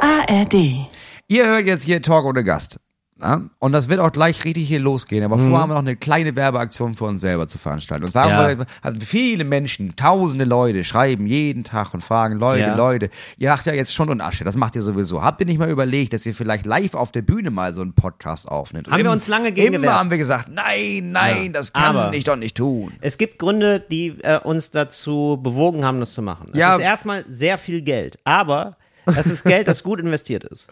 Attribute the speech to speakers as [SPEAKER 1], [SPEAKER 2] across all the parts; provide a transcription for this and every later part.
[SPEAKER 1] ARD.
[SPEAKER 2] Ihr hört jetzt hier Talk ohne Gast. Na? Und das wird auch gleich richtig hier losgehen. Aber vorher haben wir noch eine kleine Werbeaktion für uns selber zu veranstalten. Und zwar
[SPEAKER 3] Mhm. Ja.
[SPEAKER 2] haben wir- also viele Menschen, tausende Leute schreiben jeden Tag und fragen, Leute,
[SPEAKER 3] Ja.
[SPEAKER 2] Leute, ihr macht ja jetzt schon und Asche, das macht ihr sowieso. Habt ihr nicht mal überlegt, dass ihr vielleicht live auf der Bühne mal so einen Podcast aufnimmt? Und
[SPEAKER 3] Haben wir
[SPEAKER 2] im-
[SPEAKER 3] uns lange gegen
[SPEAKER 2] Immer
[SPEAKER 3] gewehrt.
[SPEAKER 2] haben wir gesagt, nein, nein,
[SPEAKER 3] Ja.
[SPEAKER 2] das kann
[SPEAKER 3] Aber-
[SPEAKER 2] ich doch nicht tun.
[SPEAKER 3] Es gibt Gründe, die äh, uns dazu bewogen haben, das zu machen. Das
[SPEAKER 2] Ja.
[SPEAKER 3] ist erstmal sehr viel Geld, aber das ist Geld, das gut investiert ist.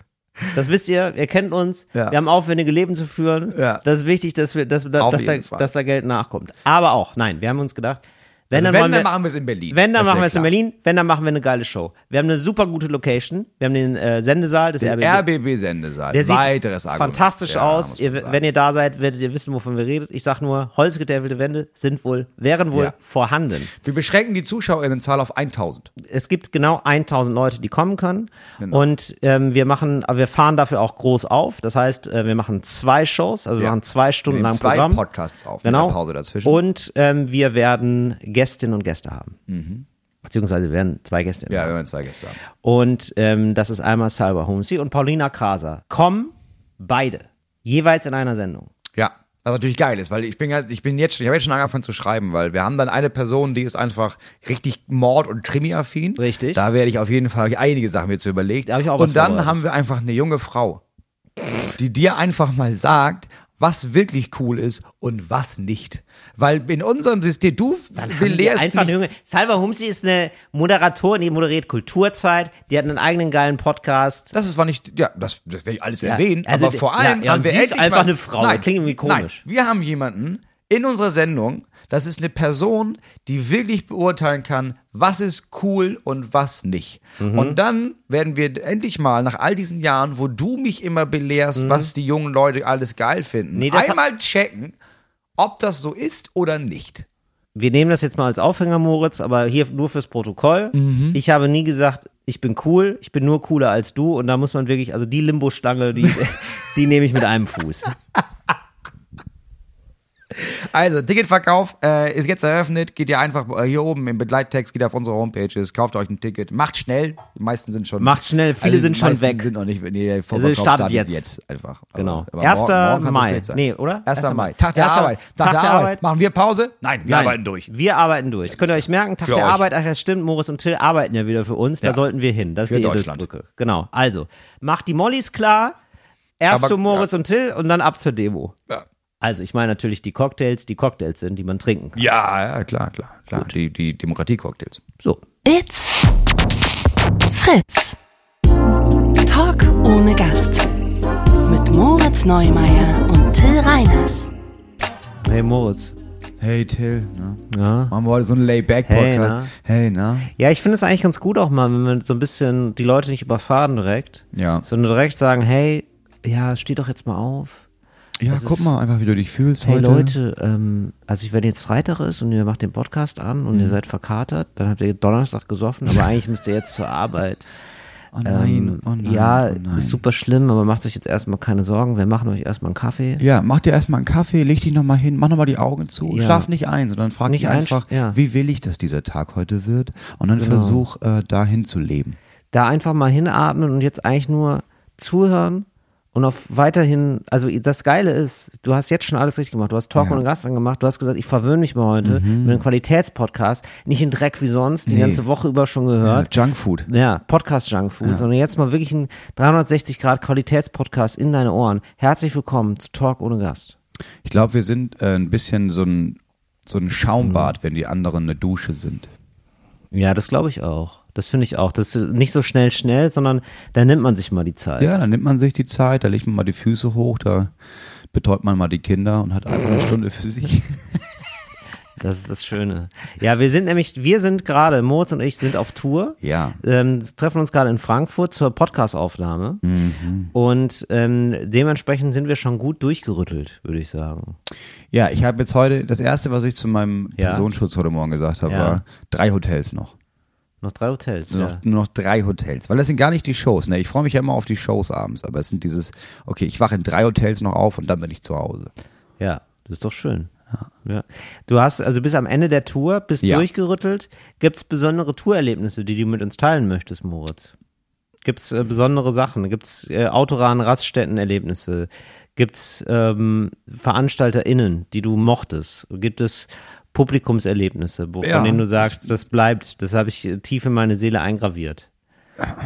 [SPEAKER 3] Das wisst ihr, ihr kennt uns,
[SPEAKER 2] Ja.
[SPEAKER 3] wir haben aufwendige Leben zu führen.
[SPEAKER 2] Ja.
[SPEAKER 3] Das ist wichtig, dass, wir, dass, da,
[SPEAKER 2] Auf
[SPEAKER 3] dass, da,
[SPEAKER 2] jeden Fall.
[SPEAKER 3] dass da Geld nachkommt. Aber auch, nein, wir haben uns gedacht, wenn,
[SPEAKER 2] Also Wenn,
[SPEAKER 3] dann, wollen
[SPEAKER 2] dann
[SPEAKER 3] wir,
[SPEAKER 2] machen wir es in Berlin.
[SPEAKER 3] wenn, dann
[SPEAKER 2] Das ist
[SPEAKER 3] machen
[SPEAKER 2] ja
[SPEAKER 3] wir es in
[SPEAKER 2] klar.
[SPEAKER 3] Berlin, wenn, dann machen wir eine geile Show. Wir haben eine super gute Location, wir haben den äh, Sendesaal des
[SPEAKER 2] Den
[SPEAKER 3] RBB.
[SPEAKER 2] RBB-Sendesaal.
[SPEAKER 3] Der sieht
[SPEAKER 2] Weiteres Argument.
[SPEAKER 3] fantastisch
[SPEAKER 2] Ja,
[SPEAKER 3] aus.
[SPEAKER 2] muss
[SPEAKER 3] Ihr,
[SPEAKER 2] man sagen.
[SPEAKER 3] wenn ihr da seid, werdet ihr wissen, wovon wir redet. Ich sag nur, holzgetäfelte Wände sind wohl, wären wohl
[SPEAKER 2] Ja.
[SPEAKER 3] vorhanden.
[SPEAKER 2] wir beschränken die Zuschauerinnenzahl auf 1000.
[SPEAKER 3] Es gibt genau 1000 Leute, die kommen können.
[SPEAKER 2] Genau.
[SPEAKER 3] Und ähm, wir machen, aber wir fahren dafür auch groß auf. Das heißt, äh, wir machen zwei Shows, also wir
[SPEAKER 2] Ja.
[SPEAKER 3] machen zwei Stunden
[SPEAKER 2] Wir nehmen
[SPEAKER 3] lang
[SPEAKER 2] zwei
[SPEAKER 3] Programm.
[SPEAKER 2] Podcasts auf, mit
[SPEAKER 3] genau.
[SPEAKER 2] einer Pause dazwischen.
[SPEAKER 3] Und ähm, wir werden Gästinnen und Gäste haben. Beziehungsweise wir werden zwei Gäste
[SPEAKER 2] Mhm. Ja, wenn wir zwei Gäste haben.
[SPEAKER 3] Und ähm, das ist einmal Salva Humsi und Paulina Kraser. Kommen beide, jeweils in einer Sendung.
[SPEAKER 2] Ja. Was natürlich geil ist, weil ich bin halt, ich bin jetzt schon, ich habe jetzt schon angefangen zu schreiben, weil wir haben dann eine Person, die ist einfach richtig Mord- und Krimi-affin.
[SPEAKER 3] Richtig.
[SPEAKER 2] Da werde ich auf jeden Fall, habe ich einige Sachen mir zu überlegt.
[SPEAKER 3] Da habe ich auch was
[SPEAKER 2] und dann
[SPEAKER 3] vorbereitet.
[SPEAKER 2] haben wir einfach eine junge Frau, die dir einfach mal sagt, was wirklich cool ist und was nicht. Weil in unserem System, du belehrst
[SPEAKER 3] einfach
[SPEAKER 2] mich
[SPEAKER 3] eine junge. Salva Humsi ist eine Moderatorin, die moderiert Kulturzeit, die hat einen eigenen geilen Podcast.
[SPEAKER 2] Das ist zwar nicht, ja, das, das werde ich alles
[SPEAKER 3] Ja,
[SPEAKER 2] erwähnen,
[SPEAKER 3] also
[SPEAKER 2] aber vor
[SPEAKER 3] ja,
[SPEAKER 2] allem
[SPEAKER 3] ja,
[SPEAKER 2] haben
[SPEAKER 3] und
[SPEAKER 2] wir
[SPEAKER 3] sie ist
[SPEAKER 2] endlich
[SPEAKER 3] einfach
[SPEAKER 2] mal,
[SPEAKER 3] eine Frau, das klingt irgendwie komisch.
[SPEAKER 2] Nein, wir haben jemanden in unserer Sendung, das ist eine Person, die wirklich beurteilen kann, was ist cool und was nicht.
[SPEAKER 3] Mhm.
[SPEAKER 2] Und dann werden wir endlich mal nach all diesen Jahren, wo du mich immer belehrst, was die jungen Leute alles geil finden,
[SPEAKER 3] Mhm. Nee, das hat-
[SPEAKER 2] einmal checken, ob das so ist oder nicht.
[SPEAKER 3] Wir nehmen das jetzt mal als Aufhänger, Moritz, aber hier nur fürs Protokoll.
[SPEAKER 2] Mhm.
[SPEAKER 3] Ich habe nie gesagt, ich bin cool, ich bin nur cooler als du und da muss man wirklich, also die Limbo-Stange, die, die nehme ich mit einem Fuß.
[SPEAKER 2] Also, Ticketverkauf äh, ist jetzt eröffnet. Geht ihr einfach äh, hier oben im Begleittext, geht auf unsere Homepages, kauft euch ein Ticket. Macht schnell. Die meisten sind schon. Also,
[SPEAKER 3] Macht schnell, viele
[SPEAKER 2] die
[SPEAKER 3] sind schon
[SPEAKER 2] meisten
[SPEAKER 3] weg.
[SPEAKER 2] sind noch nicht. Nee, der Vorverkauf
[SPEAKER 3] Also es startet jetzt.
[SPEAKER 2] einfach.
[SPEAKER 3] Genau.
[SPEAKER 2] Aber, aber
[SPEAKER 3] 1.
[SPEAKER 2] morgen, morgen kann's
[SPEAKER 3] Mai.
[SPEAKER 2] Spät sein.
[SPEAKER 3] Nee, oder?
[SPEAKER 2] 1.
[SPEAKER 3] 1.
[SPEAKER 2] Mai. Tag der
[SPEAKER 3] 1.
[SPEAKER 2] Arbeit. Tag, der, Arbeit. Machen wir Pause? Nein, wir
[SPEAKER 3] Nein,
[SPEAKER 2] arbeiten durch.
[SPEAKER 3] Wir arbeiten durch. Könnt ihr euch merken, Tag
[SPEAKER 2] Für
[SPEAKER 3] der
[SPEAKER 2] euch.
[SPEAKER 3] Arbeit, ach ja stimmt, Moritz und Till arbeiten ja wieder für uns, da
[SPEAKER 2] Ja.
[SPEAKER 3] sollten wir hin. Das ist
[SPEAKER 2] Für
[SPEAKER 3] die
[SPEAKER 2] Deutschland.
[SPEAKER 3] Eselsbrücke. Genau. Also, macht die Mollys klar, erst
[SPEAKER 2] Aber-
[SPEAKER 3] zu Moritz
[SPEAKER 2] ja.
[SPEAKER 3] und Till und dann ab zur Demo.
[SPEAKER 2] Ja.
[SPEAKER 3] Also, ich meine natürlich die Cocktails, die Cocktails sind, die man trinken kann.
[SPEAKER 2] Ja, ja, klar, klar, klar. Die, die Demokratie-Cocktails.
[SPEAKER 3] So.
[SPEAKER 1] It's Fritz. Talk ohne Gast. Mit Moritz Neumeier und Till Reiners.
[SPEAKER 3] Hey Moritz.
[SPEAKER 2] Hey, Till. ne? Na?
[SPEAKER 3] Ja.
[SPEAKER 2] Machen wir heute so einen
[SPEAKER 3] Hey, na?
[SPEAKER 2] Layback-Podcast. Hey, na?
[SPEAKER 3] Ja, ich finde es eigentlich ganz gut auch mal, wenn wir so ein bisschen die Leute nicht überfahren direkt,
[SPEAKER 2] Ja.
[SPEAKER 3] sondern direkt sagen, hey, ja, steh doch jetzt mal auf.
[SPEAKER 2] Ja, guck mal einfach, wie du dich fühlst
[SPEAKER 3] Hey
[SPEAKER 2] heute.
[SPEAKER 3] Leute, ähm, also ich, wenn jetzt Freitag ist und ihr macht den Podcast an und
[SPEAKER 2] Mhm.
[SPEAKER 3] ihr seid verkatert, dann habt ihr Donnerstag gesoffen, aber eigentlich müsst ihr jetzt zur Arbeit.
[SPEAKER 2] Oh nein,
[SPEAKER 3] Ähm,
[SPEAKER 2] oh nein,
[SPEAKER 3] ja,
[SPEAKER 2] oh nein.
[SPEAKER 3] ist super schlimm, aber macht euch jetzt erstmal keine Sorgen. Wir machen euch erstmal einen Kaffee.
[SPEAKER 2] Ja, mach dir erstmal einen Kaffee, leg dich nochmal hin, mach nochmal die Augen zu,
[SPEAKER 3] Ja.
[SPEAKER 2] schlaf nicht ein, sondern frag
[SPEAKER 3] Nicht
[SPEAKER 2] dich
[SPEAKER 3] ein-
[SPEAKER 2] einfach,
[SPEAKER 3] ja.
[SPEAKER 2] wie will ich, dass dieser Tag heute wird und dann versuch, äh, dahin zu leben.
[SPEAKER 3] Da einfach mal hinatmen und jetzt eigentlich nur zuhören und auf weiterhin, also das Geile ist, du hast jetzt schon alles richtig gemacht. Du hast Talk
[SPEAKER 2] Ja.
[SPEAKER 3] und Gast angemacht, du hast gesagt, ich verwöhne mich mal heute mit einem Qualitätspodcast, nicht in Dreck wie sonst, die
[SPEAKER 2] Nee.
[SPEAKER 3] ganze Woche über schon
[SPEAKER 2] Ja,
[SPEAKER 3] gehört.
[SPEAKER 2] Junkfood.
[SPEAKER 3] Ja, Podcast Junk Food, sondern jetzt mal wirklich ein 360 Grad Qualitätspodcast in deine Ohren. Herzlich willkommen zu Talk ohne Gast.
[SPEAKER 2] Ich glaube, wir sind äh, ein bisschen so ein, so ein Schaumbad, wenn die anderen eine Dusche sind.
[SPEAKER 3] Ja, das glaube ich auch. Das finde ich auch. Das ist nicht so schnell schnell, sondern da nimmt man sich mal die Zeit.
[SPEAKER 2] Ja, dann nimmt man sich die Zeit, da legt man mal die Füße hoch, da betäubt man mal die Kinder und hat einfach eine Stunde für sich.
[SPEAKER 3] Das ist das Schöne. Ja, wir sind nämlich, wir sind gerade, Moritz und ich sind auf Tour.
[SPEAKER 2] Ja.
[SPEAKER 3] Ähm, treffen uns gerade in Frankfurt zur Podcastaufnahme. Und ähm, dementsprechend sind wir schon gut durchgerüttelt, würde ich sagen.
[SPEAKER 2] Ja, ich habe jetzt heute, das erste, was ich zu meinem
[SPEAKER 3] Ja.
[SPEAKER 2] Personenschutz heute Morgen gesagt habe,
[SPEAKER 3] Ja.
[SPEAKER 2] war drei Hotels noch.
[SPEAKER 3] Noch drei Hotels.
[SPEAKER 2] Nur,
[SPEAKER 3] ja.
[SPEAKER 2] noch, nur noch drei Hotels. Weil das sind gar nicht die Shows. Ne? Ich freue mich ja immer auf die Shows abends, aber es sind dieses, okay, ich wache in drei Hotels noch auf und dann bin ich zu Hause.
[SPEAKER 3] Ja, das ist doch schön. Ja. Du hast also bis am Ende der Tour, bist
[SPEAKER 2] Ja.
[SPEAKER 3] durchgerüttelt. Gibt es besondere Tourerlebnisse, die du mit uns teilen möchtest, Moritz? Gibt's äh, besondere Sachen? Gibt's äh, autoran Raststättenerlebnisse? Gibt's ähm, VeranstalterInnen, die du mochtest? Gibt es Publikumserlebnisse, wo,
[SPEAKER 2] Ja.
[SPEAKER 3] von denen du sagst, das bleibt, das habe ich äh, tief in meine Seele eingraviert?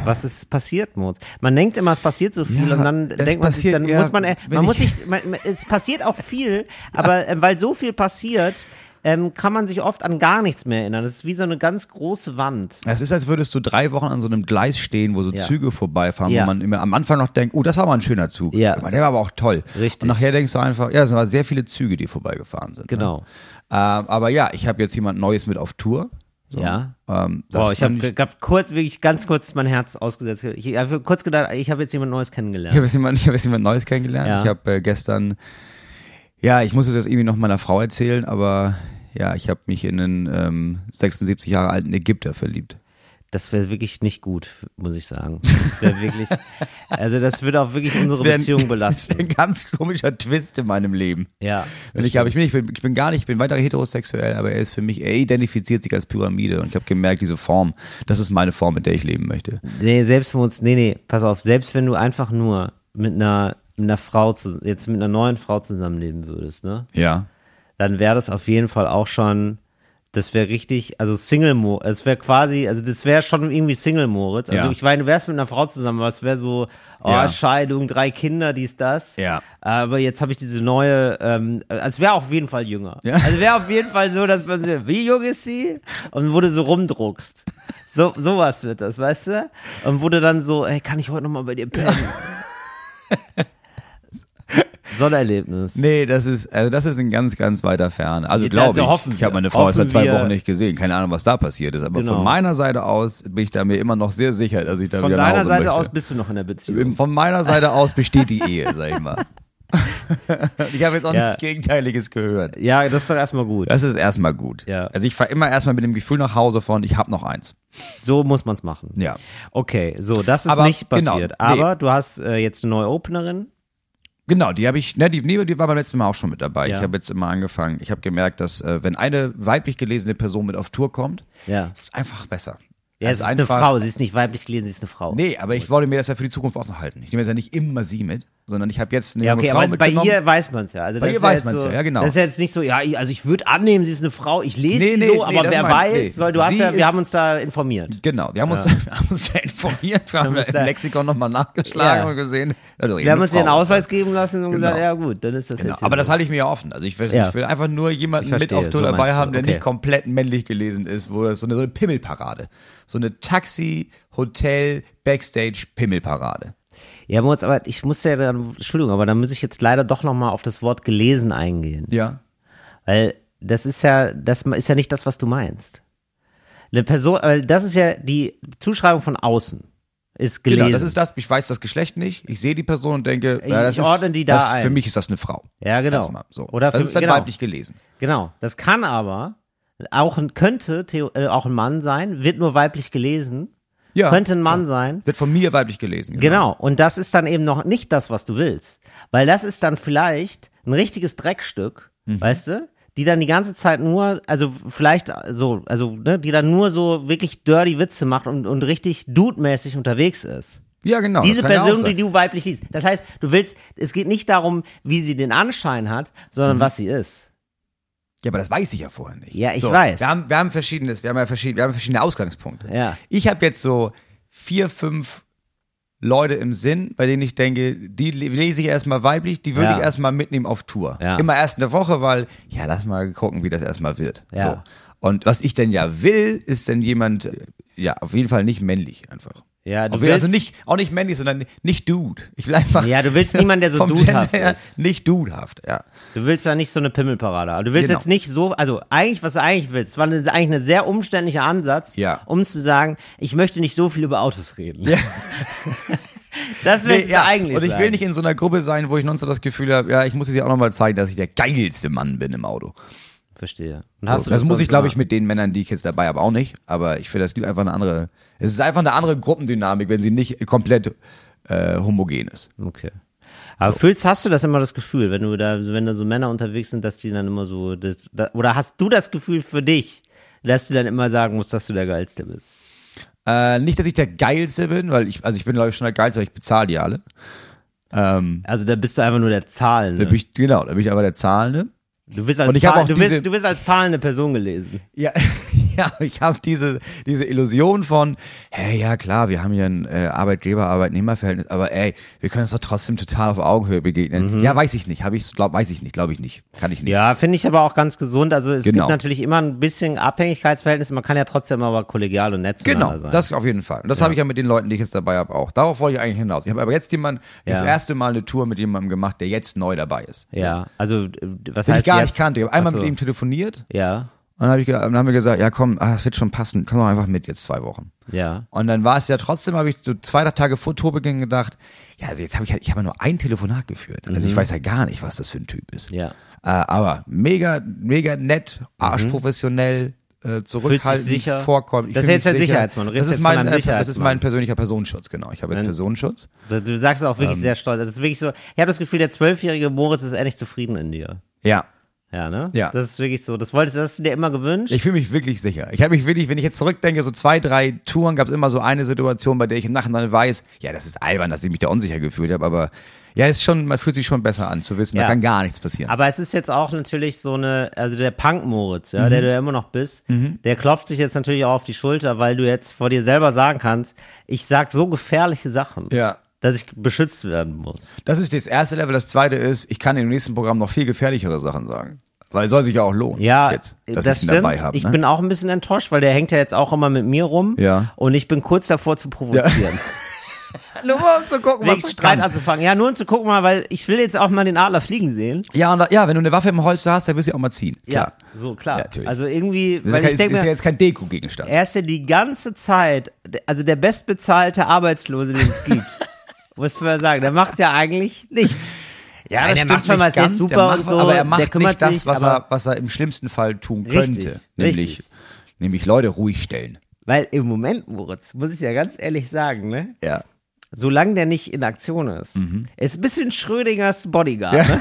[SPEAKER 3] Was ist passiert, Moritz? Man denkt immer, es passiert so viel
[SPEAKER 2] Ja,
[SPEAKER 3] und dann
[SPEAKER 2] das
[SPEAKER 3] denkt man sich,
[SPEAKER 2] passiert,
[SPEAKER 3] dann
[SPEAKER 2] ja,
[SPEAKER 3] muss man, äh,
[SPEAKER 2] wenn
[SPEAKER 3] man muss
[SPEAKER 2] ich-
[SPEAKER 3] sich, man, man- es passiert auch viel, aber ähm, weil so viel passiert, ähm, kann man sich oft an gar nichts mehr erinnern. Das ist wie so eine ganz große Wand.
[SPEAKER 2] Es ist, als würdest du drei Wochen an so einem Gleis stehen, wo so
[SPEAKER 3] Ja.
[SPEAKER 2] Züge vorbeifahren,
[SPEAKER 3] Ja.
[SPEAKER 2] wo man immer am Anfang noch denkt, oh, das war mal ein schöner Zug.
[SPEAKER 3] Ja.
[SPEAKER 2] Aber der war aber auch toll.
[SPEAKER 3] Richtig.
[SPEAKER 2] Und nachher denkst du einfach, ja, es waren sehr viele Züge, die vorbeigefahren sind.
[SPEAKER 3] Genau.
[SPEAKER 2] Ne? Ähm, aber ja, ich habe jetzt jemand Neues mit auf Tour.
[SPEAKER 3] Ja.
[SPEAKER 2] Ähm, das
[SPEAKER 3] Boah, ich habe
[SPEAKER 2] fand ich,
[SPEAKER 3] hab kurz, wirklich ganz kurz mein Herz ausgesetzt. Ich habe kurz gedacht, ich habe jetzt jemand Neues
[SPEAKER 2] ich
[SPEAKER 3] kennengelernt.
[SPEAKER 2] habe jetzt, jemand- ich hab jetzt jemand Neues kennengelernt.
[SPEAKER 3] Ja.
[SPEAKER 2] Ich habe äh, gestern, ja, ich muss es jetzt irgendwie noch meiner Frau erzählen, aber ja, ich habe mich in einen ähm, 76 Jahre alten Ägypter verliebt.
[SPEAKER 3] Das wäre wirklich nicht gut, muss ich sagen. Das wäre wirklich, also das würde auch wirklich unsere
[SPEAKER 2] wär ein-
[SPEAKER 3] Beziehung
[SPEAKER 2] Das wäre
[SPEAKER 3] belasten.
[SPEAKER 2] ein ganz komischer Twist in meinem Leben.
[SPEAKER 3] Ja.
[SPEAKER 2] Wenn ich, aber ich, bin, ich, bin, ich bin gar nicht, ich bin weiter heterosexuell, aber er ist für mich, er identifiziert sich als Pyramide und ich habe gemerkt, diese Form, das ist meine Form, mit der ich leben möchte.
[SPEAKER 3] Nee, selbst wenn uns, nee, nee, pass auf, selbst wenn du einfach nur mit einer, mit einer Frau, zu, jetzt mit einer neuen Frau zusammenleben würdest, ne?
[SPEAKER 2] Ja.
[SPEAKER 3] dann wäre das auf jeden Fall auch schon, das wäre richtig, also Single Moritz, es wäre quasi, also das wäre schon irgendwie Single Moritz. Also
[SPEAKER 2] Ja.
[SPEAKER 3] ich meine, du wärst mit einer Frau zusammen, aber es wäre so, oh,
[SPEAKER 2] Ja.
[SPEAKER 3] Scheidung, drei Kinder, dies, das.
[SPEAKER 2] Ja.
[SPEAKER 3] Aber jetzt habe ich diese neue, ähm, also es wäre auf jeden Fall jünger.
[SPEAKER 2] Ja.
[SPEAKER 3] Also wäre auf jeden Fall so, dass man, wie jung ist sie? Und wo du so rumdruckst. So, sowas wird das, weißt du? Und wurde dann so, ey, kann ich heute nochmal bei dir pennen? Sonnerlebnis.
[SPEAKER 2] Nee, das ist, also das ist ein ganz, ganz weiter Fern. Also
[SPEAKER 3] Ja,
[SPEAKER 2] glaube
[SPEAKER 3] das
[SPEAKER 2] ich,
[SPEAKER 3] hoffen
[SPEAKER 2] ich habe
[SPEAKER 3] wir.
[SPEAKER 2] meine Frau jetzt seit
[SPEAKER 3] Hoffen
[SPEAKER 2] zwei
[SPEAKER 3] wir.
[SPEAKER 2] Wochen nicht gesehen. Keine Ahnung, was da passiert ist. Aber
[SPEAKER 3] Genau.
[SPEAKER 2] von meiner Seite aus bin ich da mir immer noch sehr sicher, dass ich da
[SPEAKER 3] Von
[SPEAKER 2] wieder nach
[SPEAKER 3] deiner
[SPEAKER 2] Hause
[SPEAKER 3] Seite
[SPEAKER 2] möchte.
[SPEAKER 3] aus bist du noch in der Beziehung.
[SPEAKER 2] Im- Von meiner Seite aus besteht die Ehe, sag ich mal. ich habe jetzt auch
[SPEAKER 3] Ja.
[SPEAKER 2] nichts Gegenteiliges gehört.
[SPEAKER 3] Ja, das ist doch erstmal gut.
[SPEAKER 2] Das ist erstmal gut.
[SPEAKER 3] Ja.
[SPEAKER 2] Also ich fahre immer erstmal mit dem Gefühl nach Hause von, ich habe noch eins.
[SPEAKER 3] So muss man es machen.
[SPEAKER 2] Ja.
[SPEAKER 3] Okay, so, das ist
[SPEAKER 2] Aber
[SPEAKER 3] nicht
[SPEAKER 2] genau,
[SPEAKER 3] passiert.
[SPEAKER 2] nee.
[SPEAKER 3] Aber du hast äh, jetzt eine neue Openerin.
[SPEAKER 2] Genau, die habe ich, ne, die, nee, die war beim letzten Mal auch schon mit dabei.
[SPEAKER 3] Ja.
[SPEAKER 2] Ich habe jetzt immer angefangen. Ich habe gemerkt, dass äh, wenn eine weiblich gelesene Person mit auf Tour kommt,
[SPEAKER 3] Ja.
[SPEAKER 2] ist es einfach besser. Also
[SPEAKER 3] Ja, es ist eine Frau. Sie ist nicht weiblich gelesen, sie ist eine Frau.
[SPEAKER 2] Nee, aber ich wollte mir das ja für die Zukunft offen halten. Ich nehme jetzt ja nicht immer sie mit, sondern ich habe jetzt eine
[SPEAKER 3] Ja,
[SPEAKER 2] junge
[SPEAKER 3] okay,
[SPEAKER 2] Frau
[SPEAKER 3] aber bei
[SPEAKER 2] mitgenommen.
[SPEAKER 3] ihr weiß man es ja. Also
[SPEAKER 2] Bei
[SPEAKER 3] das
[SPEAKER 2] ihr
[SPEAKER 3] ist
[SPEAKER 2] weiß
[SPEAKER 3] jetzt
[SPEAKER 2] man's
[SPEAKER 3] so,
[SPEAKER 2] ja, ja, genau.
[SPEAKER 3] Das ist jetzt nicht so, ja, ich- also ich würde annehmen, sie ist eine Frau. Ich lese
[SPEAKER 2] Nee,
[SPEAKER 3] sie
[SPEAKER 2] nee,
[SPEAKER 3] so,
[SPEAKER 2] nee,
[SPEAKER 3] aber
[SPEAKER 2] das
[SPEAKER 3] wer
[SPEAKER 2] meine ich.
[SPEAKER 3] weiß, weil du hast
[SPEAKER 2] Sie
[SPEAKER 3] ja, wir
[SPEAKER 2] ist-
[SPEAKER 3] haben uns da informiert.
[SPEAKER 2] Genau, wir haben, uns, wir haben uns da informiert, wir haben
[SPEAKER 3] uns da-
[SPEAKER 2] im Lexikon nochmal nachgeschlagen
[SPEAKER 3] Ja.
[SPEAKER 2] und gesehen. also eben
[SPEAKER 3] Wir haben uns
[SPEAKER 2] eine
[SPEAKER 3] den
[SPEAKER 2] Frau ist
[SPEAKER 3] Ausweis geben lassen und
[SPEAKER 2] Genau.
[SPEAKER 3] gesagt, ja gut, dann ist das
[SPEAKER 2] das. Genau.
[SPEAKER 3] jetzt.
[SPEAKER 2] Aber
[SPEAKER 3] hier
[SPEAKER 2] das
[SPEAKER 3] so.
[SPEAKER 2] halte ich mir ja offen. Also ich will,
[SPEAKER 3] Ja.
[SPEAKER 2] ich will einfach nur jemanden
[SPEAKER 3] Ich
[SPEAKER 2] mit
[SPEAKER 3] verstehe,
[SPEAKER 2] auf Tour
[SPEAKER 3] so
[SPEAKER 2] dabei
[SPEAKER 3] meinst du,
[SPEAKER 2] haben, der
[SPEAKER 3] okay.
[SPEAKER 2] nicht komplett männlich gelesen ist, wo das so eine, so eine Pimmelparade. So eine Taxi, Hotel, Backstage, Pimmelparade.
[SPEAKER 3] ja, Moritz, aber ich muss ja dann, Entschuldigung, aber da muss ich jetzt leider doch nochmal auf das Wort gelesen eingehen.
[SPEAKER 2] Ja.
[SPEAKER 3] Weil das ist ja, das ist ja nicht das, was du meinst. Eine Person, weil das ist ja die Zuschreibung von außen. Ist gelesen.
[SPEAKER 2] Genau, das ist das. Ich weiß das Geschlecht nicht. Ich sehe die Person und denke, ja, das
[SPEAKER 3] Ich
[SPEAKER 2] ist,
[SPEAKER 3] ordne die da
[SPEAKER 2] das,
[SPEAKER 3] ein.
[SPEAKER 2] Für mich ist das eine Frau.
[SPEAKER 3] ja, genau.
[SPEAKER 2] Erstmal So.
[SPEAKER 3] Oder
[SPEAKER 2] das
[SPEAKER 3] für,
[SPEAKER 2] ist dann
[SPEAKER 3] genau,
[SPEAKER 2] weiblich gelesen.
[SPEAKER 3] genau. Das kann aber auch ein, könnte theo- äh, auch ein Mann sein, wird nur weiblich gelesen,
[SPEAKER 2] Ja.
[SPEAKER 3] könnte ein Mann sein.
[SPEAKER 2] Wird von mir weiblich gelesen.
[SPEAKER 3] Genau. Und das ist dann eben noch nicht das, was du willst. Weil das ist dann vielleicht ein richtiges Dreckstück,
[SPEAKER 2] Mhm.
[SPEAKER 3] weißt du? Die dann die ganze Zeit nur, also vielleicht so, also, ne, die dann nur so wirklich dirty Witze macht und, und richtig dude-mäßig unterwegs ist.
[SPEAKER 2] Ja, genau.
[SPEAKER 3] Diese
[SPEAKER 2] das kann ja auch
[SPEAKER 3] Person,
[SPEAKER 2] sein.
[SPEAKER 3] die du weiblich liest. Das heißt, du willst, es geht nicht darum, wie sie den Anschein hat, sondern
[SPEAKER 2] Mhm.
[SPEAKER 3] was sie ist.
[SPEAKER 2] Ja, aber das weiß ich ja vorher nicht.
[SPEAKER 3] Ja, ich weiß.
[SPEAKER 2] Wir haben, wir haben verschiedenes, wir haben ja verschiedene, wir haben verschiedene Ausgangspunkte.
[SPEAKER 3] Ja.
[SPEAKER 2] Ich habe jetzt so vier, fünf Leute im Sinn, bei denen ich denke, die le- lese ich erstmal weiblich, die würde
[SPEAKER 3] Ja.
[SPEAKER 2] ich erstmal mitnehmen auf Tour.
[SPEAKER 3] Ja.
[SPEAKER 2] Immer erst in der Woche, weil, ja, lass mal gucken, wie das erstmal wird.
[SPEAKER 3] Ja.
[SPEAKER 2] So. Und was ich denn ja will, ist denn jemand, äh, ja, auf jeden Fall nicht männlich einfach.
[SPEAKER 3] Ja, du
[SPEAKER 2] Auf jeden- also
[SPEAKER 3] willst-
[SPEAKER 2] nicht, auch nicht männlich, sondern nicht Dude. Ich will einfach.
[SPEAKER 3] Ja, du willst niemanden, der so
[SPEAKER 2] vom
[SPEAKER 3] dudehaft
[SPEAKER 2] Gender her
[SPEAKER 3] ist.
[SPEAKER 2] Nicht dudehaft, ja.
[SPEAKER 3] Du willst ja nicht so eine Pimmelparade. Aber du willst
[SPEAKER 2] Genau.
[SPEAKER 3] jetzt nicht so, also eigentlich, was du eigentlich willst, war eine, eigentlich ein sehr umständlicher Ansatz,
[SPEAKER 2] Ja.
[SPEAKER 3] um zu sagen, ich möchte nicht so viel über Autos reden. das willst
[SPEAKER 2] Nee, ja.
[SPEAKER 3] du eigentlich
[SPEAKER 2] Und ich
[SPEAKER 3] sagen.
[SPEAKER 2] will nicht in so einer Gruppe sein, wo ich sonst so das Gefühl habe, ja, ich muss jetzt ja auch nochmal zeigen, dass ich der geilste Mann bin im Auto.
[SPEAKER 3] Verstehe. Und
[SPEAKER 2] So,
[SPEAKER 3] hast du
[SPEAKER 2] das muss
[SPEAKER 3] sonst
[SPEAKER 2] ich, glaube ich,
[SPEAKER 3] immer?
[SPEAKER 2] mit den Männern, die ich jetzt dabei habe, auch nicht. Aber ich finde, das gibt einfach eine andere. Es ist einfach eine andere Gruppendynamik, wenn sie nicht komplett äh, homogen ist.
[SPEAKER 3] Okay. Aber fühlst, hast du das immer das Gefühl, wenn du da, wenn da so Männer unterwegs sind, dass die dann immer so, das, da, oder hast du das Gefühl für dich, dass du dann immer sagen musst, dass du der Geilste bist?
[SPEAKER 2] Äh, nicht, dass ich der Geilste bin, weil ich, also ich bin, glaube ich, schon der Geilste, aber ich bezahle die alle. Ähm,
[SPEAKER 3] Also da bist du einfach nur der Zahlende.
[SPEAKER 2] da bin ich, genau, da bin ich aber der Zahlende.
[SPEAKER 3] Du wirst als,
[SPEAKER 2] Und ich hab
[SPEAKER 3] Zahl,
[SPEAKER 2] auch
[SPEAKER 3] du
[SPEAKER 2] diese-
[SPEAKER 3] wirst, du wirst als zahlende Person gelesen.
[SPEAKER 2] Ja, ja ich habe diese, diese Illusion von, hey, ja klar, wir haben hier ein äh, Arbeitgeber-Arbeitnehmer-Verhältnis, aber ey, wir können uns doch trotzdem total auf Augenhöhe begegnen. Ja, weiß ich nicht, habe ich, glaub, weiß ich nicht, glaube ich nicht, kann ich nicht.
[SPEAKER 3] Mhm. Ja, finde ich aber auch ganz gesund. Also es
[SPEAKER 2] Genau.
[SPEAKER 3] gibt natürlich immer ein bisschen Abhängigkeitsverhältnisse. Man kann ja trotzdem aber kollegial und nett zueinander
[SPEAKER 2] Genau,
[SPEAKER 3] sein.
[SPEAKER 2] das auf jeden Fall. Und das habe ich ja mit den Leuten, die ich jetzt dabei habe, auch. Darauf wollte ich eigentlich hinaus. Ich habe aber jetzt jemanden, das
[SPEAKER 3] Ja.
[SPEAKER 2] erste Mal eine Tour mit jemandem gemacht, der jetzt neu dabei ist.
[SPEAKER 3] ja, also äh, was
[SPEAKER 2] Den
[SPEAKER 3] heißt
[SPEAKER 2] ich gar
[SPEAKER 3] jetzt?
[SPEAKER 2] nicht kannte. Ich habe einmal
[SPEAKER 3] Ach so.
[SPEAKER 2] mit ihm telefoniert
[SPEAKER 3] Ja,
[SPEAKER 2] und dann, hab ich, ge- dann haben wir gesagt, ja komm, ah, das wird schon passen, komm doch einfach mit jetzt zwei Wochen.
[SPEAKER 3] ja.
[SPEAKER 2] Und dann war es ja trotzdem, habe ich so zwei drei Tage vor Tourbeginn gedacht, ja, also jetzt habe ich halt, ich habe ja nur ein Telefonat geführt. Also ich weiß ja gar nicht, was das für ein Typ ist.
[SPEAKER 3] Mhm. Ja.
[SPEAKER 2] Äh, aber mega, mega nett, arschprofessionell, äh, zurückhaltend,
[SPEAKER 3] sicher?
[SPEAKER 2] vorkommt. Ich
[SPEAKER 3] Das
[SPEAKER 2] fühl
[SPEAKER 3] ist jetzt
[SPEAKER 2] mich
[SPEAKER 3] der
[SPEAKER 2] sicher.
[SPEAKER 3] Sicherheitsmann. Du
[SPEAKER 2] Das
[SPEAKER 3] redest
[SPEAKER 2] ist
[SPEAKER 3] jetzt von
[SPEAKER 2] mein,
[SPEAKER 3] einem
[SPEAKER 2] äh, das ist
[SPEAKER 3] Sicherheitsmann.
[SPEAKER 2] mein persönlicher Personenschutz, genau. Ich habe jetzt Personenschutz.
[SPEAKER 3] Du- Du sagst es auch
[SPEAKER 2] Ähm.
[SPEAKER 3] wirklich sehr stolz. Das ist wirklich so. Ich habe das Gefühl, der zwölfjährige Moritz ist endlich zufrieden in dir.
[SPEAKER 2] Ja.
[SPEAKER 3] Ja, ne?
[SPEAKER 2] Ja.
[SPEAKER 3] Das ist wirklich so. Das wolltest, das hast du dir immer gewünscht.
[SPEAKER 2] Ich fühle mich wirklich sicher. Ich habe mich wirklich, wenn ich jetzt zurückdenke, so zwei, drei Touren gab es immer so eine Situation, bei der ich im Nachhinein weiß, ja, das ist albern, dass ich mich da unsicher gefühlt habe, aber ja, ist schon, man fühlt sich schon besser an zu wissen, da
[SPEAKER 3] Ja.
[SPEAKER 2] kann gar nichts passieren.
[SPEAKER 3] Aber es ist jetzt auch natürlich so eine, also der Punk-Moritz, ja,
[SPEAKER 2] Mhm.
[SPEAKER 3] der du ja immer noch bist, der klopft sich jetzt natürlich auch auf die Schulter, weil du jetzt vor dir selber sagen kannst, ich sag so gefährliche Sachen,
[SPEAKER 2] Ja.
[SPEAKER 3] dass ich beschützt werden muss.
[SPEAKER 2] Das ist das erste Level. Das zweite ist, ich kann im nächsten Programm noch viel gefährlichere Sachen sagen. Weil soll sich ja auch lohnen.
[SPEAKER 3] Ja,
[SPEAKER 2] jetzt, dass
[SPEAKER 3] das
[SPEAKER 2] ich ihn
[SPEAKER 3] stimmt.
[SPEAKER 2] dabei habe.
[SPEAKER 3] Ich
[SPEAKER 2] ne?
[SPEAKER 3] bin auch ein bisschen enttäuscht, weil der hängt ja jetzt auch immer mit mir rum
[SPEAKER 2] Ja.
[SPEAKER 3] und ich bin kurz davor zu provozieren.
[SPEAKER 2] nur mal um zu gucken,
[SPEAKER 3] Wegen Streit anzufangen. Ja, nur um zu gucken mal, weil ich will jetzt auch mal den Adler fliegen sehen.
[SPEAKER 2] Ja, und, da- ja, wenn du eine Waffe im Holster hast, dann wirst du sie auch mal ziehen. Klar.
[SPEAKER 3] Ja, so klar.
[SPEAKER 2] Ja, natürlich.
[SPEAKER 3] also irgendwie,
[SPEAKER 2] Das
[SPEAKER 3] weil
[SPEAKER 2] ist,
[SPEAKER 3] ich
[SPEAKER 2] ja kein-
[SPEAKER 3] denke
[SPEAKER 2] ist
[SPEAKER 3] mir,
[SPEAKER 2] ja jetzt kein Deko-Gegenstand.
[SPEAKER 3] Er ist ja die ganze Zeit, also der bestbezahlte Arbeitslose, den es gibt. Muss man sagen, der macht ja eigentlich nichts.
[SPEAKER 2] Ja,
[SPEAKER 3] Nein, der macht schon was, der ist super
[SPEAKER 2] macht,
[SPEAKER 3] und so,
[SPEAKER 2] aber er
[SPEAKER 3] der
[SPEAKER 2] macht
[SPEAKER 3] kümmert
[SPEAKER 2] nicht das,
[SPEAKER 3] sich,
[SPEAKER 2] was er,
[SPEAKER 3] aber-
[SPEAKER 2] was er im schlimmsten Fall tun könnte.
[SPEAKER 3] Richtig,
[SPEAKER 2] nämlich,
[SPEAKER 3] richtig.
[SPEAKER 2] nämlich Leute ruhig stellen.
[SPEAKER 3] Weil im Moment, Moritz, muss ich ja ganz ehrlich sagen, ne?
[SPEAKER 2] Ja.
[SPEAKER 3] solange der nicht in Aktion ist,
[SPEAKER 2] Mhm.
[SPEAKER 3] ist ein bisschen Schrödingers Bodyguard. Ne?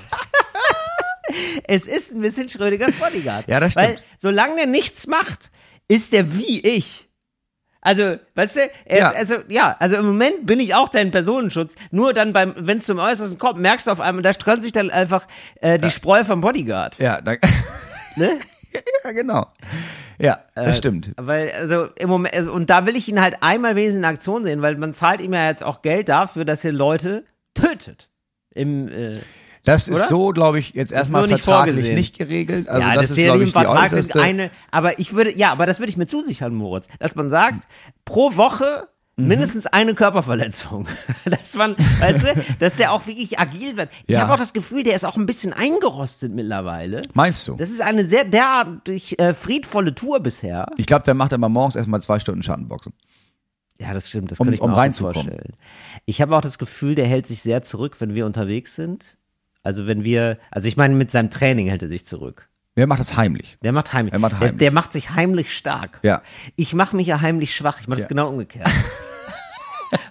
[SPEAKER 3] es ist ein bisschen Schrödingers Bodyguard.
[SPEAKER 2] Ja, das
[SPEAKER 3] Weil
[SPEAKER 2] stimmt.
[SPEAKER 3] solange der nichts macht, ist er wie ich. Also, weißt du, er
[SPEAKER 2] Ja.
[SPEAKER 3] Ist, also ja, also im Moment bin ich auch dein Personenschutz. Nur dann beim, wenn es zum Äußersten kommt, merkst du auf einmal, da strömt sich dann einfach äh, die Spreu vom Bodyguard.
[SPEAKER 2] Ja, dann,
[SPEAKER 3] Ne? Äh,
[SPEAKER 2] ja genau. Ja, das stimmt.
[SPEAKER 3] Weil, also im Moment, also, und da will ich ihn halt einmal wenigstens in Aktion sehen, weil man zahlt ihm ja jetzt auch Geld dafür, dass er Leute tötet. Im, äh,
[SPEAKER 2] Das ist
[SPEAKER 3] oder?
[SPEAKER 2] so, glaube ich, jetzt erstmal
[SPEAKER 3] nur nicht
[SPEAKER 2] vertraglich
[SPEAKER 3] vorgesehen.
[SPEAKER 2] nicht geregelt. Also
[SPEAKER 3] ja,
[SPEAKER 2] das, ist,
[SPEAKER 3] steht
[SPEAKER 2] glaube
[SPEAKER 3] im
[SPEAKER 2] ich, die
[SPEAKER 3] Vertrag ist
[SPEAKER 2] äußerste.
[SPEAKER 3] eine, aber ich würde, ja, aber das würde ich mir zusichern, Moritz, dass man sagt, pro Woche
[SPEAKER 2] Mhm.
[SPEAKER 3] mindestens eine Körperverletzung. dass man, weißt du, dass der auch wirklich agil wird. Ich
[SPEAKER 2] Ja.
[SPEAKER 3] habe auch das Gefühl, der ist auch ein bisschen eingerostet mittlerweile.
[SPEAKER 2] Meinst du?
[SPEAKER 3] Das ist eine sehr derartig äh, friedvolle Tour bisher.
[SPEAKER 2] Ich glaube, der macht immer morgens erstmal zwei Stunden Schattenboxen.
[SPEAKER 3] Ja, das stimmt. Das
[SPEAKER 2] Um-
[SPEAKER 3] könnte ich
[SPEAKER 2] um
[SPEAKER 3] mir auch gut
[SPEAKER 2] reinzukommen.
[SPEAKER 3] vorstellen. Ich habe auch das Gefühl, der hält sich sehr zurück, wenn wir unterwegs sind. Also wenn wir, also ich meine, mit seinem Training hält er sich zurück.
[SPEAKER 2] Der macht das heimlich.
[SPEAKER 3] Der macht heimlich.
[SPEAKER 2] Er macht heimlich.
[SPEAKER 3] Der, der macht sich heimlich stark.
[SPEAKER 2] Ja.
[SPEAKER 3] Ich mache mich ja heimlich schwach. Ich mache das
[SPEAKER 2] Ja.
[SPEAKER 3] genau umgekehrt.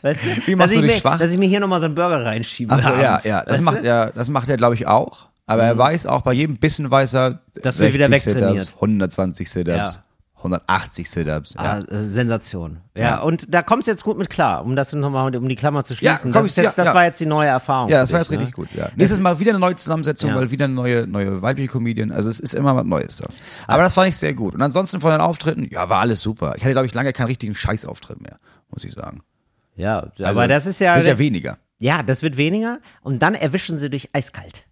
[SPEAKER 3] weißt du?
[SPEAKER 2] Wie machst
[SPEAKER 3] dass
[SPEAKER 2] du
[SPEAKER 3] ich
[SPEAKER 2] dich
[SPEAKER 3] mir,
[SPEAKER 2] schwach?
[SPEAKER 3] Dass ich mir hier nochmal so einen Burger reinschiebe.
[SPEAKER 2] Also ja,
[SPEAKER 3] abends.
[SPEAKER 2] ja, das
[SPEAKER 3] Weißt
[SPEAKER 2] macht
[SPEAKER 3] du? Mhm.
[SPEAKER 2] er, das macht er, glaube ich, auch. Aber er weiß auch, bei jedem Bissen weiß er,
[SPEAKER 3] Dass er wieder
[SPEAKER 2] 60
[SPEAKER 3] wegtrainiert.
[SPEAKER 2] Sit-ups, 120 Sit-ups,
[SPEAKER 3] Ja.
[SPEAKER 2] 180 Sit-ups. Ja.
[SPEAKER 3] Ah, äh, Sensation. Ja, und da kommst du jetzt gut mit klar, um das nochmal, um die Klammer zu
[SPEAKER 2] Ja,
[SPEAKER 3] schließen.
[SPEAKER 2] komm,
[SPEAKER 3] das ist
[SPEAKER 2] ja,
[SPEAKER 3] jetzt, das
[SPEAKER 2] ja.
[SPEAKER 3] war jetzt die neue Erfahrung.
[SPEAKER 2] ja,
[SPEAKER 3] für
[SPEAKER 2] das war
[SPEAKER 3] dich,
[SPEAKER 2] jetzt richtig
[SPEAKER 3] ne?
[SPEAKER 2] gut. Ja. Nächstes Mal wieder eine neue Zusammensetzung,
[SPEAKER 3] Ja.
[SPEAKER 2] weil wieder eine neue, neue weibliche Comedian. Also es ist immer was Neues. So.
[SPEAKER 3] Ah.
[SPEAKER 2] Aber das fand ich sehr gut. Und ansonsten von den Auftritten, ja, war alles super. Ich hatte, glaube ich, lange keinen richtigen Scheißauftritt mehr, muss ich sagen.
[SPEAKER 3] Ja, aber
[SPEAKER 2] Also,
[SPEAKER 3] das ist ja,
[SPEAKER 2] wird ja weniger.
[SPEAKER 3] Ja, das wird weniger und dann erwischen sie dich eiskalt.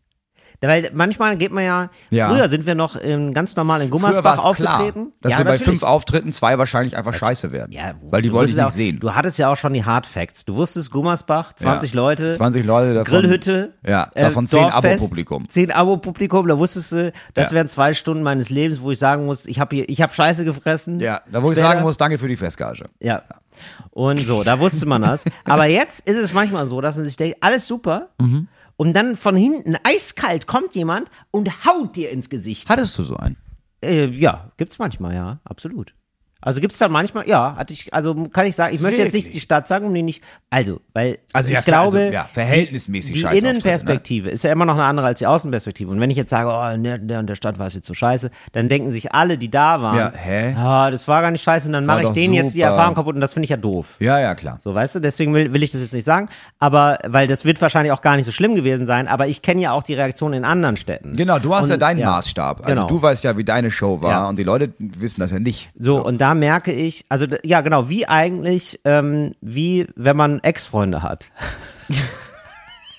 [SPEAKER 3] Da- Weil manchmal geht man ja,
[SPEAKER 2] Ja.
[SPEAKER 3] früher sind wir noch ähm, ganz normal in
[SPEAKER 2] Früher war
[SPEAKER 3] Gummersbach
[SPEAKER 2] es klar,
[SPEAKER 3] aufgetreten.
[SPEAKER 2] dass
[SPEAKER 3] ja,
[SPEAKER 2] wir bei
[SPEAKER 3] natürlich.
[SPEAKER 2] fünf Auftritten zwei wahrscheinlich einfach scheiße werden.
[SPEAKER 3] ja,
[SPEAKER 2] weil die
[SPEAKER 3] du
[SPEAKER 2] wollte ich
[SPEAKER 3] wusstest
[SPEAKER 2] nicht
[SPEAKER 3] auch,
[SPEAKER 2] sehen.
[SPEAKER 3] Du hattest ja auch schon die Hard Facts. Du wusstest Gummersbach, 20
[SPEAKER 2] Ja.
[SPEAKER 3] Leute,
[SPEAKER 2] 20 Leute davon.
[SPEAKER 3] Grillhütte,
[SPEAKER 2] Ja,
[SPEAKER 3] äh,
[SPEAKER 2] davon 10
[SPEAKER 3] Dorffest,
[SPEAKER 2] Abo-Publikum.
[SPEAKER 3] 10 Abo-Publikum, da wusstest du, das
[SPEAKER 2] Ja.
[SPEAKER 3] wären zwei Stunden meines Lebens, wo ich sagen muss, ich habe hier, ich habe Scheiße gefressen.
[SPEAKER 2] Ja, da wo ich
[SPEAKER 3] Später.
[SPEAKER 2] sagen muss, danke für die Festgage.
[SPEAKER 3] Ja. Und so, da wusste man das. Aber jetzt ist es manchmal so, dass man sich denkt, alles super. Und dann von hinten eiskalt kommt jemand und haut dir ins Gesicht.
[SPEAKER 2] Hattest du so einen?
[SPEAKER 3] Äh, ja, gibt's manchmal, ja, absolut. Also gibt's da manchmal, ja, hatte ich, also kann ich sagen, ich möchte jetzt nicht
[SPEAKER 2] Wirklich?
[SPEAKER 3] die Stadt sagen, um die nicht, also, weil
[SPEAKER 2] Also
[SPEAKER 3] ich
[SPEAKER 2] ja, ver- also,
[SPEAKER 3] glaube,
[SPEAKER 2] ja, verhältnismäßig ne?
[SPEAKER 3] die, die
[SPEAKER 2] scheiß Auftritte,
[SPEAKER 3] Innenperspektive ist ja immer noch eine andere als die Außenperspektive. Und wenn ich jetzt sage, oh, ne, der und der Stadt war es jetzt so scheiße, dann denken sich alle, die da waren,
[SPEAKER 2] Ja, hä?
[SPEAKER 3] ah, das war gar nicht scheiße, und dann mache ich
[SPEAKER 2] doch
[SPEAKER 3] denen jetzt die
[SPEAKER 2] super.
[SPEAKER 3] Erfahrung kaputt und das finde ich ja doof.
[SPEAKER 2] Ja, ja, klar.
[SPEAKER 3] So, weißt du, deswegen will, will ich das jetzt nicht sagen, aber weil das wird wahrscheinlich auch gar nicht so schlimm gewesen sein, aber ich kenne ja auch die Reaktion in anderen Städten.
[SPEAKER 2] Genau, du hast
[SPEAKER 3] Und-
[SPEAKER 2] ja deinen
[SPEAKER 3] ja,
[SPEAKER 2] Maßstab. Also
[SPEAKER 3] genau.
[SPEAKER 2] du weißt ja, wie deine Show war
[SPEAKER 3] Ja.
[SPEAKER 2] und die Leute wissen das ja nicht.
[SPEAKER 3] So, und da merke ich, also d- ja, genau, wie eigentlich, ähm, wie wenn man Ex-Freunde hat.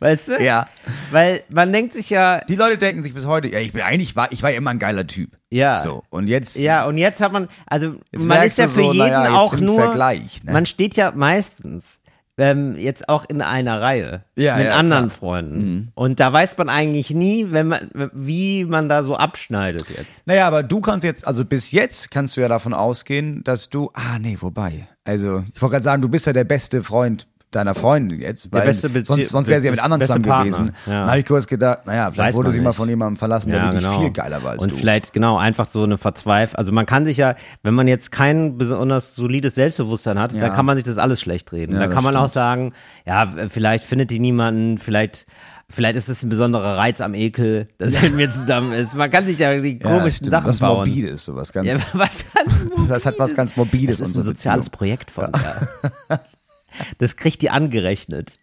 [SPEAKER 3] weißt du?
[SPEAKER 2] Ja.
[SPEAKER 3] Weil man denkt sich ja,
[SPEAKER 2] Die Leute denken sich bis heute, ja, ich bin eigentlich war, ich war ja immer ein geiler Typ.
[SPEAKER 3] Ja.
[SPEAKER 2] So. Und jetzt.
[SPEAKER 3] ja, und jetzt hat man, also
[SPEAKER 2] Jetzt
[SPEAKER 3] man
[SPEAKER 2] merkst
[SPEAKER 3] ist ja
[SPEAKER 2] du
[SPEAKER 3] für
[SPEAKER 2] so,
[SPEAKER 3] jeden
[SPEAKER 2] naja, jetzt
[SPEAKER 3] auch
[SPEAKER 2] im
[SPEAKER 3] nur,
[SPEAKER 2] Vergleich, ne?
[SPEAKER 3] man steht ja meistens ähm, jetzt auch in einer Reihe
[SPEAKER 2] Ja,
[SPEAKER 3] mit
[SPEAKER 2] ja, Mhm.
[SPEAKER 3] anderen Freunden. Und da weiß man eigentlich nie, wenn man, wie man da so abschneidet jetzt.
[SPEAKER 2] Naja, aber du kannst jetzt, also bis jetzt kannst du ja davon ausgehen, dass du. Ah, nee, wobei. Also, ich wollte gerade sagen, du bist ja der beste Freund deiner Freundin jetzt. Weil
[SPEAKER 3] beste Bezie-
[SPEAKER 2] sonst, sonst wäre sie ja mit anderen
[SPEAKER 3] beste
[SPEAKER 2] zusammen
[SPEAKER 3] Partner,
[SPEAKER 2] gewesen.
[SPEAKER 3] ja.
[SPEAKER 2] Dann habe ich kurz gedacht, naja, vielleicht
[SPEAKER 3] Weiß
[SPEAKER 2] wurde
[SPEAKER 3] man
[SPEAKER 2] sie mal
[SPEAKER 3] nicht. genau.
[SPEAKER 2] von jemandem verlassen, der wirklich viel geiler war als
[SPEAKER 3] Und
[SPEAKER 2] du.
[SPEAKER 3] vielleicht, genau, einfach so eine Verzweiflung. Also man kann sich ja, wenn man jetzt kein besonders solides Selbstbewusstsein hat,
[SPEAKER 2] Ja.
[SPEAKER 3] da kann man sich das alles schlecht reden.
[SPEAKER 2] Ja,
[SPEAKER 3] da
[SPEAKER 2] das
[SPEAKER 3] kann man
[SPEAKER 2] stimmt.
[SPEAKER 3] auch sagen, ja, vielleicht findet die niemanden, vielleicht, vielleicht ist es ein besonderer Reiz am Ekel, dass er mit mir zusammen ist. Man kann sich ja die
[SPEAKER 2] Ja,
[SPEAKER 3] komischen
[SPEAKER 2] stimmt,
[SPEAKER 3] Sachen
[SPEAKER 2] was
[SPEAKER 3] bauen.
[SPEAKER 2] morbides, sowas ganz.
[SPEAKER 3] Ja, was ganz
[SPEAKER 2] Das hat was ganz Morbides,
[SPEAKER 3] Das ist ein
[SPEAKER 2] unsere
[SPEAKER 3] soziales Projekt von der. Das kriegt die angerechnet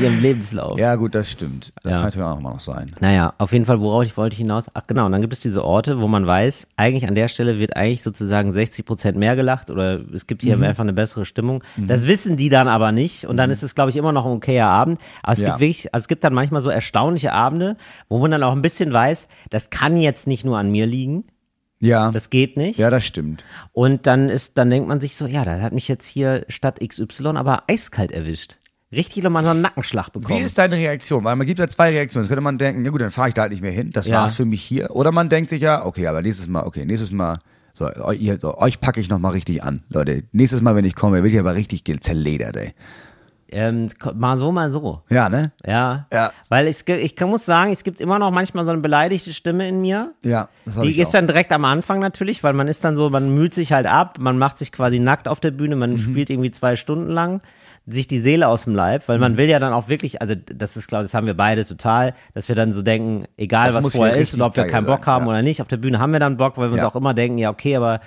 [SPEAKER 3] ihrem Lebenslauf.
[SPEAKER 2] Ja, gut, das stimmt. Das
[SPEAKER 3] Ja.
[SPEAKER 2] kann natürlich auch noch mal noch sein.
[SPEAKER 3] Naja, auf jeden Fall, worauf ich wollte ich hinaus? Ach genau, und dann gibt es diese Orte, wo man weiß, eigentlich an der Stelle wird eigentlich sozusagen 60 Prozent mehr gelacht oder es gibt
[SPEAKER 2] Mhm.
[SPEAKER 3] hier einfach eine bessere Stimmung. Das wissen die dann aber nicht und dann ist es, glaube ich, immer noch ein okayer Abend. Aber es
[SPEAKER 2] Ja.
[SPEAKER 3] gibt wirklich, also es gibt dann manchmal so erstaunliche Abende, wo man dann auch ein bisschen weiß, das kann jetzt nicht nur an mir liegen,
[SPEAKER 2] Ja.
[SPEAKER 3] das geht nicht.
[SPEAKER 2] ja, das stimmt.
[SPEAKER 3] Und dann ist, dann denkt man sich so, ja, da hat mich jetzt hier Stadt XY aber eiskalt erwischt. Richtig nochmal so einen Nackenschlag
[SPEAKER 2] Wie
[SPEAKER 3] bekommen.
[SPEAKER 2] ist deine Reaktion? Weil man gibt ja zwei Reaktionen. Jetzt könnte man denken, na gut, dann fahre ich da halt nicht mehr hin. Das
[SPEAKER 3] Ja.
[SPEAKER 2] war's für mich hier. Oder man denkt sich ja, okay, aber nächstes Mal, okay, nächstes Mal, so, eu- ihr, so euch packe ich nochmal richtig an, Leute. Nächstes Mal, wenn ich komme, will ich aber richtig ge- zerledert, ey.
[SPEAKER 3] ähm, mal so, mal so.
[SPEAKER 2] Ja, ne?
[SPEAKER 3] Ja.
[SPEAKER 2] Ja.
[SPEAKER 3] Weil es, ge- ich kann- muss sagen, es gibt immer noch manchmal so eine beleidigte Stimme in mir.
[SPEAKER 2] Ja, das habe
[SPEAKER 3] Die
[SPEAKER 2] ich
[SPEAKER 3] ist
[SPEAKER 2] auch.
[SPEAKER 3] dann direkt am Anfang natürlich, weil man ist dann so, man müht sich halt ab, man macht sich quasi nackt auf der Bühne,
[SPEAKER 2] Mhm.
[SPEAKER 3] man spielt irgendwie zwei Stunden lang sich die Seele aus dem Leib, weil
[SPEAKER 2] Mhm.
[SPEAKER 3] man will ja dann auch wirklich, also das ist glaube ich, das haben wir beide total, dass wir dann so denken, egal
[SPEAKER 2] Das muss
[SPEAKER 3] was
[SPEAKER 2] hier
[SPEAKER 3] vorher ist
[SPEAKER 2] richtig
[SPEAKER 3] und ob wir
[SPEAKER 2] geil
[SPEAKER 3] keinen Bock
[SPEAKER 2] sein,
[SPEAKER 3] haben
[SPEAKER 2] ja.
[SPEAKER 3] oder nicht, auf der Bühne haben wir dann Bock, weil wir
[SPEAKER 2] Ja.
[SPEAKER 3] uns auch immer denken, ja okay, aber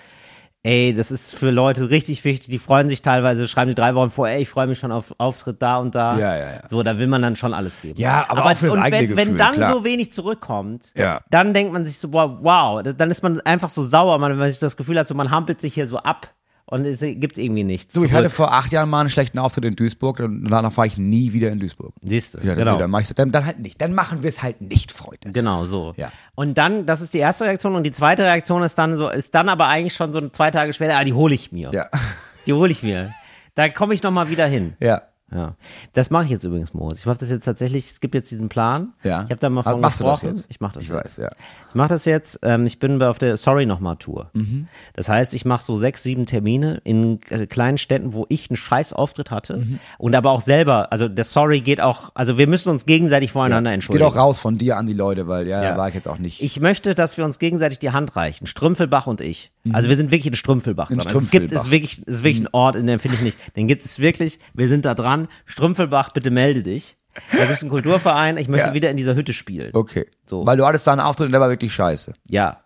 [SPEAKER 3] ey, das ist für Leute richtig wichtig, die freuen sich teilweise, schreiben die drei Wochen vor, ey, ich freue mich schon auf Auftritt da und da.
[SPEAKER 2] Ja, ja, ja.
[SPEAKER 3] So, da will man dann schon alles geben.
[SPEAKER 2] Ja, aber auch für das
[SPEAKER 3] und
[SPEAKER 2] eigene
[SPEAKER 3] wenn,
[SPEAKER 2] Gefühl,
[SPEAKER 3] Wenn dann
[SPEAKER 2] klar.
[SPEAKER 3] so wenig zurückkommt,
[SPEAKER 2] Ja.
[SPEAKER 3] dann denkt man sich so, boah, wow, da- dann ist man einfach so sauer, man, wenn man sich das Gefühl hat, so man hampelt sich hier so ab und es gibt irgendwie nichts.
[SPEAKER 2] Du, ich
[SPEAKER 3] zurück.
[SPEAKER 2] hatte vor acht Jahren mal einen schlechten Auftritt in Duisburg und danach fahre ich nie wieder in Duisburg.
[SPEAKER 3] Siehst du,
[SPEAKER 2] Ja,
[SPEAKER 3] genau.
[SPEAKER 2] nee, dann, mach ich's, dann, dann halt nicht. Dann machen wir es halt nicht, Freunde.
[SPEAKER 3] Genau, so.
[SPEAKER 2] Ja.
[SPEAKER 3] Und dann, das ist die erste Reaktion und die zweite Reaktion ist dann so, ist dann aber eigentlich schon so zwei Tage später, ah, die hole ich mir.
[SPEAKER 2] Ja.
[SPEAKER 3] Die hole ich mir. Da komme ich nochmal wieder hin.
[SPEAKER 2] Ja.
[SPEAKER 3] Ja, das mache ich jetzt übrigens, Moritz. Ich mache das jetzt tatsächlich, es gibt jetzt diesen Plan.
[SPEAKER 2] Ja.
[SPEAKER 3] Ich habe da mal
[SPEAKER 2] Ah,
[SPEAKER 3] von
[SPEAKER 2] machst du das
[SPEAKER 3] gesprochen.
[SPEAKER 2] jetzt?
[SPEAKER 3] Ich mache das
[SPEAKER 2] Ich
[SPEAKER 3] jetzt.
[SPEAKER 2] weiß, ja.
[SPEAKER 3] Ich mache das jetzt, ähm, ich bin bei- auf der Sorry nochmal Tour.
[SPEAKER 2] Mhm.
[SPEAKER 3] Das heißt, ich mache so sechs, sieben Termine in äh, kleinen Städten, wo ich einen scheiß Auftritt hatte
[SPEAKER 2] Mhm.
[SPEAKER 3] und aber auch selber, also der Sorry geht auch, also wir müssen uns gegenseitig voreinander
[SPEAKER 2] Es geht
[SPEAKER 3] entschuldigen.
[SPEAKER 2] auch raus von dir an die Leute, weil ja, da
[SPEAKER 3] Ja.
[SPEAKER 2] war ich jetzt auch nicht.
[SPEAKER 3] Ich möchte, dass wir uns gegenseitig die Hand reichen. Strümpfelbach und ich. Also wir sind wirklich in Strümpfelbach.
[SPEAKER 2] In
[SPEAKER 3] dran. Also es gibt
[SPEAKER 2] Mhm. Strümpfelbach.
[SPEAKER 3] es wirklich, es ist wirklich ein Ort, in dem finde ich nicht. Den gibt es wirklich. Wir sind da dran. Strümpfelbach, bitte melde dich. Da gibt es einen Kulturverein. Ich möchte
[SPEAKER 2] Ja.
[SPEAKER 3] wieder in dieser Hütte spielen.
[SPEAKER 2] okay.
[SPEAKER 3] So.
[SPEAKER 2] Weil du hattest da einen Auftritt und der war wirklich scheiße.
[SPEAKER 3] Ja,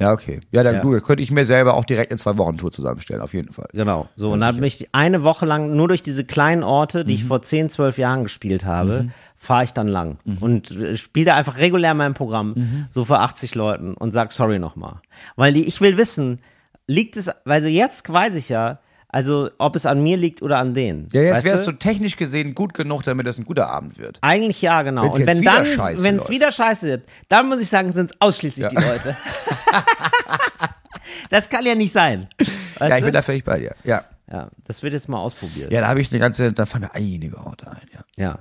[SPEAKER 2] Ja, okay. Ja, dann
[SPEAKER 3] Ja.
[SPEAKER 2] du, dann könnte ich mir selber auch direkt eine Zwei-Wochen-Tour zusammenstellen, auf jeden Fall.
[SPEAKER 3] genau. So und dann bin ich eine Woche lang nur durch diese kleinen Orte, die
[SPEAKER 2] Mhm.
[SPEAKER 3] ich vor 10, 12 Jahren gespielt habe, fahre ich dann lang
[SPEAKER 2] Mhm.
[SPEAKER 3] und äh, spiele da einfach regulär mein Programm so vor 80 Leuten und sag sorry nochmal, weil die, ich will wissen, liegt es, weil so jetzt weiß ich ja. Also, ob es an mir liegt oder an denen.
[SPEAKER 2] Ja, jetzt
[SPEAKER 3] Weißt
[SPEAKER 2] wärst
[SPEAKER 3] du?
[SPEAKER 2] du technisch gesehen gut genug, damit das ein guter Abend wird.
[SPEAKER 3] Eigentlich ja, genau.
[SPEAKER 2] Wenn's
[SPEAKER 3] und
[SPEAKER 2] jetzt
[SPEAKER 3] wenn
[SPEAKER 2] wieder
[SPEAKER 3] dann,
[SPEAKER 2] scheiße
[SPEAKER 3] wenn es
[SPEAKER 2] läuft.
[SPEAKER 3] wieder scheiße wird, dann muss ich sagen, sind es ausschließlich die Leute. das kann ja nicht sein. Weißt
[SPEAKER 2] ja, ich bin
[SPEAKER 3] du?
[SPEAKER 2] da völlig bei dir. Ja.
[SPEAKER 3] ja, das wird jetzt mal ausprobiert. Ja.
[SPEAKER 2] Ja, da habe ich eine ganze, da fallen mir einige Orte ein, ja.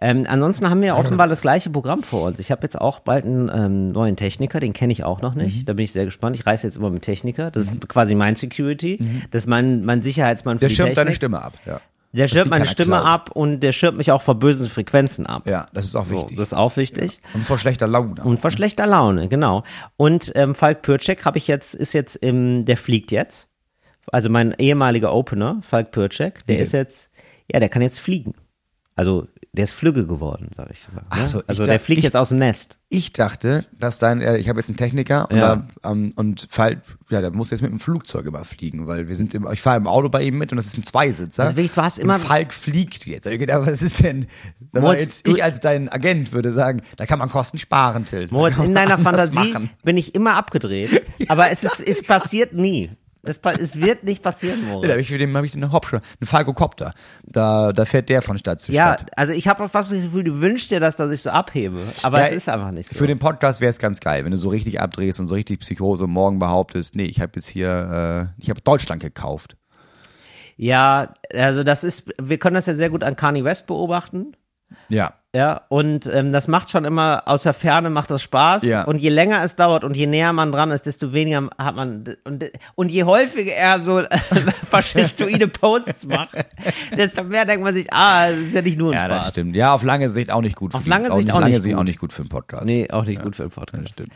[SPEAKER 3] Ähm, ansonsten haben wir ja offenbar
[SPEAKER 2] genau.
[SPEAKER 3] das gleiche Programm vor uns. Ich habe jetzt auch bald einen ähm, neuen Techniker, den kenne ich auch noch nicht.
[SPEAKER 2] Mhm.
[SPEAKER 3] Da bin ich sehr gespannt. Ich reise jetzt immer mit Techniker. Das ist quasi mein Security. Das ist mein, mein Sicherheitsmann für
[SPEAKER 2] Mhm. Der
[SPEAKER 3] die
[SPEAKER 2] schirmt
[SPEAKER 3] Technik.
[SPEAKER 2] deine Stimme ab, ja.
[SPEAKER 3] Der schirmt
[SPEAKER 2] die
[SPEAKER 3] meine
[SPEAKER 2] keiner
[SPEAKER 3] Stimme
[SPEAKER 2] klaut.
[SPEAKER 3] ab und der schirmt mich auch vor bösen Frequenzen ab.
[SPEAKER 2] Ja, das ist auch
[SPEAKER 3] So,
[SPEAKER 2] wichtig.
[SPEAKER 3] das ist auch wichtig.
[SPEAKER 2] Und vor schlechter Laune.
[SPEAKER 3] Und vor schlechter Laune, genau. Und ähm, Falk Pürcek habe ich jetzt, ist jetzt im, der fliegt jetzt. Also mein ehemaliger Opener, Falk Pürcek, der
[SPEAKER 2] Wie
[SPEAKER 3] ist
[SPEAKER 2] denn?
[SPEAKER 3] jetzt, ja, der kann jetzt fliegen. Also der ist Flügge geworden, sag ich. mal, ne?
[SPEAKER 2] Ach so, ich
[SPEAKER 3] also der
[SPEAKER 2] dacht-
[SPEAKER 3] fliegt
[SPEAKER 2] ich-
[SPEAKER 3] jetzt aus dem Nest.
[SPEAKER 2] Ich dachte, dass dein, äh, ich habe jetzt einen Techniker und,
[SPEAKER 3] Ja.
[SPEAKER 2] da, ähm, und fall, ja, der muss jetzt mit dem Flugzeug immer fliegen, weil wir sind im, ich fahre im Auto bei ihm mit und das ist ein Zweisitzer.
[SPEAKER 3] Also wirklich, du hast immer-
[SPEAKER 2] Und Falk fliegt jetzt. Und Ich gedacht, was ist denn? Sag mal,
[SPEAKER 3] Moritz,
[SPEAKER 2] jetzt,
[SPEAKER 3] du-
[SPEAKER 2] ich als dein Agent würde sagen, da kann man Kosten sparen, Till. Da
[SPEAKER 3] Moritz,
[SPEAKER 2] kann
[SPEAKER 3] in
[SPEAKER 2] man
[SPEAKER 3] deiner
[SPEAKER 2] anders
[SPEAKER 3] Fantasie
[SPEAKER 2] machen.
[SPEAKER 3] bin ich immer abgedreht, aber es ist, es passiert nie. Es, pa- es wird nicht passieren,
[SPEAKER 2] Ja, da
[SPEAKER 3] Moritz.
[SPEAKER 2] habe ich für den habe ich einen Hopscher, einen Falkocopter. Da, da fährt der von Stadt zu
[SPEAKER 3] Ja,
[SPEAKER 2] Stadt.
[SPEAKER 3] also ich habe auch fast das Gefühl, du wünschst dir das, dass ich so abhebe, aber
[SPEAKER 2] Ja,
[SPEAKER 3] es ist einfach nicht so.
[SPEAKER 2] Für den Podcast wäre es ganz geil, wenn du so richtig abdrehst und so richtig Psychose und morgen behauptest, nee, ich habe jetzt hier, äh, ich habe Deutschland gekauft.
[SPEAKER 3] Ja, also das ist, wir können das ja sehr gut an Kanye West beobachten.
[SPEAKER 2] Ja.
[SPEAKER 3] Ja, und ähm, das macht schon immer, aus der Ferne macht das Spaß.
[SPEAKER 2] Ja.
[SPEAKER 3] Und je länger es dauert und je näher man dran ist, desto weniger hat man, und, und je häufiger er so faschistoide Posts macht, desto mehr denkt man sich, ah, es ist ja nicht nur ein
[SPEAKER 2] Ja, das
[SPEAKER 3] Spaß.
[SPEAKER 2] stimmt. Ja, auf lange Sicht auch nicht gut.
[SPEAKER 3] Auf
[SPEAKER 2] für die-
[SPEAKER 3] lange Sicht auch
[SPEAKER 2] lange
[SPEAKER 3] nicht
[SPEAKER 2] Sicht
[SPEAKER 3] gut.
[SPEAKER 2] auch nicht gut für den Podcast.
[SPEAKER 3] Nee, auch nicht gut für den
[SPEAKER 2] Das
[SPEAKER 3] Podcast.
[SPEAKER 2] stimmt.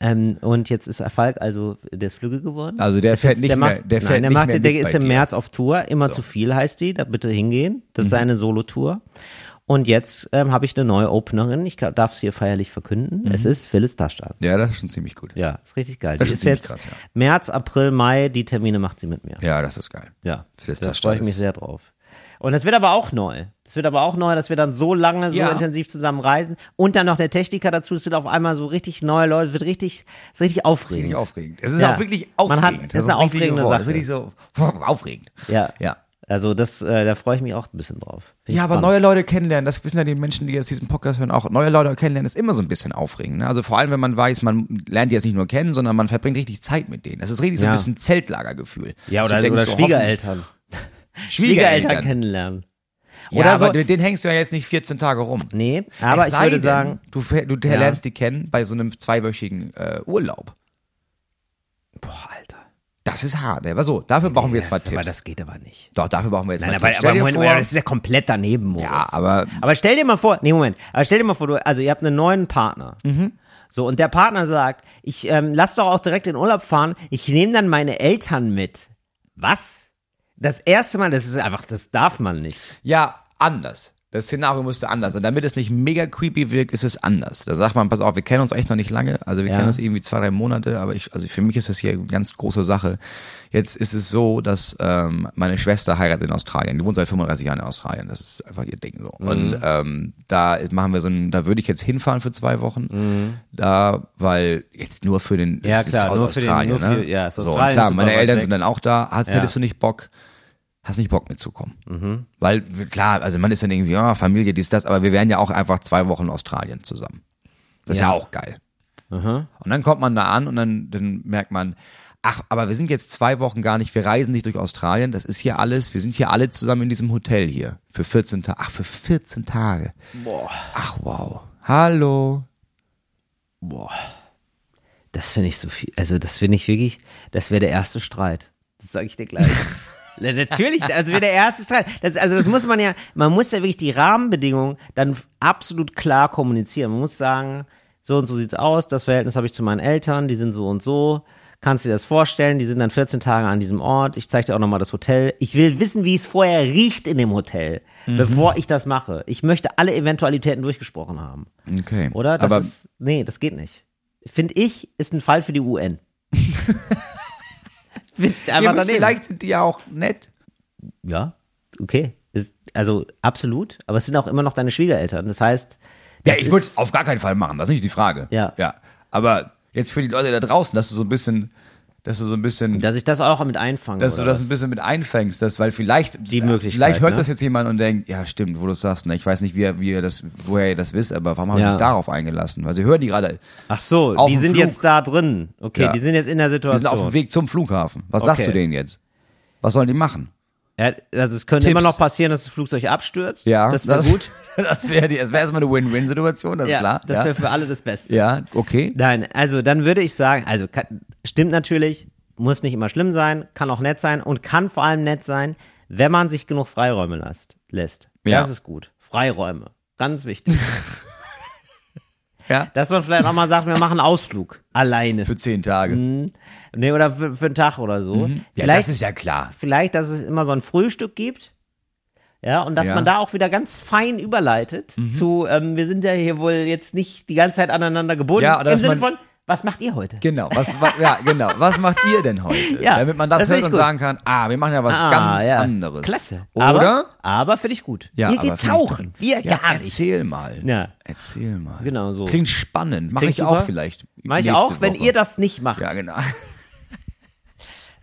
[SPEAKER 3] Ähm, und jetzt ist Falk also des Flügge geworden.
[SPEAKER 2] Also der
[SPEAKER 3] Ist
[SPEAKER 2] fährt
[SPEAKER 3] jetzt-
[SPEAKER 2] nicht
[SPEAKER 3] der macht,
[SPEAKER 2] mehr- der
[SPEAKER 3] nein,
[SPEAKER 2] fährt
[SPEAKER 3] der
[SPEAKER 2] nicht
[SPEAKER 3] macht,
[SPEAKER 2] mehr
[SPEAKER 3] Der
[SPEAKER 2] mit
[SPEAKER 3] ist
[SPEAKER 2] bei
[SPEAKER 3] im
[SPEAKER 2] dir.
[SPEAKER 3] März auf Tour. Immer
[SPEAKER 2] So. Mhm.
[SPEAKER 3] zu viel heißt die. Da bitte hingehen. Das ist seine Solo-Tour. Und jetzt ähm, habe ich eine neue Openerin. Ich darf es hier feierlich verkünden. Es ist Phyllis Daschan.
[SPEAKER 2] Ja, das ist schon ziemlich gut.
[SPEAKER 3] Ja, ist richtig geil.
[SPEAKER 2] Mhm. Das
[SPEAKER 3] die
[SPEAKER 2] ist
[SPEAKER 3] ist
[SPEAKER 2] ziemlich
[SPEAKER 3] jetzt
[SPEAKER 2] krass, ja.
[SPEAKER 3] März, April, Mai. Die Termine macht sie mit mir.
[SPEAKER 2] Ja, das ist geil.
[SPEAKER 3] Ja,
[SPEAKER 2] Phyllis
[SPEAKER 3] da
[SPEAKER 2] Daschan
[SPEAKER 3] freue ich mich
[SPEAKER 2] ist-
[SPEAKER 3] sehr drauf. Und das wird aber auch neu. Das wird aber auch neu, dass wir dann so lange, so
[SPEAKER 2] Ja.
[SPEAKER 3] intensiv zusammen reisen. Und dann noch der Techniker dazu. Es sind auf einmal so richtig neue Leute. Es wird richtig, es ist richtig aufregend.
[SPEAKER 2] Richtig aufregend. Es ist
[SPEAKER 3] Ja.
[SPEAKER 2] auch wirklich
[SPEAKER 3] Man
[SPEAKER 2] aufregend.
[SPEAKER 3] hat- das ist eine
[SPEAKER 2] richtige
[SPEAKER 3] aufregende
[SPEAKER 2] Wort. Das
[SPEAKER 3] Sache.
[SPEAKER 2] ist richtig so aufregend.
[SPEAKER 3] Ja.
[SPEAKER 2] Ja.
[SPEAKER 3] Also das, äh, da freue ich mich auch ein bisschen drauf. Bin
[SPEAKER 2] Ja, aber
[SPEAKER 3] gespannt.
[SPEAKER 2] neue Leute kennenlernen, das wissen ja die Menschen, die jetzt diesen Podcast hören, auch neue Leute kennenlernen ist immer so ein bisschen aufregend. Ne? Also vor allem, wenn man weiß, man lernt die jetzt nicht nur kennen, sondern man verbringt richtig Zeit mit denen. Das ist richtig so ein
[SPEAKER 3] Ja.
[SPEAKER 2] bisschen Zeltlagergefühl.
[SPEAKER 3] Ja,
[SPEAKER 2] Dass du
[SPEAKER 3] oder,
[SPEAKER 2] denkst,
[SPEAKER 3] oder
[SPEAKER 2] so,
[SPEAKER 3] Schwiegereltern.
[SPEAKER 2] hoffentlich-
[SPEAKER 3] Schwiegereltern
[SPEAKER 2] Schwiegereltern.
[SPEAKER 3] kennenlernen.
[SPEAKER 2] Ja,
[SPEAKER 3] Oder
[SPEAKER 2] aber
[SPEAKER 3] so-
[SPEAKER 2] mit denen hängst du ja jetzt nicht 14 Tage rum.
[SPEAKER 3] Nee, aber
[SPEAKER 2] Es
[SPEAKER 3] ich
[SPEAKER 2] sei
[SPEAKER 3] würde
[SPEAKER 2] denn,
[SPEAKER 3] sagen,
[SPEAKER 2] du, fähr- du lernst die kennen bei so einem zweiwöchigen äh, Urlaub.
[SPEAKER 3] boah, Alter.
[SPEAKER 2] Das ist hart. ne? Aber so, dafür brauchen wir jetzt mal
[SPEAKER 3] das, aber
[SPEAKER 2] Tipps.
[SPEAKER 3] das geht aber nicht.
[SPEAKER 2] Doch, dafür brauchen wir jetzt
[SPEAKER 3] Nein,
[SPEAKER 2] mal
[SPEAKER 3] aber,
[SPEAKER 2] Tipps.
[SPEAKER 3] aber
[SPEAKER 2] Stell dir
[SPEAKER 3] Moment,
[SPEAKER 2] vor,
[SPEAKER 3] Moment, das ist ja komplett daneben, Moritz.
[SPEAKER 2] ja, aber
[SPEAKER 3] Aber stell dir mal vor, nee, Moment, aber stell dir mal vor, du, also ihr habt einen neuen Partner.
[SPEAKER 2] Mhm.
[SPEAKER 3] So, und der Partner sagt, ich ähm, lass doch auch direkt in Urlaub fahren, ich nehme dann meine Eltern mit. Was? Das erste Mal, das ist einfach, das darf man nicht.
[SPEAKER 2] Ja, anders. Das Szenario müsste anders sein. Damit es nicht mega creepy wirkt, ist es anders. Da sagt man, pass auf, wir kennen uns echt noch nicht lange. Also wir
[SPEAKER 3] Ja.
[SPEAKER 2] kennen uns irgendwie zwei, drei Monate, aber ich, also für mich ist das hier eine ganz große Sache. Jetzt ist es so, dass ähm, meine Schwester heiratet in Australien. Die wohnt seit 35 Jahren in Australien. Das ist einfach ihr Ding so. Und
[SPEAKER 3] Mhm.
[SPEAKER 2] ähm, da machen wir so ein, da würde ich jetzt hinfahren für zwei Wochen. Da, weil jetzt nur für den,
[SPEAKER 3] Mhm. Ja,
[SPEAKER 2] es ist
[SPEAKER 3] klar, nur für den-
[SPEAKER 2] Australien,
[SPEAKER 3] nur für-
[SPEAKER 2] ne?
[SPEAKER 3] ja, es ist
[SPEAKER 2] so, und
[SPEAKER 3] Australien,
[SPEAKER 2] klar,
[SPEAKER 3] super
[SPEAKER 2] meine
[SPEAKER 3] weit
[SPEAKER 2] Eltern
[SPEAKER 3] weg.
[SPEAKER 2] sind dann auch da. Hast,
[SPEAKER 3] Ja. Mhm.
[SPEAKER 2] Hättest du nicht Bock? hast nicht Bock mitzukommen. Weil, klar, also man ist dann irgendwie, ja, Familie, dies, das, aber wir wären ja auch einfach zwei Wochen in Australien zusammen. Das ist ja,
[SPEAKER 3] Ja.
[SPEAKER 2] auch geil. Und dann kommt man da an und dann, dann merkt man, ach, aber wir sind jetzt zwei Wochen gar nicht, wir reisen nicht durch Australien, das ist hier alles, wir sind hier alle zusammen in diesem Hotel hier. Für 14 Tage, ach, für 14 Tage.
[SPEAKER 3] Boah.
[SPEAKER 2] Ach, wow. Hallo.
[SPEAKER 3] Boah. Das finde ich so viel. Also, das finde ich wirklich, das wäre der erste Streit. Das sage ich dir gleich. Na, Natürlich, das wäre der erste Streit. Das, also, das muss man ja, man muss ja wirklich die Rahmenbedingungen dann absolut klar kommunizieren. Man muss sagen, so und so sieht's aus, das Verhältnis habe ich zu meinen Eltern, die sind so und so. Kannst du dir das vorstellen? Die sind dann 14 Tage an diesem Ort. Ich zeige dir auch nochmal das Hotel. Ich will wissen, wie es vorher riecht in dem Hotel, bevor ich das mache. Ich möchte alle Eventualitäten durchgesprochen haben.
[SPEAKER 2] Okay.
[SPEAKER 3] Oder? Das
[SPEAKER 2] aber
[SPEAKER 3] ist, nee, das geht nicht. Finde ich, ist ein Fall für die UN. Find ich
[SPEAKER 2] ja,
[SPEAKER 3] einfach
[SPEAKER 2] aber
[SPEAKER 3] daneben.
[SPEAKER 2] vielleicht sind die ja auch nett.
[SPEAKER 3] Ja, okay. Ist, also absolut, aber es sind auch immer noch deine Schwiegereltern. Das heißt,
[SPEAKER 2] Ja,
[SPEAKER 3] das
[SPEAKER 2] ich würde
[SPEAKER 3] ist-
[SPEAKER 2] es auf gar keinen Fall machen, das ist nicht die Frage.
[SPEAKER 3] Ja.
[SPEAKER 2] Ja. Aber jetzt für die Leute da draußen, dass du so ein bisschen, dass du so ein bisschen,
[SPEAKER 3] dass ich das auch mit einfange.
[SPEAKER 2] dass du
[SPEAKER 3] oder
[SPEAKER 2] das ein bisschen mit einfängst, dass, weil vielleicht,
[SPEAKER 3] Die Möglichkeit,
[SPEAKER 2] vielleicht hört
[SPEAKER 3] ne?
[SPEAKER 2] das jetzt jemand und denkt, ja, stimmt, wo du es sagst, ne? ich weiß nicht, wie, ihr- wie ihr das, woher ihr das wisst, aber warum haben wir
[SPEAKER 3] Ja.
[SPEAKER 2] mich darauf eingelassen? Weil sie hören die gerade,
[SPEAKER 3] was. Ach so,
[SPEAKER 2] auf
[SPEAKER 3] die
[SPEAKER 2] dem
[SPEAKER 3] sind
[SPEAKER 2] Flug.
[SPEAKER 3] jetzt da drin. Okay,
[SPEAKER 2] Ja.
[SPEAKER 3] die sind jetzt in der
[SPEAKER 2] die
[SPEAKER 3] Situation.
[SPEAKER 2] sind auf dem Weg zum Flughafen. Was sagst
[SPEAKER 3] Okay.
[SPEAKER 2] du denen jetzt? Was sollen die machen?
[SPEAKER 3] Ja, also es könnte
[SPEAKER 2] Tipps.
[SPEAKER 3] immer noch passieren, dass das Flugzeug abstürzt.
[SPEAKER 2] Ja,
[SPEAKER 3] das wäre gut.
[SPEAKER 2] Das wäre die- das wäre erstmal eine Win-Win-Situation, das
[SPEAKER 3] Ja,
[SPEAKER 2] ist klar.
[SPEAKER 3] das
[SPEAKER 2] ja.
[SPEAKER 3] wäre für alle das Beste.
[SPEAKER 2] ja, okay.
[SPEAKER 3] Nein, also dann würde ich sagen, also kann, stimmt natürlich, muss nicht immer schlimm sein, kann auch nett sein und kann vor allem nett sein, wenn man sich genug Freiräume lässt. lässt.
[SPEAKER 2] Ja.
[SPEAKER 3] Das ist gut. Freiräume. Ganz wichtig.
[SPEAKER 2] Ja.
[SPEAKER 3] Dass man vielleicht auch mal sagt, wir machen einen Ausflug. Alleine.
[SPEAKER 2] Für zehn Tage.
[SPEAKER 3] nee, oder für, für einen Tag oder so.
[SPEAKER 2] Mhm. Ja,
[SPEAKER 3] vielleicht,
[SPEAKER 2] das ist ja klar.
[SPEAKER 3] vielleicht, dass es immer so ein Frühstück gibt. Ja, und dass
[SPEAKER 2] Ja. Mhm.
[SPEAKER 3] man da auch wieder ganz fein überleitet zu, ähm, wir sind ja hier wohl jetzt nicht die ganze Zeit aneinander gebunden.
[SPEAKER 2] Ja, oder
[SPEAKER 3] Im
[SPEAKER 2] dass
[SPEAKER 3] Sinne
[SPEAKER 2] man-
[SPEAKER 3] von, was macht ihr heute?
[SPEAKER 2] Genau, was, wa- ja, genau. Was macht ihr denn heute?
[SPEAKER 3] Ja,
[SPEAKER 2] Damit man das,
[SPEAKER 3] das
[SPEAKER 2] hört
[SPEAKER 3] finde ich
[SPEAKER 2] und
[SPEAKER 3] gut.
[SPEAKER 2] sagen kann, ah, wir machen ja was
[SPEAKER 3] Ah,
[SPEAKER 2] ganz
[SPEAKER 3] ja.
[SPEAKER 2] anderes.
[SPEAKER 3] Klasse.
[SPEAKER 2] Oder?
[SPEAKER 3] Aber, aber finde ich gut.
[SPEAKER 2] Ja,
[SPEAKER 3] Ihr
[SPEAKER 2] aber
[SPEAKER 3] geht
[SPEAKER 2] finde ich
[SPEAKER 3] tauchen. Wir
[SPEAKER 2] ja,
[SPEAKER 3] gar nicht.
[SPEAKER 2] erzähl mal.
[SPEAKER 3] Ja.
[SPEAKER 2] Erzähl mal.
[SPEAKER 3] Genau so.
[SPEAKER 2] Klingt spannend. Mache ich
[SPEAKER 3] Klingt super.
[SPEAKER 2] auch vielleicht.
[SPEAKER 3] Mach ich
[SPEAKER 2] nächste
[SPEAKER 3] auch, wenn
[SPEAKER 2] Woche.
[SPEAKER 3] ihr das nicht macht.
[SPEAKER 2] Ja, genau.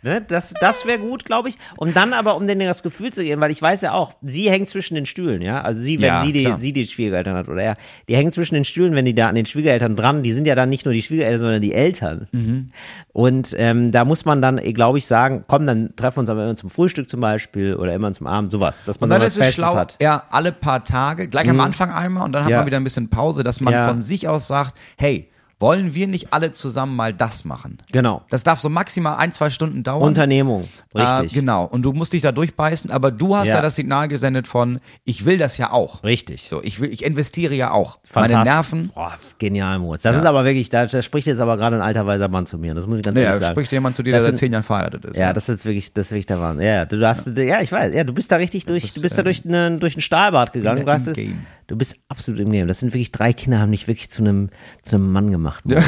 [SPEAKER 3] Ne? Das, das wäre gut, glaube ich. Um dann aber, um denen das Gefühl zu geben, weil ich weiß ja auch, sie hängt zwischen den Stühlen, ja. Also sie, wenn
[SPEAKER 2] Ja,
[SPEAKER 3] sie, die,
[SPEAKER 2] klar.
[SPEAKER 3] sie die Schwiegereltern hat oder er, die hängen zwischen den Stühlen, wenn die da an den Schwiegereltern dran, die sind ja dann nicht nur die Schwiegereltern, sondern die Eltern.
[SPEAKER 2] Mhm.
[SPEAKER 3] Und ähm, da muss man dann, glaube ich, sagen, komm, dann treffen wir uns aber immer zum Frühstück zum Beispiel oder immer zum Abend, sowas. Dass man
[SPEAKER 2] Und dann
[SPEAKER 3] sowas
[SPEAKER 2] ist es
[SPEAKER 3] Festes
[SPEAKER 2] schlau,
[SPEAKER 3] hat. Mhm.
[SPEAKER 2] ja, alle paar Tage, gleich am Anfang einmal und dann hat
[SPEAKER 3] Ja.
[SPEAKER 2] man wieder ein bisschen Pause, dass man
[SPEAKER 3] Ja.
[SPEAKER 2] von sich aus sagt, hey, wollen wir nicht alle zusammen mal das machen?
[SPEAKER 3] Genau.
[SPEAKER 2] Das darf so maximal ein, zwei Stunden dauern.
[SPEAKER 3] Unternehmung, richtig.
[SPEAKER 2] Äh, genau. Und du musst dich da durchbeißen, aber du hast ja.
[SPEAKER 3] Ja.
[SPEAKER 2] das Signal gesendet von, ich will das ja auch.
[SPEAKER 3] Richtig.
[SPEAKER 2] So, ich will, ich investiere ja auch. Meine
[SPEAKER 3] Fantastisch.
[SPEAKER 2] Nerven.
[SPEAKER 3] Boah, genial, Moritz. Das ist aber wirklich, da, da spricht jetzt aber gerade ein alter weiser Mann zu mir. Das muss ich ganz
[SPEAKER 2] Ja,
[SPEAKER 3] ehrlich
[SPEAKER 2] da
[SPEAKER 3] sagen.
[SPEAKER 2] spricht jemand zu dir, der
[SPEAKER 3] Das
[SPEAKER 2] seit
[SPEAKER 3] sind-
[SPEAKER 2] zehn Jahren verheiratet ist.
[SPEAKER 3] Ja,
[SPEAKER 2] ne?
[SPEAKER 3] das ist wirklich, das ist wirklich der Wahnsinn. Ja, Ja, du hast, ja. ich weiß, ja, du bist da richtig durch, du
[SPEAKER 2] äh,
[SPEAKER 3] bist da durch, einen durch ein Stahlbad
[SPEAKER 2] bin
[SPEAKER 3] gegangen. Du,
[SPEAKER 2] da
[SPEAKER 3] hast,
[SPEAKER 2] im
[SPEAKER 3] es-
[SPEAKER 2] Game.
[SPEAKER 3] du bist absolut im Game. Das sind wirklich drei Kinder, haben dich wirklich zu einem, zu einem Mann gemacht. Mann. Das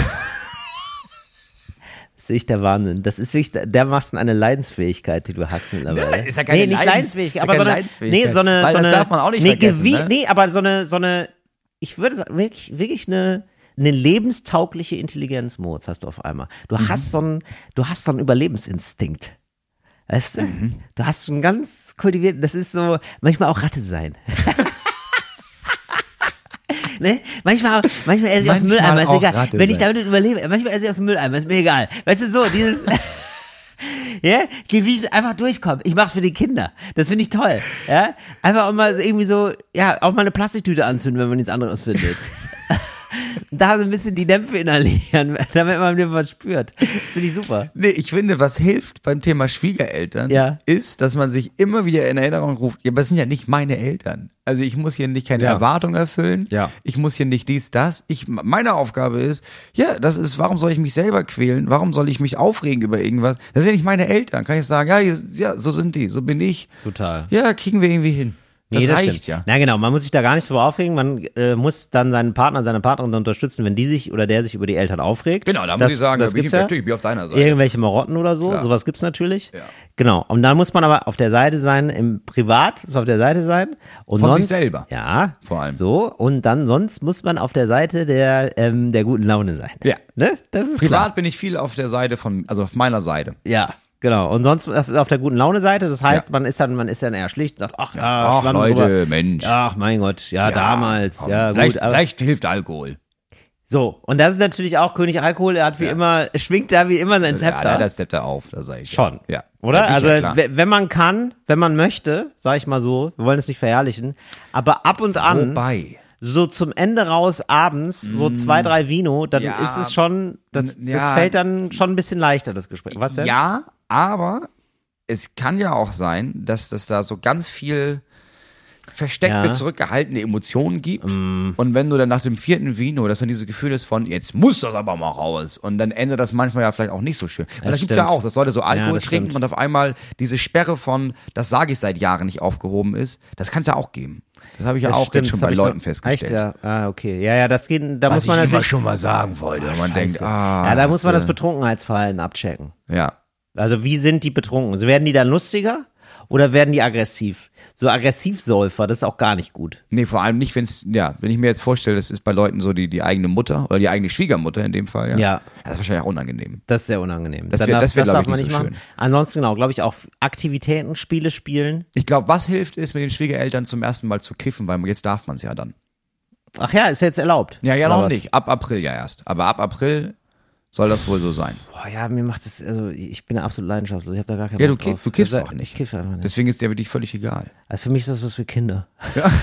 [SPEAKER 3] ist wirklich der Wahnsinn. Das ist wirklich der- dermaßen eine Leidensfähigkeit, die du hast mittlerweile.
[SPEAKER 2] Ja, ist ja keine
[SPEAKER 3] nee, nicht
[SPEAKER 2] Leidens-
[SPEAKER 3] Leidensfähigkeit,
[SPEAKER 2] ja,
[SPEAKER 3] aber so
[SPEAKER 2] keine
[SPEAKER 3] eine,
[SPEAKER 2] Leidensfähigkeit.
[SPEAKER 3] nee, so eine,
[SPEAKER 2] Weil
[SPEAKER 3] so
[SPEAKER 2] das
[SPEAKER 3] eine
[SPEAKER 2] darf man auch nicht
[SPEAKER 3] nee,
[SPEAKER 2] vergessen,
[SPEAKER 3] Gewie-
[SPEAKER 2] ne?
[SPEAKER 3] nee, aber so eine, so eine, ich würde sagen, wirklich, wirklich eine, eine lebenstaugliche Intelligenz, Moritz, hast du auf einmal. Du
[SPEAKER 2] Mhm.
[SPEAKER 3] hast so einen, du hast so einen Überlebensinstinkt. Weißt du?
[SPEAKER 2] Mhm.
[SPEAKER 3] Du hast schon ganz kultiviert, das ist so, manchmal auch Ratte sein. ne? Manchmal, manchmal esse ich aus dem
[SPEAKER 2] Manchmal
[SPEAKER 3] Mülleimer, ist
[SPEAKER 2] auch
[SPEAKER 3] egal.
[SPEAKER 2] Ratte
[SPEAKER 3] Wenn ich
[SPEAKER 2] sein.
[SPEAKER 3] damit überlebe, manchmal esse ich aus dem Mülleimer, ist mir egal. Weißt du, so, dieses, ja, wie einfach durchkommen. Ich mach's für die Kinder. Das finde ich toll. Ja, einfach auch mal irgendwie so, ja, auch mal eine Plastiktüte anzünden, wenn man nichts anderes findet. da so ein bisschen die Dämpfe inhalieren, damit man wieder was spürt. Das finde ich super.
[SPEAKER 2] Nee, ich finde, was hilft beim Thema Schwiegereltern,
[SPEAKER 3] Ja.
[SPEAKER 2] ist, dass man sich immer wieder in Erinnerung ruft, ja, aber das sind ja nicht meine Eltern. Also ich muss hier nicht keine
[SPEAKER 3] Ja.
[SPEAKER 2] Erwartung erfüllen.
[SPEAKER 3] Ja.
[SPEAKER 2] Ich muss hier nicht dies, das. Ich, meine Aufgabe ist, ja, das ist, warum soll ich mich selber quälen? Warum soll ich mich aufregen über irgendwas? Das sind ja nicht meine Eltern. Kann ich sagen, ja, die, ja, so sind die, so bin ich.
[SPEAKER 3] Total.
[SPEAKER 2] Ja, kriegen wir irgendwie hin. Das, reicht
[SPEAKER 3] stimmt.
[SPEAKER 2] ja.
[SPEAKER 3] Na genau, man muss sich da gar nicht drüber aufregen. Man äh, muss dann seinen Partner, seine Partnerin unterstützen, wenn die sich oder der sich über die Eltern aufregt.
[SPEAKER 2] Genau, da muss
[SPEAKER 3] Das-
[SPEAKER 2] ich sagen,
[SPEAKER 3] das
[SPEAKER 2] da bin
[SPEAKER 3] gibt's
[SPEAKER 2] ich
[SPEAKER 3] ja.
[SPEAKER 2] natürlich bin ich auf deiner Seite.
[SPEAKER 3] Irgendwelche Marotten oder so,
[SPEAKER 2] Klar.
[SPEAKER 3] sowas gibt's natürlich.
[SPEAKER 2] Ja.
[SPEAKER 3] Genau. Und dann muss man aber auf der Seite sein, im Privat muss auf der Seite sein. Und
[SPEAKER 2] Von sich
[SPEAKER 3] sonst,
[SPEAKER 2] selber.
[SPEAKER 3] Ja.
[SPEAKER 2] Vor allem.
[SPEAKER 3] So, und dann sonst muss man auf der Seite der, ähm, der guten Laune sein.
[SPEAKER 2] Ja.
[SPEAKER 3] Ne? Das ist
[SPEAKER 2] Privat
[SPEAKER 3] klar.
[SPEAKER 2] bin ich viel auf der Seite von, also auf meiner Seite.
[SPEAKER 3] Ja, genau. Und sonst auf, auf der guten Laune Seite, das heißt,
[SPEAKER 2] Ja.
[SPEAKER 3] man ist dann, man ist dann eher schlicht und sagt, ach ja,
[SPEAKER 2] Ach
[SPEAKER 3] Schlamm
[SPEAKER 2] Leute,
[SPEAKER 3] drüber.
[SPEAKER 2] Mensch.
[SPEAKER 3] Ach mein Gott, ja, damals,
[SPEAKER 2] komm,
[SPEAKER 3] ja,
[SPEAKER 2] vielleicht,
[SPEAKER 3] gut. Aber,
[SPEAKER 2] vielleicht hilft Alkohol.
[SPEAKER 3] so, und das ist natürlich auch König Alkohol, er hat wie immer, schwingt da wie immer sein Zepter.
[SPEAKER 2] Ja, das Zepter auf, da sag ich.
[SPEAKER 3] Schon.
[SPEAKER 2] Ja.
[SPEAKER 3] Oder?
[SPEAKER 2] Ja, sicher,
[SPEAKER 3] also,
[SPEAKER 2] klar.
[SPEAKER 3] we- wenn man kann, wenn man möchte, sag ich mal so, wir wollen es nicht verherrlichen, aber ab und an,
[SPEAKER 2] Wobei.
[SPEAKER 3] so zum Ende raus abends, so zwei, drei Vino, dann
[SPEAKER 2] Mm. Ja.
[SPEAKER 3] ist es schon, das,
[SPEAKER 2] N- ja.
[SPEAKER 3] das fällt dann schon ein bisschen leichter, das Gespräch. Was denn?
[SPEAKER 2] Ja, aber es kann ja auch sein, dass das da so ganz viel versteckte,
[SPEAKER 3] Ja. Mm.
[SPEAKER 2] zurückgehaltene Emotionen gibt. Und wenn du dann nach dem vierten Vino, dass dann dieses Gefühl ist von, jetzt muss das aber mal raus. Und dann endet das manchmal ja vielleicht auch nicht so schön. Weil das, gibt's ja
[SPEAKER 3] stimmt.
[SPEAKER 2] auch, dass Leute so Alkohol
[SPEAKER 3] das
[SPEAKER 2] trinken und
[SPEAKER 3] stimmt.
[SPEAKER 2] auf einmal diese Sperre von, das sage ich seit Jahren nicht aufgehoben ist, das kann's ja auch geben. Das habe ich ja
[SPEAKER 3] Das
[SPEAKER 2] auch
[SPEAKER 3] stimmt,
[SPEAKER 2] jetzt schon
[SPEAKER 3] das hab
[SPEAKER 2] bei
[SPEAKER 3] ich noch-
[SPEAKER 2] Leuten festgestellt.
[SPEAKER 3] Echt, ja. Ah, okay. Ja, ja, das geht, da muss
[SPEAKER 2] Was
[SPEAKER 3] man
[SPEAKER 2] ich immer
[SPEAKER 3] natürlich.
[SPEAKER 2] schon mal sagen wollte. Und man denkt,
[SPEAKER 3] Scheiße.
[SPEAKER 2] ah,
[SPEAKER 3] ja, da muss man das
[SPEAKER 2] hast du-
[SPEAKER 3] Betrunkenheitsverhalten abchecken.
[SPEAKER 2] Ja.
[SPEAKER 3] Also wie sind die betrunken? Also werden die dann lustiger oder werden die aggressiv? So aggressivsäufer, das ist auch gar nicht gut.
[SPEAKER 2] Nee, vor allem nicht, wenn's, ja, wenn ich mir jetzt vorstelle, das ist bei Leuten so die, die eigene Mutter oder die eigene Schwiegermutter in dem Fall, ja.
[SPEAKER 3] Ja.
[SPEAKER 2] Das ist wahrscheinlich auch unangenehm.
[SPEAKER 3] Das ist sehr unangenehm.
[SPEAKER 2] Das
[SPEAKER 3] Dann
[SPEAKER 2] wär-
[SPEAKER 3] darf-
[SPEAKER 2] das wär, glaub ich, nicht so
[SPEAKER 3] Ansonsten, genau, glaube ich, auch Aktivitäten, Spiele spielen.
[SPEAKER 2] Ich glaube, was hilft, ist mit den Schwiegereltern zum ersten Mal zu kiffen, weil jetzt darf man es ja dann.
[SPEAKER 3] Ach ja, ist jetzt erlaubt.
[SPEAKER 2] Ja, ja,
[SPEAKER 3] Oder
[SPEAKER 2] noch
[SPEAKER 3] was?
[SPEAKER 2] nicht. Ab April ja erst. Aber ab April soll das wohl so sein.
[SPEAKER 3] Boah, ja, mir macht das, also ich bin absolut leidenschaftslos. Ich habe da gar keinen
[SPEAKER 2] Ja, du,
[SPEAKER 3] Bock drauf.
[SPEAKER 2] kiff, du kiffst
[SPEAKER 3] Also,
[SPEAKER 2] auch nicht.
[SPEAKER 3] Ich kiff einfach nicht.
[SPEAKER 2] Deswegen ist dir wirklich völlig egal.
[SPEAKER 3] Also für mich ist das was für Kinder.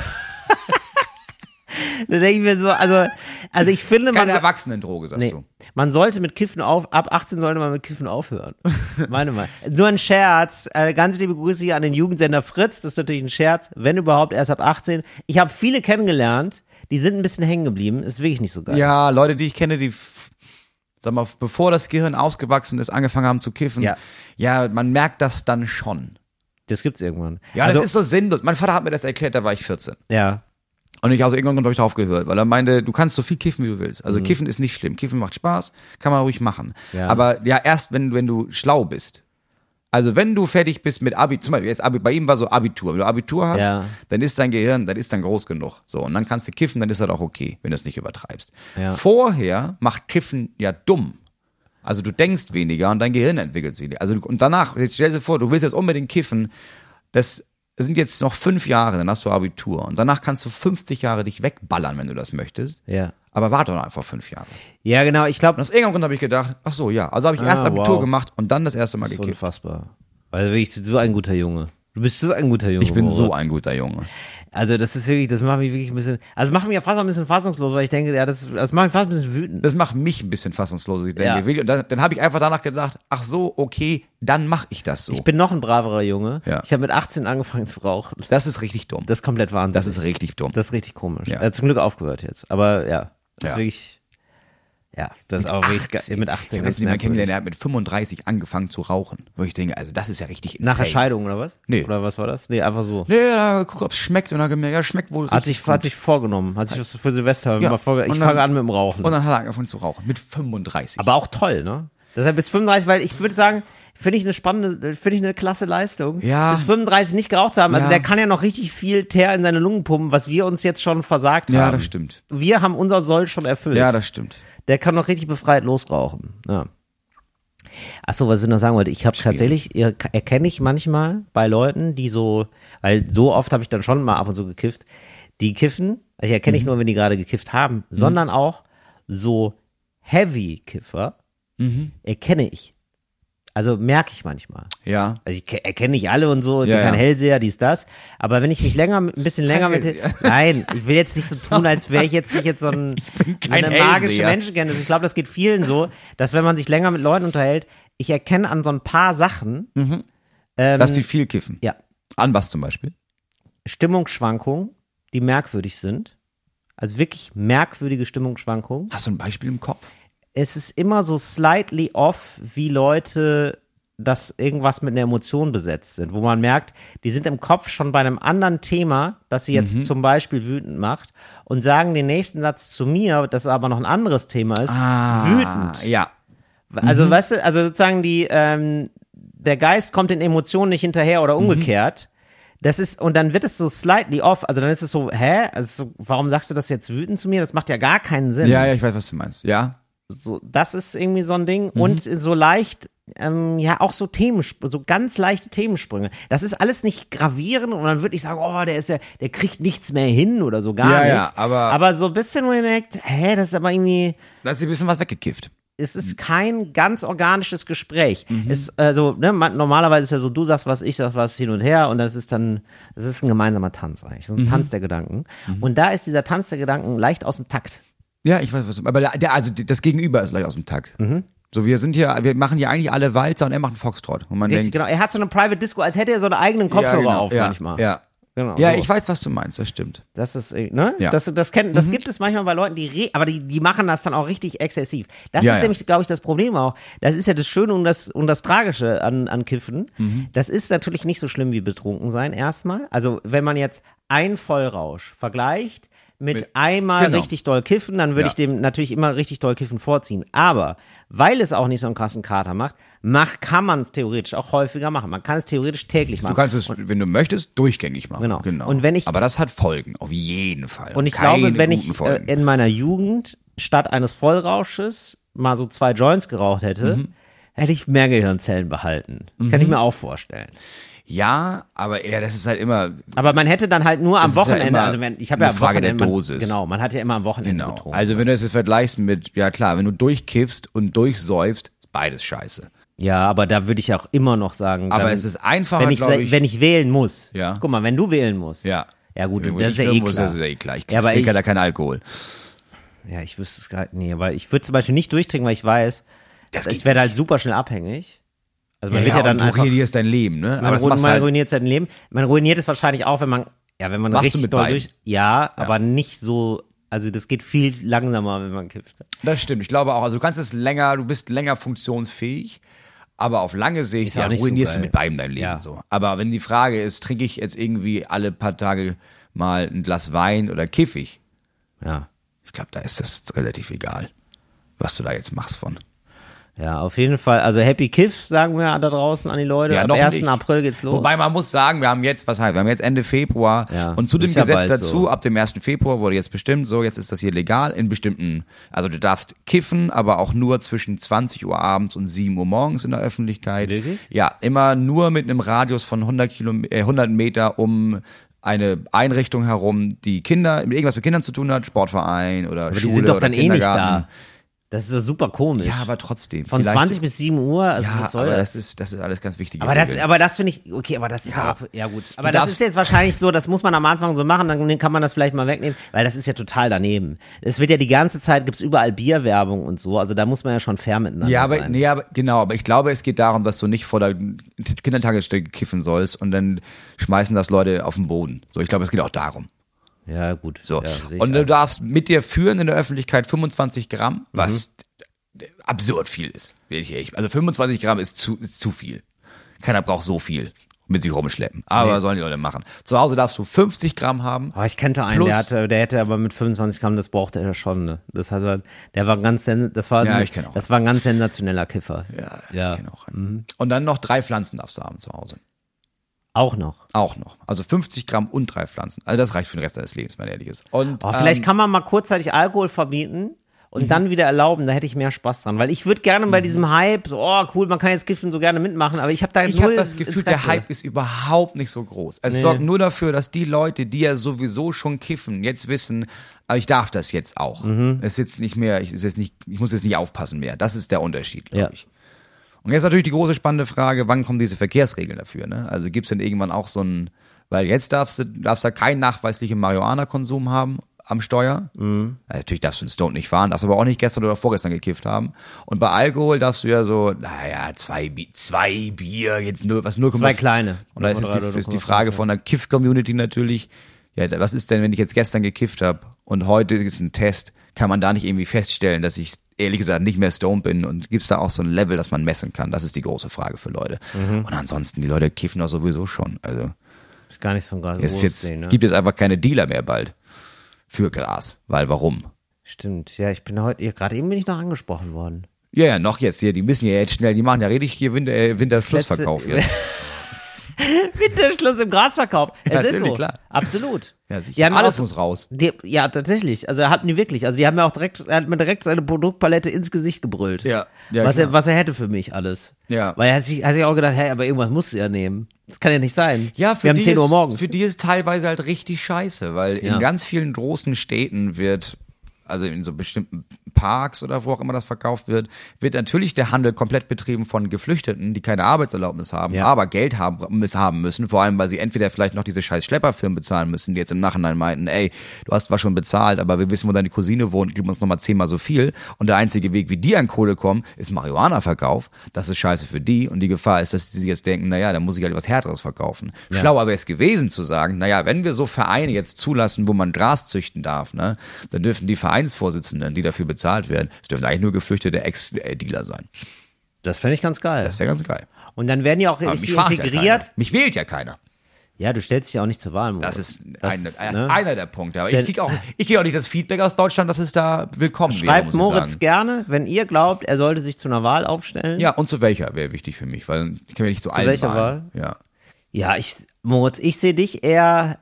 [SPEAKER 3] Da denke ich mir so, also, also ich finde, man,
[SPEAKER 2] Keine Erwachsenendroge, sagst
[SPEAKER 3] nee,
[SPEAKER 2] du.
[SPEAKER 3] man sollte mit Kiffen auf, ab 18 sollte man mit Kiffen aufhören. Meine Meinung. Nur ein Scherz. Äh, ganz liebe Grüße hier an den Jugendsender Fritz. Das ist natürlich ein Scherz. Wenn überhaupt, erst ab 18. Ich habe viele kennengelernt, die sind ein bisschen hängen geblieben. Ist wirklich nicht so geil.
[SPEAKER 2] Ja, Leute, die ich kenne, die, f- sag mal, bevor das Gehirn ausgewachsen ist, angefangen haben zu kiffen.
[SPEAKER 3] Ja.
[SPEAKER 2] Ja, man merkt das dann schon.
[SPEAKER 3] Das gibt's irgendwann.
[SPEAKER 2] Ja,
[SPEAKER 3] also,
[SPEAKER 2] das ist so sinnlos. Mein Vater hat mir das erklärt, da war ich 14.
[SPEAKER 3] Ja.
[SPEAKER 2] Und ich aus irgendeinem Grund habe ich drauf gehört, weil er meinte, du kannst so viel kiffen, wie du willst. Also kiffen ist nicht schlimm. Kiffen macht Spaß, kann man ruhig machen.
[SPEAKER 3] Mhm. Ja.
[SPEAKER 2] Aber ja, erst wenn, wenn du schlau bist. Also wenn du fertig bist mit Abi, zum Beispiel jetzt Abi, bei ihm war so Abitur. Wenn du Abitur hast,
[SPEAKER 3] Ja.
[SPEAKER 2] dann ist dein Gehirn, dann ist dann groß genug. So, und dann kannst du kiffen, dann ist das auch okay, wenn du es nicht übertreibst.
[SPEAKER 3] Ja.
[SPEAKER 2] Vorher macht Kiffen ja dumm. Also du denkst weniger und dein Gehirn entwickelt sich. Also du- und danach, jetzt stell dir vor, du willst jetzt unbedingt kiffen. Das sind jetzt noch fünf Jahre, dann hast du Abitur. Und danach kannst du 50 Jahre dich wegballern, wenn du das möchtest.
[SPEAKER 3] Ja.
[SPEAKER 2] Aber warte doch einfach fünf Jahre.
[SPEAKER 3] Ja, genau. Ich glaube,
[SPEAKER 2] Und aus irgendeinem Grund habe ich gedacht, ach so, ja. Also habe ich erst
[SPEAKER 3] Ah,
[SPEAKER 2] Abitur
[SPEAKER 3] wow.
[SPEAKER 2] gemacht und dann das erste Mal
[SPEAKER 3] Das ist
[SPEAKER 2] gekifft.
[SPEAKER 3] unfassbar. Also wirklich so ein guter Junge. Du bist so ein guter Junge.
[SPEAKER 2] Ich bin
[SPEAKER 3] Moritz.
[SPEAKER 2] so ein guter Junge.
[SPEAKER 3] Also das ist wirklich, das macht mich wirklich ein bisschen, also macht mich ja fast auch ein bisschen fassungslos, weil ich denke, ja, das, das macht mich fast ein bisschen wütend.
[SPEAKER 2] Das macht mich ein bisschen fassungslos. Ich denke,
[SPEAKER 3] Ja.
[SPEAKER 2] will- und dann, dann habe ich einfach danach gedacht, ach so, okay, dann mache ich das so.
[SPEAKER 3] Ich bin noch ein braverer Junge.
[SPEAKER 2] Ja.
[SPEAKER 3] Ich habe mit 18 angefangen zu rauchen.
[SPEAKER 2] das ist richtig dumm.
[SPEAKER 3] Das ist komplett Wahnsinn.
[SPEAKER 2] Das ist richtig dumm.
[SPEAKER 3] das ist richtig komisch.
[SPEAKER 2] Ja.
[SPEAKER 3] Äh, zum Glück aufgehört jetzt. Aber ja, das
[SPEAKER 2] Ja.
[SPEAKER 3] ist wirklich, ja, das ist auch wirklich ge-
[SPEAKER 2] Ich habe
[SPEAKER 3] mit 18. ganz
[SPEAKER 2] jetzt jemanden
[SPEAKER 3] merkwürdig.
[SPEAKER 2] kennengelernt, der hat mit 35 angefangen zu rauchen. Wo ich denke, also das ist ja richtig
[SPEAKER 3] Nach der
[SPEAKER 2] insane.
[SPEAKER 3] Scheidung oder was?
[SPEAKER 2] Nee.
[SPEAKER 3] Oder was war das? Nee, einfach so.
[SPEAKER 2] Nee, ja, guck, ob es schmeckt. Und dann hat er gemerkt, ja, schmeckt wohl
[SPEAKER 3] Hat
[SPEAKER 2] richtig
[SPEAKER 3] sich,
[SPEAKER 2] gut.
[SPEAKER 3] hat sich vorgenommen. Hat sich was für Silvester
[SPEAKER 2] Ja,
[SPEAKER 3] mal vorgenommen. Ich
[SPEAKER 2] und dann-
[SPEAKER 3] fange an mit dem Rauchen.
[SPEAKER 2] Und dann hat er angefangen zu rauchen. Mit 35.
[SPEAKER 3] Aber auch toll, ne? Deshalb bis 35, weil ich würde sagen, finde ich eine spannende, finde ich eine klasse Leistung.
[SPEAKER 2] Ja.
[SPEAKER 3] Bis 35 nicht geraucht zu haben. Also
[SPEAKER 2] Ja.
[SPEAKER 3] der kann ja noch richtig viel Teer in seine Lungen pumpen, was wir uns jetzt schon versagt
[SPEAKER 2] ja,
[SPEAKER 3] haben.
[SPEAKER 2] das stimmt.
[SPEAKER 3] Wir haben unser Soll schon erfüllt.
[SPEAKER 2] Ja, das stimmt.
[SPEAKER 3] der kann noch richtig befreit losrauchen. Ja. Achso, was ich noch sagen wollte, ich habe tatsächlich, ihr- erkenne ich manchmal bei Leuten, die so, weil so oft habe ich dann schon mal ab und zu gekifft, die kiffen, also ich erkenne nicht nur, wenn die gerade gekifft haben, sondern auch so Heavy-Kiffer erkenne ich. Also merke ich manchmal.
[SPEAKER 2] Ja.
[SPEAKER 3] Also ich ke- erkenne nicht alle und so, ich
[SPEAKER 2] Ja,
[SPEAKER 3] bin kein
[SPEAKER 2] ja.
[SPEAKER 3] Hellseher, dies, das. Aber wenn ich mich länger, mit- ein bisschen länger mit.
[SPEAKER 2] Hellseher.
[SPEAKER 3] Nein, ich will jetzt nicht so tun, als wäre ich jetzt nicht jetzt so ein so
[SPEAKER 2] kein
[SPEAKER 3] eine magische
[SPEAKER 2] Hellseher.
[SPEAKER 3] Menschenkenntnis. Ich glaube, das geht vielen so, dass wenn man sich länger mit Leuten unterhält, ich erkenne an so ein paar Sachen,
[SPEAKER 2] Hm. Dass sie viel kiffen.
[SPEAKER 3] ja,
[SPEAKER 2] An was zum Beispiel?
[SPEAKER 3] Stimmungsschwankungen, die merkwürdig sind. Also wirklich merkwürdige Stimmungsschwankungen.
[SPEAKER 2] Hast du ein Beispiel im Kopf?
[SPEAKER 3] es ist immer so slightly off, wie Leute dass irgendwas mit einer Emotion besetzt sind, wo man merkt, die sind im Kopf schon bei einem anderen Thema, das sie jetzt zum Beispiel wütend macht und sagen den nächsten Satz zu mir, das aber noch ein anderes Thema ist,
[SPEAKER 2] Ah.
[SPEAKER 3] wütend.
[SPEAKER 2] Ja.
[SPEAKER 3] Also, weißt du, also sozusagen die, ähm, der Geist kommt den Emotionen nicht hinterher oder umgekehrt. Das ist, und dann wird es so slightly off, also dann ist es so, hä? Also, warum sagst du das jetzt wütend zu mir? Das macht ja gar keinen Sinn
[SPEAKER 2] Ja, ja, ich weiß, was du meinst. Ja.
[SPEAKER 3] so, das ist irgendwie so ein
[SPEAKER 2] Mhm.
[SPEAKER 3] Ding. Und so leicht, ähm, ja, auch so Themen, so ganz leichte Themensprünge. Das ist alles nicht gravierend und dann würde ich sagen, oh, der ist ja, der kriegt nichts mehr hin oder so gar
[SPEAKER 2] Ja,
[SPEAKER 3] nicht.
[SPEAKER 2] ja, aber-
[SPEAKER 3] aber so ein bisschen, wo ihr denkt, hä, das ist aber irgendwie,
[SPEAKER 2] Da hast du ein bisschen was weggekifft.
[SPEAKER 3] es
[SPEAKER 2] Mhm.
[SPEAKER 3] ist kein ganz organisches Gespräch. Es, also, ne, man, normalerweise ist ja so, du sagst was, ich sag was, hin und her und das ist dann, es ist ein gemeinsamer Tanz eigentlich, so
[SPEAKER 2] Mhm.
[SPEAKER 3] ein Tanz der Gedanken. Und da ist dieser Tanz der Gedanken leicht aus dem Takt.
[SPEAKER 2] Ja, ich weiß, was du meinst. Aber der- der, also das Gegenüber ist gleich aus dem Takt.
[SPEAKER 3] Mhm.
[SPEAKER 2] So, wir sind hier, wir machen hier eigentlich alle Walzer und er macht einen Foxtrot. Und man denkt,
[SPEAKER 3] Richtig, genau. Er hat so eine Private Disco, als hätte er so einen eigenen Kopfhörer
[SPEAKER 2] ja, genau,
[SPEAKER 3] auf
[SPEAKER 2] ja,
[SPEAKER 3] manchmal.
[SPEAKER 2] Ja.
[SPEAKER 3] Genau,
[SPEAKER 2] ja,
[SPEAKER 3] so.
[SPEAKER 2] ich weiß, was du meinst, das stimmt.
[SPEAKER 3] Das ist, äh, ne?
[SPEAKER 2] Ja. Mhm.
[SPEAKER 3] Das, das, kennt, das gibt es manchmal bei Leuten, die, re aber die, die machen das dann auch richtig exzessiv. Das
[SPEAKER 2] Ja,
[SPEAKER 3] ist
[SPEAKER 2] ja.
[SPEAKER 3] nämlich, glaube ich, das Problem auch. Das ist ja das Schöne und das, und das Tragische an, an Kiffen.
[SPEAKER 2] Mhm.
[SPEAKER 3] Das ist natürlich nicht so schlimm wie betrunken sein, erstmal. Also, wenn man jetzt einen Vollrausch vergleicht mit,
[SPEAKER 2] Mit-
[SPEAKER 3] einmal
[SPEAKER 2] genau.
[SPEAKER 3] richtig doll kiffen, dann würde
[SPEAKER 2] Ja.
[SPEAKER 3] ich dem natürlich immer richtig doll kiffen vorziehen. Aber, weil es auch nicht so einen krassen Kater macht, macht, kann man es theoretisch auch häufiger machen. Man kann es theoretisch täglich machen.
[SPEAKER 2] Du kannst es, wenn du möchtest, durchgängig machen.
[SPEAKER 3] Genau. Und wenn ich-
[SPEAKER 2] Aber das hat Folgen, auf jeden Fall.
[SPEAKER 3] Und ich
[SPEAKER 2] Keine
[SPEAKER 3] glaube, wenn
[SPEAKER 2] guten
[SPEAKER 3] ich äh,
[SPEAKER 2] Folgen.
[SPEAKER 3] in meiner Jugend statt eines Vollrausches mal so zwei Joints geraucht hätte,
[SPEAKER 2] Mhm.
[SPEAKER 3] hätte ich mehr Gehirnzellen behalten. Kann ich mir auch vorstellen.
[SPEAKER 2] ja, aber ja, das ist halt immer.
[SPEAKER 3] Aber man hätte dann halt nur am
[SPEAKER 2] ist ja
[SPEAKER 3] Wochenende,
[SPEAKER 2] immer
[SPEAKER 3] also wenn, ich habe ja
[SPEAKER 2] eine
[SPEAKER 3] am
[SPEAKER 2] Frage der
[SPEAKER 3] Wochenende, man,
[SPEAKER 2] Dosis.
[SPEAKER 3] genau, man hat ja immer am Wochenende
[SPEAKER 2] Genau.
[SPEAKER 3] getrunken.
[SPEAKER 2] Also wenn du das jetzt vergleichst mit, ja klar, wenn du durchkiffst und durchsäufst, ist beides scheiße.
[SPEAKER 3] ja, aber da würde ich auch immer noch sagen,
[SPEAKER 2] Aber
[SPEAKER 3] dann,
[SPEAKER 2] es ist einfacher,
[SPEAKER 3] wenn ich,
[SPEAKER 2] glaube
[SPEAKER 3] se-
[SPEAKER 2] ich.
[SPEAKER 3] wenn ich wählen muss.
[SPEAKER 2] Ja.
[SPEAKER 3] Guck mal, wenn du wählen musst.
[SPEAKER 2] ja.
[SPEAKER 3] Ja, gut,
[SPEAKER 2] Wenn
[SPEAKER 3] das ist
[SPEAKER 2] ich
[SPEAKER 3] ja eh
[SPEAKER 2] irgendwo-
[SPEAKER 3] klar.
[SPEAKER 2] Das ist ja eh klar. Ich
[SPEAKER 3] Ja, aber
[SPEAKER 2] trinke
[SPEAKER 3] ich-
[SPEAKER 2] da keinen Alkohol.
[SPEAKER 3] Ja, ich wüsste es gerade nie, aber ich würde zum Beispiel nicht durchtrinken, weil ich weiß,
[SPEAKER 2] Das
[SPEAKER 3] ich
[SPEAKER 2] geht
[SPEAKER 3] werde halt super schnell abhängig. Also man wird ja, dann
[SPEAKER 2] und du
[SPEAKER 3] einfach,
[SPEAKER 2] ruinierst dein Leben, ne?
[SPEAKER 3] man,
[SPEAKER 2] Aber das
[SPEAKER 3] ruin,
[SPEAKER 2] machst du
[SPEAKER 3] man
[SPEAKER 2] halt,
[SPEAKER 3] ruiniert sein Leben. Man ruiniert es wahrscheinlich auch, wenn man, ja, wenn man
[SPEAKER 2] Machst du
[SPEAKER 3] richtig
[SPEAKER 2] mit
[SPEAKER 3] doll
[SPEAKER 2] beiden?
[SPEAKER 3] durch, ja, aber nicht so, also das geht viel langsamer, wenn man kifft.
[SPEAKER 2] das stimmt. Ich glaube auch. Also du kannst es länger, du bist länger funktionsfähig. Aber auf lange Sicht
[SPEAKER 3] ja
[SPEAKER 2] ja,
[SPEAKER 3] auch nicht so
[SPEAKER 2] ruinierst
[SPEAKER 3] geil.
[SPEAKER 2] du mit beidem dein Leben
[SPEAKER 3] Ja.
[SPEAKER 2] so. Aber wenn die Frage ist, trinke ich jetzt irgendwie alle paar Tage mal ein Glas Wein oder kiff ich?
[SPEAKER 3] Ja.
[SPEAKER 2] Ich glaube, da ist es relativ egal, was du da jetzt machst von.
[SPEAKER 3] Ja, auf jeden Fall. Also Happy Kiff, sagen wir da draußen an die Leute. Am
[SPEAKER 2] noch
[SPEAKER 3] 1.
[SPEAKER 2] nicht.
[SPEAKER 3] April geht's los.
[SPEAKER 2] Wobei man muss sagen, wir haben jetzt, was heißt, wir haben jetzt Ende Februar
[SPEAKER 3] Ja,
[SPEAKER 2] und zu dem
[SPEAKER 3] ist ja
[SPEAKER 2] Gesetz
[SPEAKER 3] bald
[SPEAKER 2] dazu,
[SPEAKER 3] so.
[SPEAKER 2] ab dem 1. Februar wurde jetzt bestimmt, so jetzt ist das hier legal in bestimmten, also du darfst kiffen, aber auch nur zwischen 20 Uhr abends und 7 Uhr morgens in der Öffentlichkeit.
[SPEAKER 3] Wirklich?
[SPEAKER 2] Ja, immer nur mit einem Radius von 100, Kilom äh, 100 Meter um eine Einrichtung herum, die Kinder, mit irgendwas mit Kindern zu tun hat, Sportverein oder
[SPEAKER 3] aber
[SPEAKER 2] Schule
[SPEAKER 3] die sind doch
[SPEAKER 2] oder
[SPEAKER 3] dann eh nicht
[SPEAKER 2] Kindergarten.
[SPEAKER 3] da. Das ist doch super komisch.
[SPEAKER 2] Ja, aber trotzdem.
[SPEAKER 3] Von
[SPEAKER 2] vielleicht-
[SPEAKER 3] 20 bis 7 Uhr, also
[SPEAKER 2] ja,
[SPEAKER 3] was soll
[SPEAKER 2] aber
[SPEAKER 3] das?
[SPEAKER 2] das ist, das ist alles ganz wichtige
[SPEAKER 3] Aber das,
[SPEAKER 2] Regeln.
[SPEAKER 3] aber das finde ich, okay, aber das ist
[SPEAKER 2] Ja.
[SPEAKER 3] auch, ja gut. Aber
[SPEAKER 2] Du
[SPEAKER 3] das
[SPEAKER 2] darfst-
[SPEAKER 3] ist jetzt wahrscheinlich so, das muss man am Anfang so machen, dann kann man das vielleicht mal wegnehmen, weil das ist ja total daneben. Es wird ja die ganze Zeit, gibt's überall Bierwerbung und so, also da muss man ja schon fair miteinander
[SPEAKER 2] Ja, aber,
[SPEAKER 3] sein.
[SPEAKER 2] nee, aber genau, aber ich glaube, es geht darum, dass du nicht vor der Kindertagesstätte kiffen sollst und dann schmeißen das Leute auf den Boden. So, ich glaube, es geht auch darum.
[SPEAKER 3] Ja, gut.
[SPEAKER 2] So.
[SPEAKER 3] Ja, sehe ich
[SPEAKER 2] und äh, du
[SPEAKER 3] ein. Mhm.
[SPEAKER 2] darfst mit dir führen in der Öffentlichkeit 25 Gramm, was absurd viel ist, will ich ehrlich. Also 25 Gramm ist zu, ist zu viel. Keiner braucht so viel mit sich rumschleppen. Aber sollen die Leute machen. Zu Hause darfst du 50 Gramm haben.
[SPEAKER 3] aber Oh, ich kannte einen,
[SPEAKER 2] Plus-
[SPEAKER 3] der, hatte, der hätte aber mit 25 Gramm, das brauchte er schon. Ne? Das hat er, der war ein ganz, sen- das war,
[SPEAKER 2] Ja,
[SPEAKER 3] ein,
[SPEAKER 2] ich kenn auch
[SPEAKER 3] das war ein ganz sensationeller Kiffer.
[SPEAKER 2] Ja,
[SPEAKER 3] Ja.
[SPEAKER 2] Ich kenn auch einen.
[SPEAKER 3] Mhm.
[SPEAKER 2] Und dann noch drei Pflanzen darfst du haben zu Hause.
[SPEAKER 3] Auch noch.
[SPEAKER 2] Auch noch. Also 50 Gramm und drei Pflanzen. Also das reicht für den Rest deines Lebens, wenn man ehrlich ist. Und,
[SPEAKER 3] Oh, vielleicht
[SPEAKER 2] ähm,
[SPEAKER 3] kann man mal kurzzeitig Alkohol verbieten und dann wieder erlauben, da hätte ich mehr Spaß dran. Weil ich würde gerne
[SPEAKER 2] Mhm.
[SPEAKER 3] bei diesem Hype, so, oh cool, man kann jetzt kiffen so gerne mitmachen, aber ich habe da
[SPEAKER 2] ich
[SPEAKER 3] null
[SPEAKER 2] habe das Gefühl,
[SPEAKER 3] Interesse.
[SPEAKER 2] der Hype ist überhaupt nicht so groß. Es sorgt nur dafür, dass die Leute, die ja sowieso schon kiffen, jetzt wissen, ah, ich darf das jetzt auch.
[SPEAKER 3] Mhm.
[SPEAKER 2] Es ist jetzt nicht mehr, ich, ist jetzt nicht, ich muss jetzt nicht aufpassen mehr. Das ist der Unterschied, glaube
[SPEAKER 3] Ja.
[SPEAKER 2] ich. Und jetzt natürlich die große spannende Frage, wann kommen diese Verkehrsregeln dafür? Ne? Also gibt's denn irgendwann auch so ein, weil jetzt darfst du, darfst du keinen nachweislichen Marihuana-Konsum haben am Steuer.
[SPEAKER 3] Mhm.
[SPEAKER 2] Äh, Natürlich darfst du einen Stone nicht fahren, darfst aber auch nicht gestern oder vorgestern gekifft haben. Und bei Alkohol darfst du ja so, naja, zwei, Bi zwei Bier, jetzt nur, was nur
[SPEAKER 3] Zwei kleine.
[SPEAKER 2] Und da ist, jetzt
[SPEAKER 3] 0,3 oder
[SPEAKER 2] die, ist die
[SPEAKER 3] 0,5,
[SPEAKER 2] Frage von der Kiff-Community natürlich, ja, da- was ist denn, wenn ich jetzt gestern gekifft habe und heute ist ein Test, kann man da nicht irgendwie feststellen, dass ich ehrlich gesagt nicht mehr stoned bin und gibt es da auch so ein Level, das man messen kann? Das ist die große Frage für Leute.
[SPEAKER 3] Mhm.
[SPEAKER 2] Und ansonsten, die Leute kiffen doch sowieso schon. Also
[SPEAKER 3] Ist gar nicht so ein großes
[SPEAKER 2] es jetzt,
[SPEAKER 3] Ding, ne?
[SPEAKER 2] gibt es einfach keine Dealer mehr bald für Gras, weil warum?
[SPEAKER 3] Stimmt, ja, ich bin heute, ja, gerade eben bin ich noch angesprochen worden.
[SPEAKER 2] Ja, ja, noch jetzt hier, die müssen ja jetzt schnell, die machen ja richtig hier Winter, äh, Winterschlussverkauf
[SPEAKER 3] Letzte-
[SPEAKER 2] jetzt.
[SPEAKER 3] Winterschluss im Grasverkauf. Es ist
[SPEAKER 2] natürlich,
[SPEAKER 3] so.
[SPEAKER 2] klar.
[SPEAKER 3] Absolut.
[SPEAKER 2] Ja, sicher.
[SPEAKER 3] Die haben
[SPEAKER 2] Alles
[SPEAKER 3] auch-
[SPEAKER 2] muss raus.
[SPEAKER 3] Die, ja, tatsächlich. Also hatten die wirklich. Also die haben ja auch direkt, er hat mir direkt seine Produktpalette ins Gesicht gebrüllt.
[SPEAKER 2] Ja, ja,
[SPEAKER 3] was, er,
[SPEAKER 2] klar.
[SPEAKER 3] was er hätte für mich alles.
[SPEAKER 2] Ja.
[SPEAKER 3] Weil er hat sich, hat sich auch gedacht, hey, aber irgendwas musst du ja nehmen. Das kann ja nicht sein.
[SPEAKER 2] Ja, für
[SPEAKER 3] Hm. Wir haben
[SPEAKER 2] die
[SPEAKER 3] 10 Uhr
[SPEAKER 2] ist,
[SPEAKER 3] morgens.
[SPEAKER 2] Für die ist teilweise halt richtig scheiße, weil
[SPEAKER 3] Ja.
[SPEAKER 2] in ganz vielen großen Städten wird, also in so bestimmten Parks oder wo auch immer das verkauft wird, wird natürlich der Handel komplett betrieben von Geflüchteten, die keine Arbeitserlaubnis haben,
[SPEAKER 3] Ja.
[SPEAKER 2] aber Geld haben, miss- haben müssen, vor allem, weil sie entweder vielleicht noch diese scheiß Schlepperfirmen bezahlen müssen, die jetzt im Nachhinein meinten, ey, du hast zwar schon bezahlt, aber wir wissen, wo deine Cousine wohnt, gib uns nochmal zehnmal so viel und der einzige Weg, wie die an Kohle kommen, ist Marihuana-Verkauf, das ist scheiße für die und die Gefahr ist, dass sie jetzt denken, naja, dann muss ich halt was Härteres verkaufen. Schlauer wäre es gewesen zu sagen, naja, wenn wir so Vereine jetzt zulassen, wo man Gras züchten darf, ne, dann dürfen die Vereinsvorsitzenden, die dafür bezahlt werden, es dürfen eigentlich nur geflüchtete Ex-Dealer sein.
[SPEAKER 3] Das fände ich ganz geil.
[SPEAKER 2] Das wäre ganz geil.
[SPEAKER 3] Und dann werden die auch
[SPEAKER 2] Aber
[SPEAKER 3] richtig
[SPEAKER 2] mich fragt Ja
[SPEAKER 3] integriert.
[SPEAKER 2] keiner. mich wählt ja keiner.
[SPEAKER 3] Ja, du stellst dich ja auch nicht zur Wahl. Moritz.
[SPEAKER 2] Das ist,
[SPEAKER 3] Das,
[SPEAKER 2] ein, das ist
[SPEAKER 3] ne?
[SPEAKER 2] einer der Punkte. Aber
[SPEAKER 3] Sehr-
[SPEAKER 2] ich kriege auch, ich krieg auch nicht das Feedback aus Deutschland, dass es da willkommen
[SPEAKER 3] Schreibt
[SPEAKER 2] wäre, muss ich
[SPEAKER 3] Moritz
[SPEAKER 2] sagen.
[SPEAKER 3] gerne, wenn ihr glaubt, er sollte sich zu einer Wahl aufstellen.
[SPEAKER 2] Ja, und zu welcher wäre wichtig für mich, weil ich kann ja nicht zu, allen
[SPEAKER 3] welcher
[SPEAKER 2] Wahlen. Ja.
[SPEAKER 3] Ja, ich, Moritz, ich sehe dich eher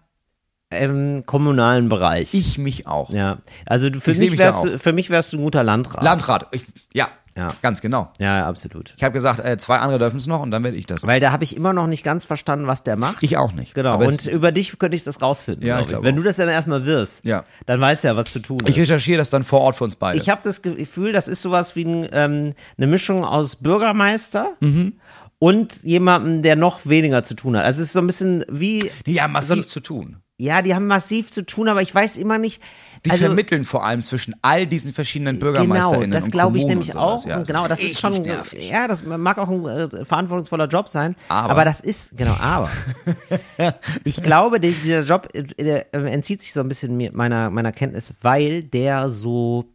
[SPEAKER 3] im kommunalen Bereich.
[SPEAKER 2] Ich mich auch.
[SPEAKER 3] ja, also du, für,
[SPEAKER 2] Ich sehe
[SPEAKER 3] mich
[SPEAKER 2] mich da
[SPEAKER 3] wärst du,
[SPEAKER 2] auch.
[SPEAKER 3] für mich wärst du ein guter Landrat.
[SPEAKER 2] Landrat. Ich, ja,
[SPEAKER 3] Ja.
[SPEAKER 2] ganz genau.
[SPEAKER 3] ja, ja, absolut.
[SPEAKER 2] Ich habe gesagt, äh, zwei andere dürfen es noch und dann werde ich das.
[SPEAKER 3] Weil da habe ich immer noch nicht ganz verstanden, was der macht.
[SPEAKER 2] Ich auch nicht.
[SPEAKER 3] genau,
[SPEAKER 2] Aber
[SPEAKER 3] und
[SPEAKER 2] es,
[SPEAKER 3] über dich könnte ich das rausfinden.
[SPEAKER 2] Ja,
[SPEAKER 3] glaub
[SPEAKER 2] ich glaube
[SPEAKER 3] Wenn
[SPEAKER 2] auch.
[SPEAKER 3] du das dann erstmal wirst,
[SPEAKER 2] Ja.
[SPEAKER 3] dann weißt du ja, was zu tun ist.
[SPEAKER 2] ich recherchiere das dann vor Ort für uns beide.
[SPEAKER 3] Ich habe das Gefühl, das ist sowas wie ein, ähm, eine Mischung aus Bürgermeister
[SPEAKER 2] Mhm.
[SPEAKER 3] und jemandem, der noch weniger zu tun hat. Also es ist so ein bisschen wie
[SPEAKER 2] ja, massiv zu tun.
[SPEAKER 3] Ja, die haben massiv zu tun, aber ich weiß immer nicht.
[SPEAKER 2] Die
[SPEAKER 3] also,
[SPEAKER 2] vermitteln vor allem zwischen all diesen verschiedenen BürgermeisterInnen
[SPEAKER 3] Genau, das
[SPEAKER 2] und
[SPEAKER 3] glaube ich
[SPEAKER 2] Kommunen
[SPEAKER 3] nämlich
[SPEAKER 2] und sowas.
[SPEAKER 3] auch.
[SPEAKER 2] Ja,
[SPEAKER 3] und genau, das ist
[SPEAKER 2] richtig
[SPEAKER 3] schon,
[SPEAKER 2] nervig.
[SPEAKER 3] ja, das mag auch ein äh, verantwortungsvoller Job sein.
[SPEAKER 2] Aber-
[SPEAKER 3] das ist, genau, aber. ich glaube, die, dieser Job äh, äh, entzieht sich so ein bisschen mir- meiner, meiner Kenntnis, weil der so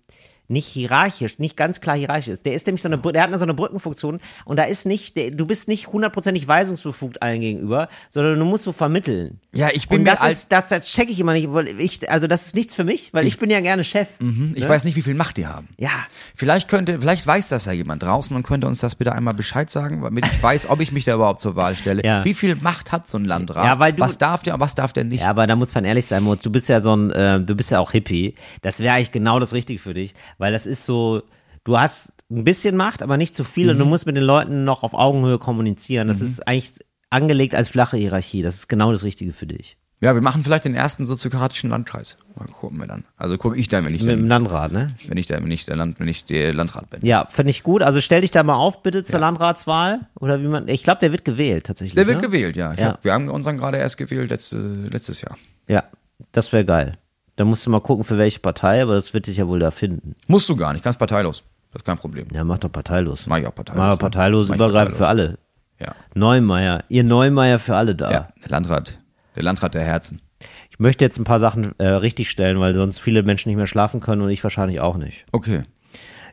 [SPEAKER 3] nicht hierarchisch, nicht ganz klar hierarchisch ist. Der ist nämlich so eine, Br- der hat so eine Brückenfunktion und da ist nicht, der, du bist nicht hundertprozentig weisungsbefugt allen gegenüber, sondern du musst so vermitteln.
[SPEAKER 2] Ja, ich bin
[SPEAKER 3] und
[SPEAKER 2] mir
[SPEAKER 3] das
[SPEAKER 2] als-
[SPEAKER 3] ist, das, das checke ich immer nicht, weil ich, also das ist nichts für mich, weil ich, bin ja gerne Chef.
[SPEAKER 2] Ich weiß nicht, wie viel Macht die haben.
[SPEAKER 3] Ja.
[SPEAKER 2] Vielleicht könnte, vielleicht weiß das ja jemand draußen und könnte uns das bitte einmal Bescheid sagen, damit ich weiß, ob ich mich da überhaupt zur Wahl stelle.
[SPEAKER 3] Ja.
[SPEAKER 2] Wie viel Macht hat so ein Landrat?
[SPEAKER 3] Ja, weil du-
[SPEAKER 2] was darf der und was darf der nicht?
[SPEAKER 3] Ja, aber da muss man ehrlich sein, Moritz, du bist ja so ein, äh, du bist ja auch Hippie. Das wäre eigentlich genau das Richtige für dich, weil das ist so, du hast ein bisschen Macht, aber nicht zu viel und du
[SPEAKER 2] Mhm.
[SPEAKER 3] musst mit den Leuten noch auf Augenhöhe kommunizieren. Das ist eigentlich angelegt als flache Hierarchie. Das ist genau das Richtige für dich.
[SPEAKER 2] Ja, wir machen vielleicht den ersten soziokratischen Landkreis. Mal gucken wir dann. Also gucke ich dann, wenn ich
[SPEAKER 3] Mit dem
[SPEAKER 2] dann,
[SPEAKER 3] Landrat, ne?
[SPEAKER 2] wenn ich dann, wenn ich der Land, wenn ich der Landrat bin.
[SPEAKER 3] Ja, finde ich gut. Also stell dich da mal auf, bitte, zur Landratswahl. Oder wie man, ich glaube, der wird gewählt, tatsächlich.
[SPEAKER 2] Der wird
[SPEAKER 3] ne?
[SPEAKER 2] gewählt, ja. Ich
[SPEAKER 3] Ja.
[SPEAKER 2] Hab, wir haben unseren gerade erst gewählt, letzte, letztes Jahr.
[SPEAKER 3] Ja, das wäre geil. Da musst du mal gucken, für welche Partei, aber das wird dich ja wohl da finden.
[SPEAKER 2] Musst du gar nicht, ganz parteilos. Das ist kein Problem.
[SPEAKER 3] Ja, mach doch parteilos.
[SPEAKER 2] Mach ich auch parteilos,
[SPEAKER 3] Mach
[SPEAKER 2] ne?
[SPEAKER 3] doch parteilos,
[SPEAKER 2] Mach ich
[SPEAKER 3] übergreifend für
[SPEAKER 2] parteilos.
[SPEAKER 3] alle.
[SPEAKER 2] Ja.
[SPEAKER 3] Neumeier, ihr Neumeier für alle da.
[SPEAKER 2] Ja, der Landrat. Der Landrat der Herzen.
[SPEAKER 3] Ich möchte jetzt ein paar Sachen äh, richtigstellen, weil sonst viele Menschen nicht mehr schlafen können und ich wahrscheinlich auch nicht.
[SPEAKER 2] Okay.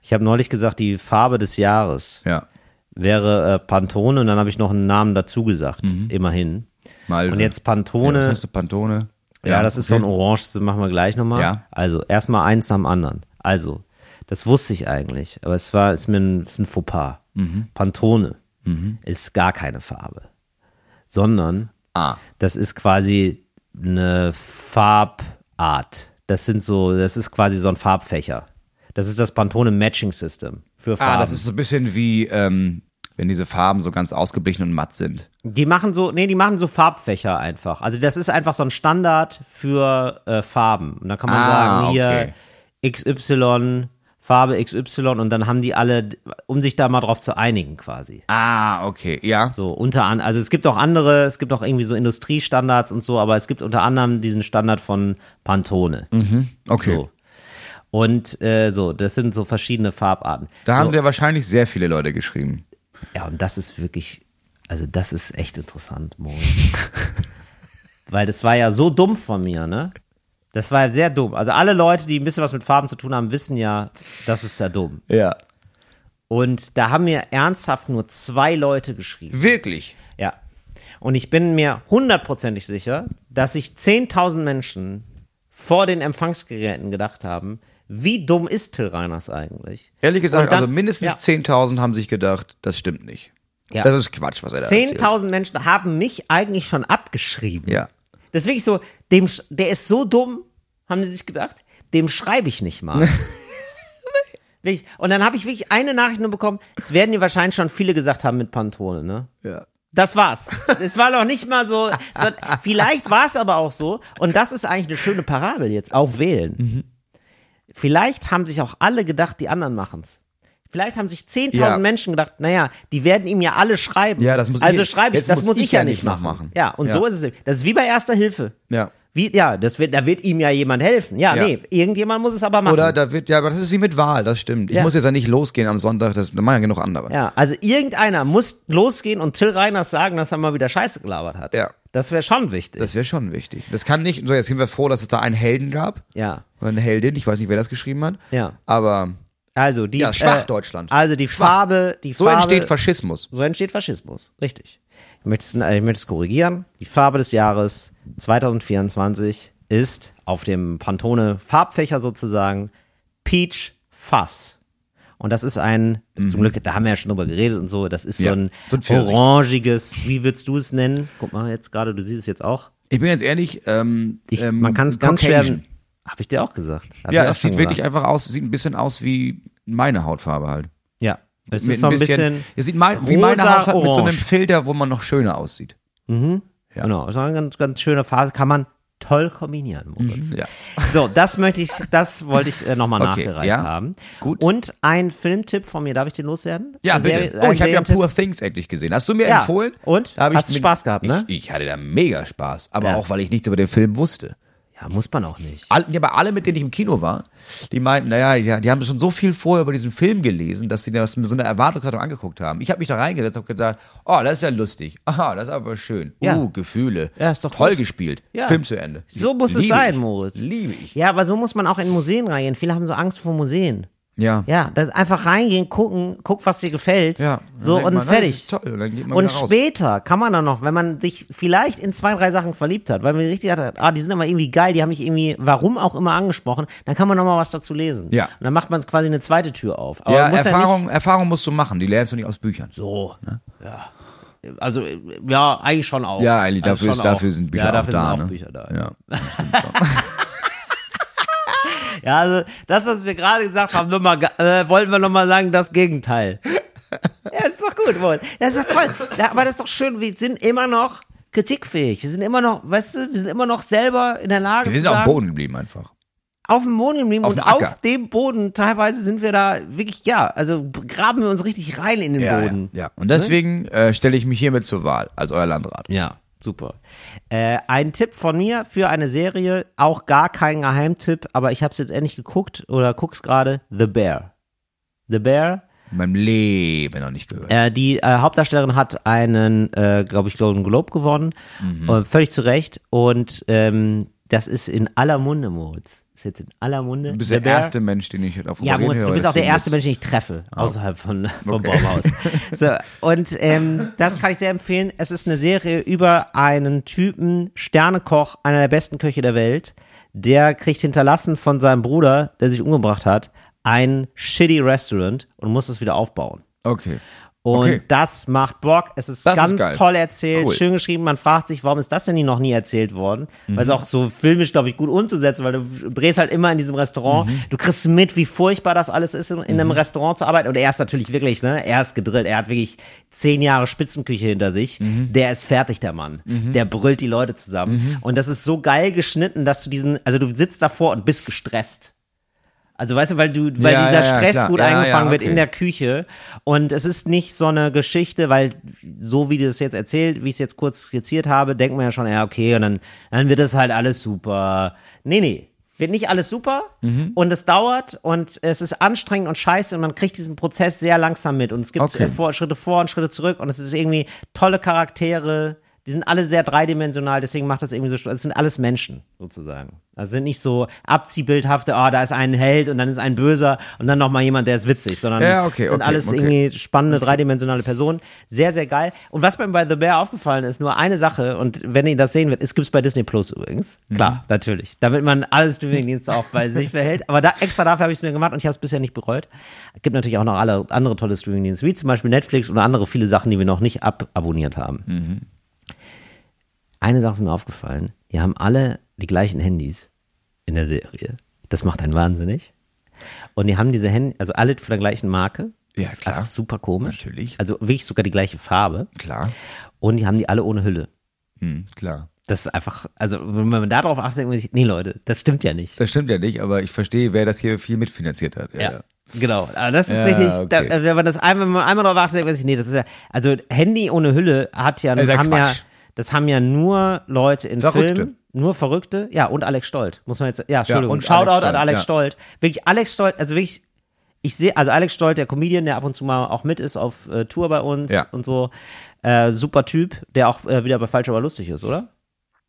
[SPEAKER 3] Ich habe neulich gesagt, die Farbe des Jahres
[SPEAKER 2] Ja.
[SPEAKER 3] wäre äh, Pantone und dann habe ich noch einen Namen dazu gesagt, immerhin.
[SPEAKER 2] Mal.
[SPEAKER 3] Und jetzt Pantone.
[SPEAKER 2] Mhm. Ja,
[SPEAKER 3] Ja,
[SPEAKER 2] was hast du, Pantone?
[SPEAKER 3] das ist so ein Orange, das machen wir gleich nochmal.
[SPEAKER 2] Ja.
[SPEAKER 3] Also erstmal eins am anderen. Also, das wusste ich eigentlich, aber es war ist mir ein, ist ein Fauxpas.
[SPEAKER 2] Mhm.
[SPEAKER 3] Pantone ist gar keine Farbe, sondern
[SPEAKER 2] Ah.
[SPEAKER 3] Das ist quasi eine Farbart. Das sind so, das ist quasi so ein Farbfächer. Das ist das Pantone Matching System für Farben.
[SPEAKER 2] Ah, das ist so ein bisschen wie, ähm, wenn diese Farben so ganz ausgeblichen und matt sind.
[SPEAKER 3] die machen so, nee, die machen so Farbfächer einfach. Also das ist einfach so ein Standard für äh, Farben. Und dann kann man
[SPEAKER 2] Ah,
[SPEAKER 3] sagen, hier
[SPEAKER 2] okay.
[SPEAKER 3] XY, Farbe XY und dann haben die alle, um sich da mal drauf zu einigen quasi.
[SPEAKER 2] Ah, okay. Ja.
[SPEAKER 3] So, unter anderem, also es gibt auch andere, es gibt auch irgendwie so Industriestandards und so, aber es gibt unter anderem diesen Standard von Pantone.
[SPEAKER 2] Okay.
[SPEAKER 3] So. Und äh, so, das sind so verschiedene Farbarten.
[SPEAKER 2] Da
[SPEAKER 3] so,
[SPEAKER 2] haben ja wahrscheinlich sehr viele Leute geschrieben.
[SPEAKER 3] ja, und das ist wirklich, also das ist echt interessant, Moritz. Weil das war ja so dumm von mir, ne? Das war ja sehr dumm. Also alle Leute, die ein bisschen was mit Farben zu tun haben, wissen ja, das ist ja dumm.
[SPEAKER 2] Ja.
[SPEAKER 3] Und da haben mir ernsthaft nur zwei Leute geschrieben.
[SPEAKER 2] Wirklich?
[SPEAKER 3] Ja. Und ich bin mir hundertprozentig sicher, dass sich 10.000 Menschen vor den Empfangsgeräten gedacht haben, wie dumm ist Till Reiners eigentlich?
[SPEAKER 2] Ehrlich gesagt,
[SPEAKER 3] Und dann-
[SPEAKER 2] also mindestens
[SPEAKER 3] ja.
[SPEAKER 2] 10.000 haben sich gedacht, das stimmt nicht.
[SPEAKER 3] Ja.
[SPEAKER 2] Das ist Quatsch, was er da erzählt.
[SPEAKER 3] 10.000 Menschen haben mich eigentlich schon abgeschrieben.
[SPEAKER 2] Ja.
[SPEAKER 3] Das ist wirklich so, dem, sch- der ist so dumm, haben sie sich gedacht, dem schreibe ich nicht mal. Wirklich. Und dann habe ich wirklich eine Nachricht nur bekommen, es werden dir wahrscheinlich schon viele gesagt haben mit Pantone, ne?
[SPEAKER 2] Ja.
[SPEAKER 3] Das war's. Es war noch nicht mal so. so vielleicht war es aber auch so. Und das ist eigentlich eine schöne Parabel jetzt. Auf Wählen. Vielleicht haben sich auch alle gedacht, die anderen machen's. Vielleicht haben sich 10.000
[SPEAKER 2] Ja.
[SPEAKER 3] Menschen gedacht, naja, die werden ihm ja alle schreiben.
[SPEAKER 2] Ja, das muss ich-
[SPEAKER 3] also schreibe ich,
[SPEAKER 2] jetzt
[SPEAKER 3] das
[SPEAKER 2] muss
[SPEAKER 3] muss ich, ja nicht machen.
[SPEAKER 2] nachmachen.
[SPEAKER 3] Ja, und
[SPEAKER 2] Ja.
[SPEAKER 3] so ist es. eben. Das ist wie bei Erster Hilfe.
[SPEAKER 2] Ja.
[SPEAKER 3] Wie, ja, das wird, da wird ihm ja jemand helfen. Ja,
[SPEAKER 2] Ja.
[SPEAKER 3] nee, irgendjemand muss es aber machen.
[SPEAKER 2] Oder da wird, ja, aber das ist wie mit Wahl, das stimmt. Ich
[SPEAKER 3] Ja.
[SPEAKER 2] muss jetzt ja nicht losgehen am Sonntag, das da machen ja genug andere.
[SPEAKER 3] Ja, also irgendeiner muss losgehen und Till Reiners sagen, dass er mal wieder Scheiße gelabert hat.
[SPEAKER 2] Ja.
[SPEAKER 3] Das wäre schon wichtig.
[SPEAKER 2] Das wäre schon wichtig. Das kann nicht, so jetzt sind wir froh, dass es da einen Helden gab.
[SPEAKER 3] ja.
[SPEAKER 2] Oder eine Heldin, ich weiß nicht, wer das geschrieben hat.
[SPEAKER 3] Ja.
[SPEAKER 2] Aber
[SPEAKER 3] Also die
[SPEAKER 2] Ja, schwach Deutschland.
[SPEAKER 3] Also die
[SPEAKER 2] Schwach.
[SPEAKER 3] Farbe, die
[SPEAKER 2] so
[SPEAKER 3] Farbe.
[SPEAKER 2] entsteht Faschismus.
[SPEAKER 3] so entsteht Faschismus, richtig. Ich möchte, es, äh, ich möchte es korrigieren. Die Farbe des Jahres 2024 ist auf dem Pantone Farbfächer sozusagen Peach Fuzz. Und das ist ein, zum Glück, da haben wir ja schon drüber geredet und so, das ist
[SPEAKER 2] Mhm. Ja,
[SPEAKER 3] so ein,
[SPEAKER 2] so ein Pfirsich.
[SPEAKER 3] orangiges, wie würdest du es nennen? Guck mal jetzt gerade, du siehst es jetzt auch.
[SPEAKER 2] Ich bin jetzt ehrlich, ähm,
[SPEAKER 3] Ich,
[SPEAKER 2] ähm,
[SPEAKER 3] man kann es ganz schwer,
[SPEAKER 2] Caucasian.
[SPEAKER 3] habe ich dir auch gesagt. Hab ich
[SPEAKER 2] Ja,
[SPEAKER 3] auch
[SPEAKER 2] es
[SPEAKER 3] schon
[SPEAKER 2] sieht wirklich
[SPEAKER 3] gesagt.
[SPEAKER 2] einfach aus, sieht ein bisschen aus wie meine Hautfarbe halt.
[SPEAKER 3] ja, es
[SPEAKER 2] Mit
[SPEAKER 3] ist so ein bisschen,
[SPEAKER 2] es sieht mein, wie meine
[SPEAKER 3] rosa,
[SPEAKER 2] Hautfarbe mit so einem
[SPEAKER 3] orange.
[SPEAKER 2] Filter, wo man noch schöner aussieht.
[SPEAKER 3] Genau, das war eine ganz, ganz schöne Phase. Kann man toll kombinieren, Moritz.
[SPEAKER 2] Ja.
[SPEAKER 3] So, das möchte ich, das wollte ich äh, nochmal
[SPEAKER 2] Mhm. Okay,
[SPEAKER 3] nachgereicht
[SPEAKER 2] ja.
[SPEAKER 3] haben.
[SPEAKER 2] Gut.
[SPEAKER 3] Und ein Filmtipp von mir, darf ich den loswerden?
[SPEAKER 2] Ja,
[SPEAKER 3] Eine
[SPEAKER 2] bitte.
[SPEAKER 3] Serie-
[SPEAKER 2] oh,
[SPEAKER 3] ein
[SPEAKER 2] ich habe ja
[SPEAKER 3] Serientipp?
[SPEAKER 2] Poor Things endlich gesehen. Hast du mir
[SPEAKER 3] Ja.
[SPEAKER 2] empfohlen?
[SPEAKER 3] Und?
[SPEAKER 2] Da hab ich
[SPEAKER 3] Hast du
[SPEAKER 2] mit-
[SPEAKER 3] Spaß gehabt, ne?
[SPEAKER 2] Ich, ich hatte da mega Spaß. Aber
[SPEAKER 3] Ja.
[SPEAKER 2] auch, weil ich nichts über den Film wusste.
[SPEAKER 3] Ja, muss man auch nicht.
[SPEAKER 2] All, ja, aber alle, mit denen ich im Kino war, die meinten, naja, ja, die haben schon so viel vorher über diesen Film gelesen, dass sie das mit so einer Erwartungshaltung angeguckt haben. Ich habe mich da reingesetzt und gesagt, oh, das ist ja lustig. Aha, das ist aber schön.
[SPEAKER 3] Ja.
[SPEAKER 2] Uh, Gefühle.
[SPEAKER 3] Ja, ist doch
[SPEAKER 2] Toll
[SPEAKER 3] gut.
[SPEAKER 2] gespielt.
[SPEAKER 3] Ja.
[SPEAKER 2] Film zu Ende.
[SPEAKER 3] So muss es
[SPEAKER 2] Liebe
[SPEAKER 3] sein,
[SPEAKER 2] ich.
[SPEAKER 3] Moritz.
[SPEAKER 2] Liebe ich.
[SPEAKER 3] Ja, aber so muss man auch in Museen reingehen. Viele haben so Angst vor Museen.
[SPEAKER 2] Ja.
[SPEAKER 3] Ja, das einfach reingehen, gucken, guck, was dir gefällt.
[SPEAKER 2] Ja.
[SPEAKER 3] So
[SPEAKER 2] Dann denkt
[SPEAKER 3] und
[SPEAKER 2] man, na, das
[SPEAKER 3] fertig.
[SPEAKER 2] ist Toll. Und dann geht man
[SPEAKER 3] Und
[SPEAKER 2] wieder raus.
[SPEAKER 3] später kann man dann noch, wenn man sich vielleicht in zwei, drei Sachen verliebt hat, weil man richtig hat, ah, die sind immer irgendwie geil, die haben mich irgendwie, warum auch immer angesprochen, dann kann man noch mal was dazu lesen.
[SPEAKER 2] Ja.
[SPEAKER 3] Und dann macht man quasi eine zweite Tür auf. Aber
[SPEAKER 2] Ja,
[SPEAKER 3] muss Ja
[SPEAKER 2] Erfahrung,
[SPEAKER 3] nicht,
[SPEAKER 2] Erfahrung musst du machen. Die lernst du nicht aus Büchern.
[SPEAKER 3] so. Ja. Also, ja, eigentlich schon auch.
[SPEAKER 2] Ja, eigentlich,
[SPEAKER 3] also
[SPEAKER 2] dafür,
[SPEAKER 3] schon
[SPEAKER 2] ist, dafür
[SPEAKER 3] auch.
[SPEAKER 2] sind Bücher
[SPEAKER 3] ja, dafür
[SPEAKER 2] auch da.
[SPEAKER 3] Sind auch
[SPEAKER 2] ne?
[SPEAKER 3] Bücher da.
[SPEAKER 2] Ja.
[SPEAKER 3] Ja, also das, was wir gerade gesagt haben, nur mal, ge- äh, wollten wir nochmal sagen, das Gegenteil. ja, ist doch gut, Moritz. Das ist doch toll. Ja, aber das ist doch schön, wir sind immer noch kritikfähig. Wir sind immer noch, weißt du, wir sind immer noch selber in der Lage,
[SPEAKER 2] Wir sind
[SPEAKER 3] zu
[SPEAKER 2] auf dem
[SPEAKER 3] sagen,
[SPEAKER 2] Boden geblieben einfach.
[SPEAKER 3] auf dem Boden geblieben
[SPEAKER 2] Auf
[SPEAKER 3] und
[SPEAKER 2] dem Acker.
[SPEAKER 3] auf dem Boden teilweise sind wir da wirklich, ja, also graben wir uns richtig rein in den Boden. Ne?
[SPEAKER 2] Ja, ja. Und deswegen äh, stelle ich mich hiermit zur Wahl als euer Landrat.
[SPEAKER 3] Ja, super. Äh, ein Tipp von mir für eine Serie, auch gar kein Geheimtipp, aber ich habe es jetzt endlich geguckt oder guck's gerade, The Bear. The Bear
[SPEAKER 2] In meinem Leben noch nicht gehört.
[SPEAKER 3] Äh, die äh, Hauptdarstellerin hat einen, äh, glaube ich, Golden Globe gewonnen.
[SPEAKER 2] Mhm.
[SPEAKER 3] Äh, völlig zu Recht. Und ähm, das ist in aller Munde, Moritz. Ist jetzt in aller Munde.
[SPEAKER 2] du bist der,
[SPEAKER 3] Bear-
[SPEAKER 2] erste Mensch, den ich auf
[SPEAKER 3] Ja, Moritz, du bist auch der erste
[SPEAKER 2] Mensch.
[SPEAKER 3] Mensch, den ich treffe, außerhalb von, vom
[SPEAKER 2] Ah. Okay.
[SPEAKER 3] Baumhaus. So, und ähm, das kann ich sehr empfehlen. Es ist eine Serie über einen Typen, Sternekoch, einer der besten Köche der Welt. Der kriegt hinterlassen von seinem Bruder, der sich umgebracht hat, ein shitty Restaurant und muss es wieder aufbauen.
[SPEAKER 2] Okay.
[SPEAKER 3] Und
[SPEAKER 2] Okay.
[SPEAKER 3] das macht Bock. Es ist
[SPEAKER 2] Das ist
[SPEAKER 3] ganz
[SPEAKER 2] geil.
[SPEAKER 3] toll erzählt,
[SPEAKER 2] Cool.
[SPEAKER 3] schön geschrieben. Man fragt sich, warum ist das denn nie- noch nie erzählt worden? Weil
[SPEAKER 2] Mhm.
[SPEAKER 3] es auch so filmisch, glaube ich, gut umzusetzen, weil du drehst halt immer in diesem Restaurant.
[SPEAKER 2] Mhm.
[SPEAKER 3] Du kriegst mit, wie furchtbar das alles ist, in, in einem Restaurant zu arbeiten. Und er ist natürlich wirklich, ne, er ist gedrillt. Er hat wirklich zehn Jahre Spitzenküche hinter sich.
[SPEAKER 2] Mhm.
[SPEAKER 3] Der ist fertig, der Mann. Der brüllt die Leute zusammen. Und das ist so geil geschnitten, dass du diesen, also du sitzt davor und bist gestresst. Also weißt du, weil du, weil
[SPEAKER 2] Ja, ja,
[SPEAKER 3] dieser
[SPEAKER 2] ja,
[SPEAKER 3] Stress
[SPEAKER 2] klar.
[SPEAKER 3] gut
[SPEAKER 2] Ja, ja,
[SPEAKER 3] eingefangen wird
[SPEAKER 2] okay.
[SPEAKER 3] in der Küche. Und es ist nicht so eine Geschichte, weil so wie du es jetzt erzählt, wie ich es jetzt kurz skizziert habe, denkt man ja schon, ja, okay, und dann, dann wird es halt alles super. Nee, nee. Wird nicht alles super
[SPEAKER 2] Mhm.
[SPEAKER 3] und es dauert und es ist anstrengend und scheiße und man kriegt diesen Prozess sehr langsam mit. Und es gibt
[SPEAKER 2] Okay.
[SPEAKER 3] äh, vor, Schritte vor und Schritte zurück und es ist irgendwie tolle Charaktere. Die sind alle sehr dreidimensional, deswegen macht das irgendwie so Spaß. Es sind alles Menschen, sozusagen. Also sind nicht so abziehbildhafte, ah, da ist ein Held und dann ist ein Böser und dann nochmal jemand, der ist witzig, sondern
[SPEAKER 2] Ja, okay,
[SPEAKER 3] sind
[SPEAKER 2] okay,
[SPEAKER 3] alles
[SPEAKER 2] okay.
[SPEAKER 3] irgendwie spannende dreidimensionale Personen. Sehr, sehr geil. Und was mir bei The Bear aufgefallen ist, nur eine Sache, und wenn ihr das sehen wird, es gibt's bei Disney Plus übrigens.
[SPEAKER 2] Mhm.
[SPEAKER 3] Klar, natürlich. Damit man alle Streamingdienste auch bei sich verhält. Aber da, extra dafür habe ich es mir gemacht und ich habe es bisher nicht bereut. Es gibt natürlich auch noch alle andere tolle Streamingdienste, wie zum Beispiel Netflix oder andere viele Sachen, die wir noch nicht ababonniert haben. Eine Sache ist mir aufgefallen. Die haben alle die gleichen Handys in der Serie. Das macht einen wahnsinnig. Und die haben diese Handys, also alle von der gleichen Marke. Das
[SPEAKER 2] Ja,
[SPEAKER 3] ist
[SPEAKER 2] klar.
[SPEAKER 3] Einfach super komisch.
[SPEAKER 2] Natürlich.
[SPEAKER 3] Also wirklich sogar die gleiche Farbe.
[SPEAKER 2] Klar.
[SPEAKER 3] Und die haben die alle ohne Hülle.
[SPEAKER 2] Hm, klar.
[SPEAKER 3] Das ist einfach, also wenn man darauf achtet, denkt man sich, nee Leute, das stimmt ja nicht.
[SPEAKER 2] Das stimmt ja nicht, aber ich verstehe, wer das hier viel mitfinanziert hat. Ja.
[SPEAKER 3] Ja.
[SPEAKER 2] ja.
[SPEAKER 3] Genau, aber das ist
[SPEAKER 2] Ja,
[SPEAKER 3] richtig, da,
[SPEAKER 2] okay.
[SPEAKER 3] also wenn man das einmal, wenn man einmal drauf achtet, denkt man sich, nee, das ist ja, also Handy ohne Hülle hat ja,
[SPEAKER 2] Ist ja
[SPEAKER 3] haben ja
[SPEAKER 2] Quatsch.
[SPEAKER 3] das haben ja nur Leute in
[SPEAKER 2] Verrückte.
[SPEAKER 3] Filmen, nur Verrückte, ja, und Alex Stolt, muss man jetzt, ja, Entschuldigung,
[SPEAKER 2] und
[SPEAKER 3] Shoutout
[SPEAKER 2] Alex
[SPEAKER 3] an
[SPEAKER 2] Stolt,
[SPEAKER 3] Alex
[SPEAKER 2] ja.
[SPEAKER 3] Stolt, wirklich Alex Stolt, also wirklich, ich sehe, also Alex Stolt, der Comedian, der ab und zu mal auch mit ist auf äh, Tour bei uns
[SPEAKER 2] Ja.
[SPEAKER 3] und so, äh, super Typ, der auch äh, wieder bei Falsch aber lustig ist, oder?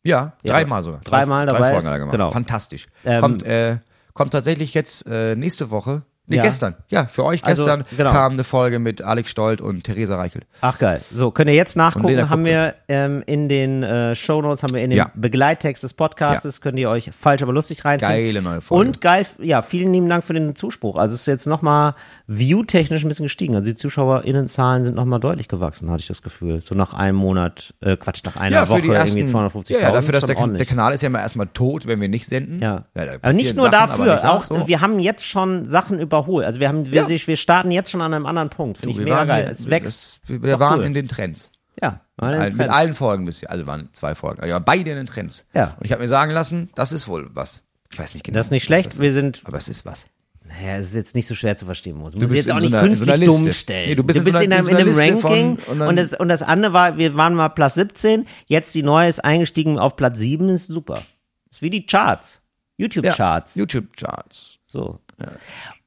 [SPEAKER 3] Ja.
[SPEAKER 2] dreimal sogar.
[SPEAKER 3] Dreimal
[SPEAKER 2] drei,
[SPEAKER 3] dabei
[SPEAKER 2] Drei
[SPEAKER 3] ist,
[SPEAKER 2] Folgen hat er gemacht.
[SPEAKER 3] genau.
[SPEAKER 2] Fantastisch.
[SPEAKER 3] Ähm,
[SPEAKER 2] kommt, äh, kommt tatsächlich jetzt äh, nächste Woche. Nee,
[SPEAKER 3] Ja.
[SPEAKER 2] gestern. Ja, für euch
[SPEAKER 3] Also,
[SPEAKER 2] gestern
[SPEAKER 3] genau.
[SPEAKER 2] kam eine Folge mit Alex Stolt und Theresa Reichelt.
[SPEAKER 3] Ach geil. So, könnt ihr jetzt
[SPEAKER 2] Und Lena
[SPEAKER 3] nachgucken, haben wir ähm, in den äh, Shownotes, haben wir in den
[SPEAKER 2] Ja.
[SPEAKER 3] Begleittext des Podcasts, könnt ihr euch falsch aber lustig reinziehen.
[SPEAKER 2] Geile neue Folge.
[SPEAKER 3] Und geil, ja, vielen lieben Dank für den Zuspruch. Also es ist jetzt nochmal view-technisch ein bisschen gestiegen. Also die ZuschauerInnenzahlen sind nochmal deutlich gewachsen, hatte ich das Gefühl. So nach einem Monat, äh, Quatsch, nach einer Woche irgendwie 250.000.
[SPEAKER 2] ja, ja, dafür, dass
[SPEAKER 3] ist
[SPEAKER 2] der,
[SPEAKER 3] schon
[SPEAKER 2] der
[SPEAKER 3] ordentlich.
[SPEAKER 2] Kanal ist ja immer erstmal tot, wenn wir nicht senden.
[SPEAKER 3] Ja.
[SPEAKER 2] da
[SPEAKER 3] aber
[SPEAKER 2] passieren
[SPEAKER 3] nicht nur
[SPEAKER 2] Sachen, aber
[SPEAKER 3] dafür,
[SPEAKER 2] nicht
[SPEAKER 3] auch
[SPEAKER 2] so.
[SPEAKER 3] wir haben jetzt schon Sachen überholt. Also wir haben wir,
[SPEAKER 2] Ja.
[SPEAKER 3] wir starten jetzt schon an einem anderen Punkt. Finde ich
[SPEAKER 2] wir
[SPEAKER 3] mega
[SPEAKER 2] waren
[SPEAKER 3] geil.
[SPEAKER 2] hier-
[SPEAKER 3] es wächst.
[SPEAKER 2] Das, wir
[SPEAKER 3] Ist doch
[SPEAKER 2] wir waren
[SPEAKER 3] cool.
[SPEAKER 2] in den Trends.
[SPEAKER 3] Ja, waren in
[SPEAKER 2] All, mit
[SPEAKER 3] Trends.
[SPEAKER 2] allen Folgen bisher. Also waren zwei Folgen. Also beide in den Trends.
[SPEAKER 3] Ja.
[SPEAKER 2] Und ich habe mir sagen lassen, das ist wohl was. Ich weiß nicht genau.
[SPEAKER 3] Das ist nicht
[SPEAKER 2] was
[SPEAKER 3] schlecht, wir
[SPEAKER 2] ist.
[SPEAKER 3] sind-
[SPEAKER 2] Aber es ist was.
[SPEAKER 3] Naja, es ist jetzt nicht so schwer zu verstehen, muss. Du
[SPEAKER 2] bist
[SPEAKER 3] jetzt auch
[SPEAKER 2] in so
[SPEAKER 3] nicht
[SPEAKER 2] einer- in so
[SPEAKER 3] künstlich
[SPEAKER 2] einer Liste.
[SPEAKER 3] dumm stellen.
[SPEAKER 2] Nee, du bist in so
[SPEAKER 3] in,
[SPEAKER 2] einer-
[SPEAKER 3] einem,
[SPEAKER 2] in so einer
[SPEAKER 3] in einem
[SPEAKER 2] Liste von-
[SPEAKER 3] Ranking
[SPEAKER 2] und
[SPEAKER 3] und,
[SPEAKER 2] dann-
[SPEAKER 3] das, und das andere war, wir waren mal Platz 17, jetzt die neue ist eingestiegen auf Platz 7, ist super. Ist wie die Charts,
[SPEAKER 2] Ja.
[SPEAKER 3] YouTube-Charts.
[SPEAKER 2] YouTube-Charts.
[SPEAKER 3] So.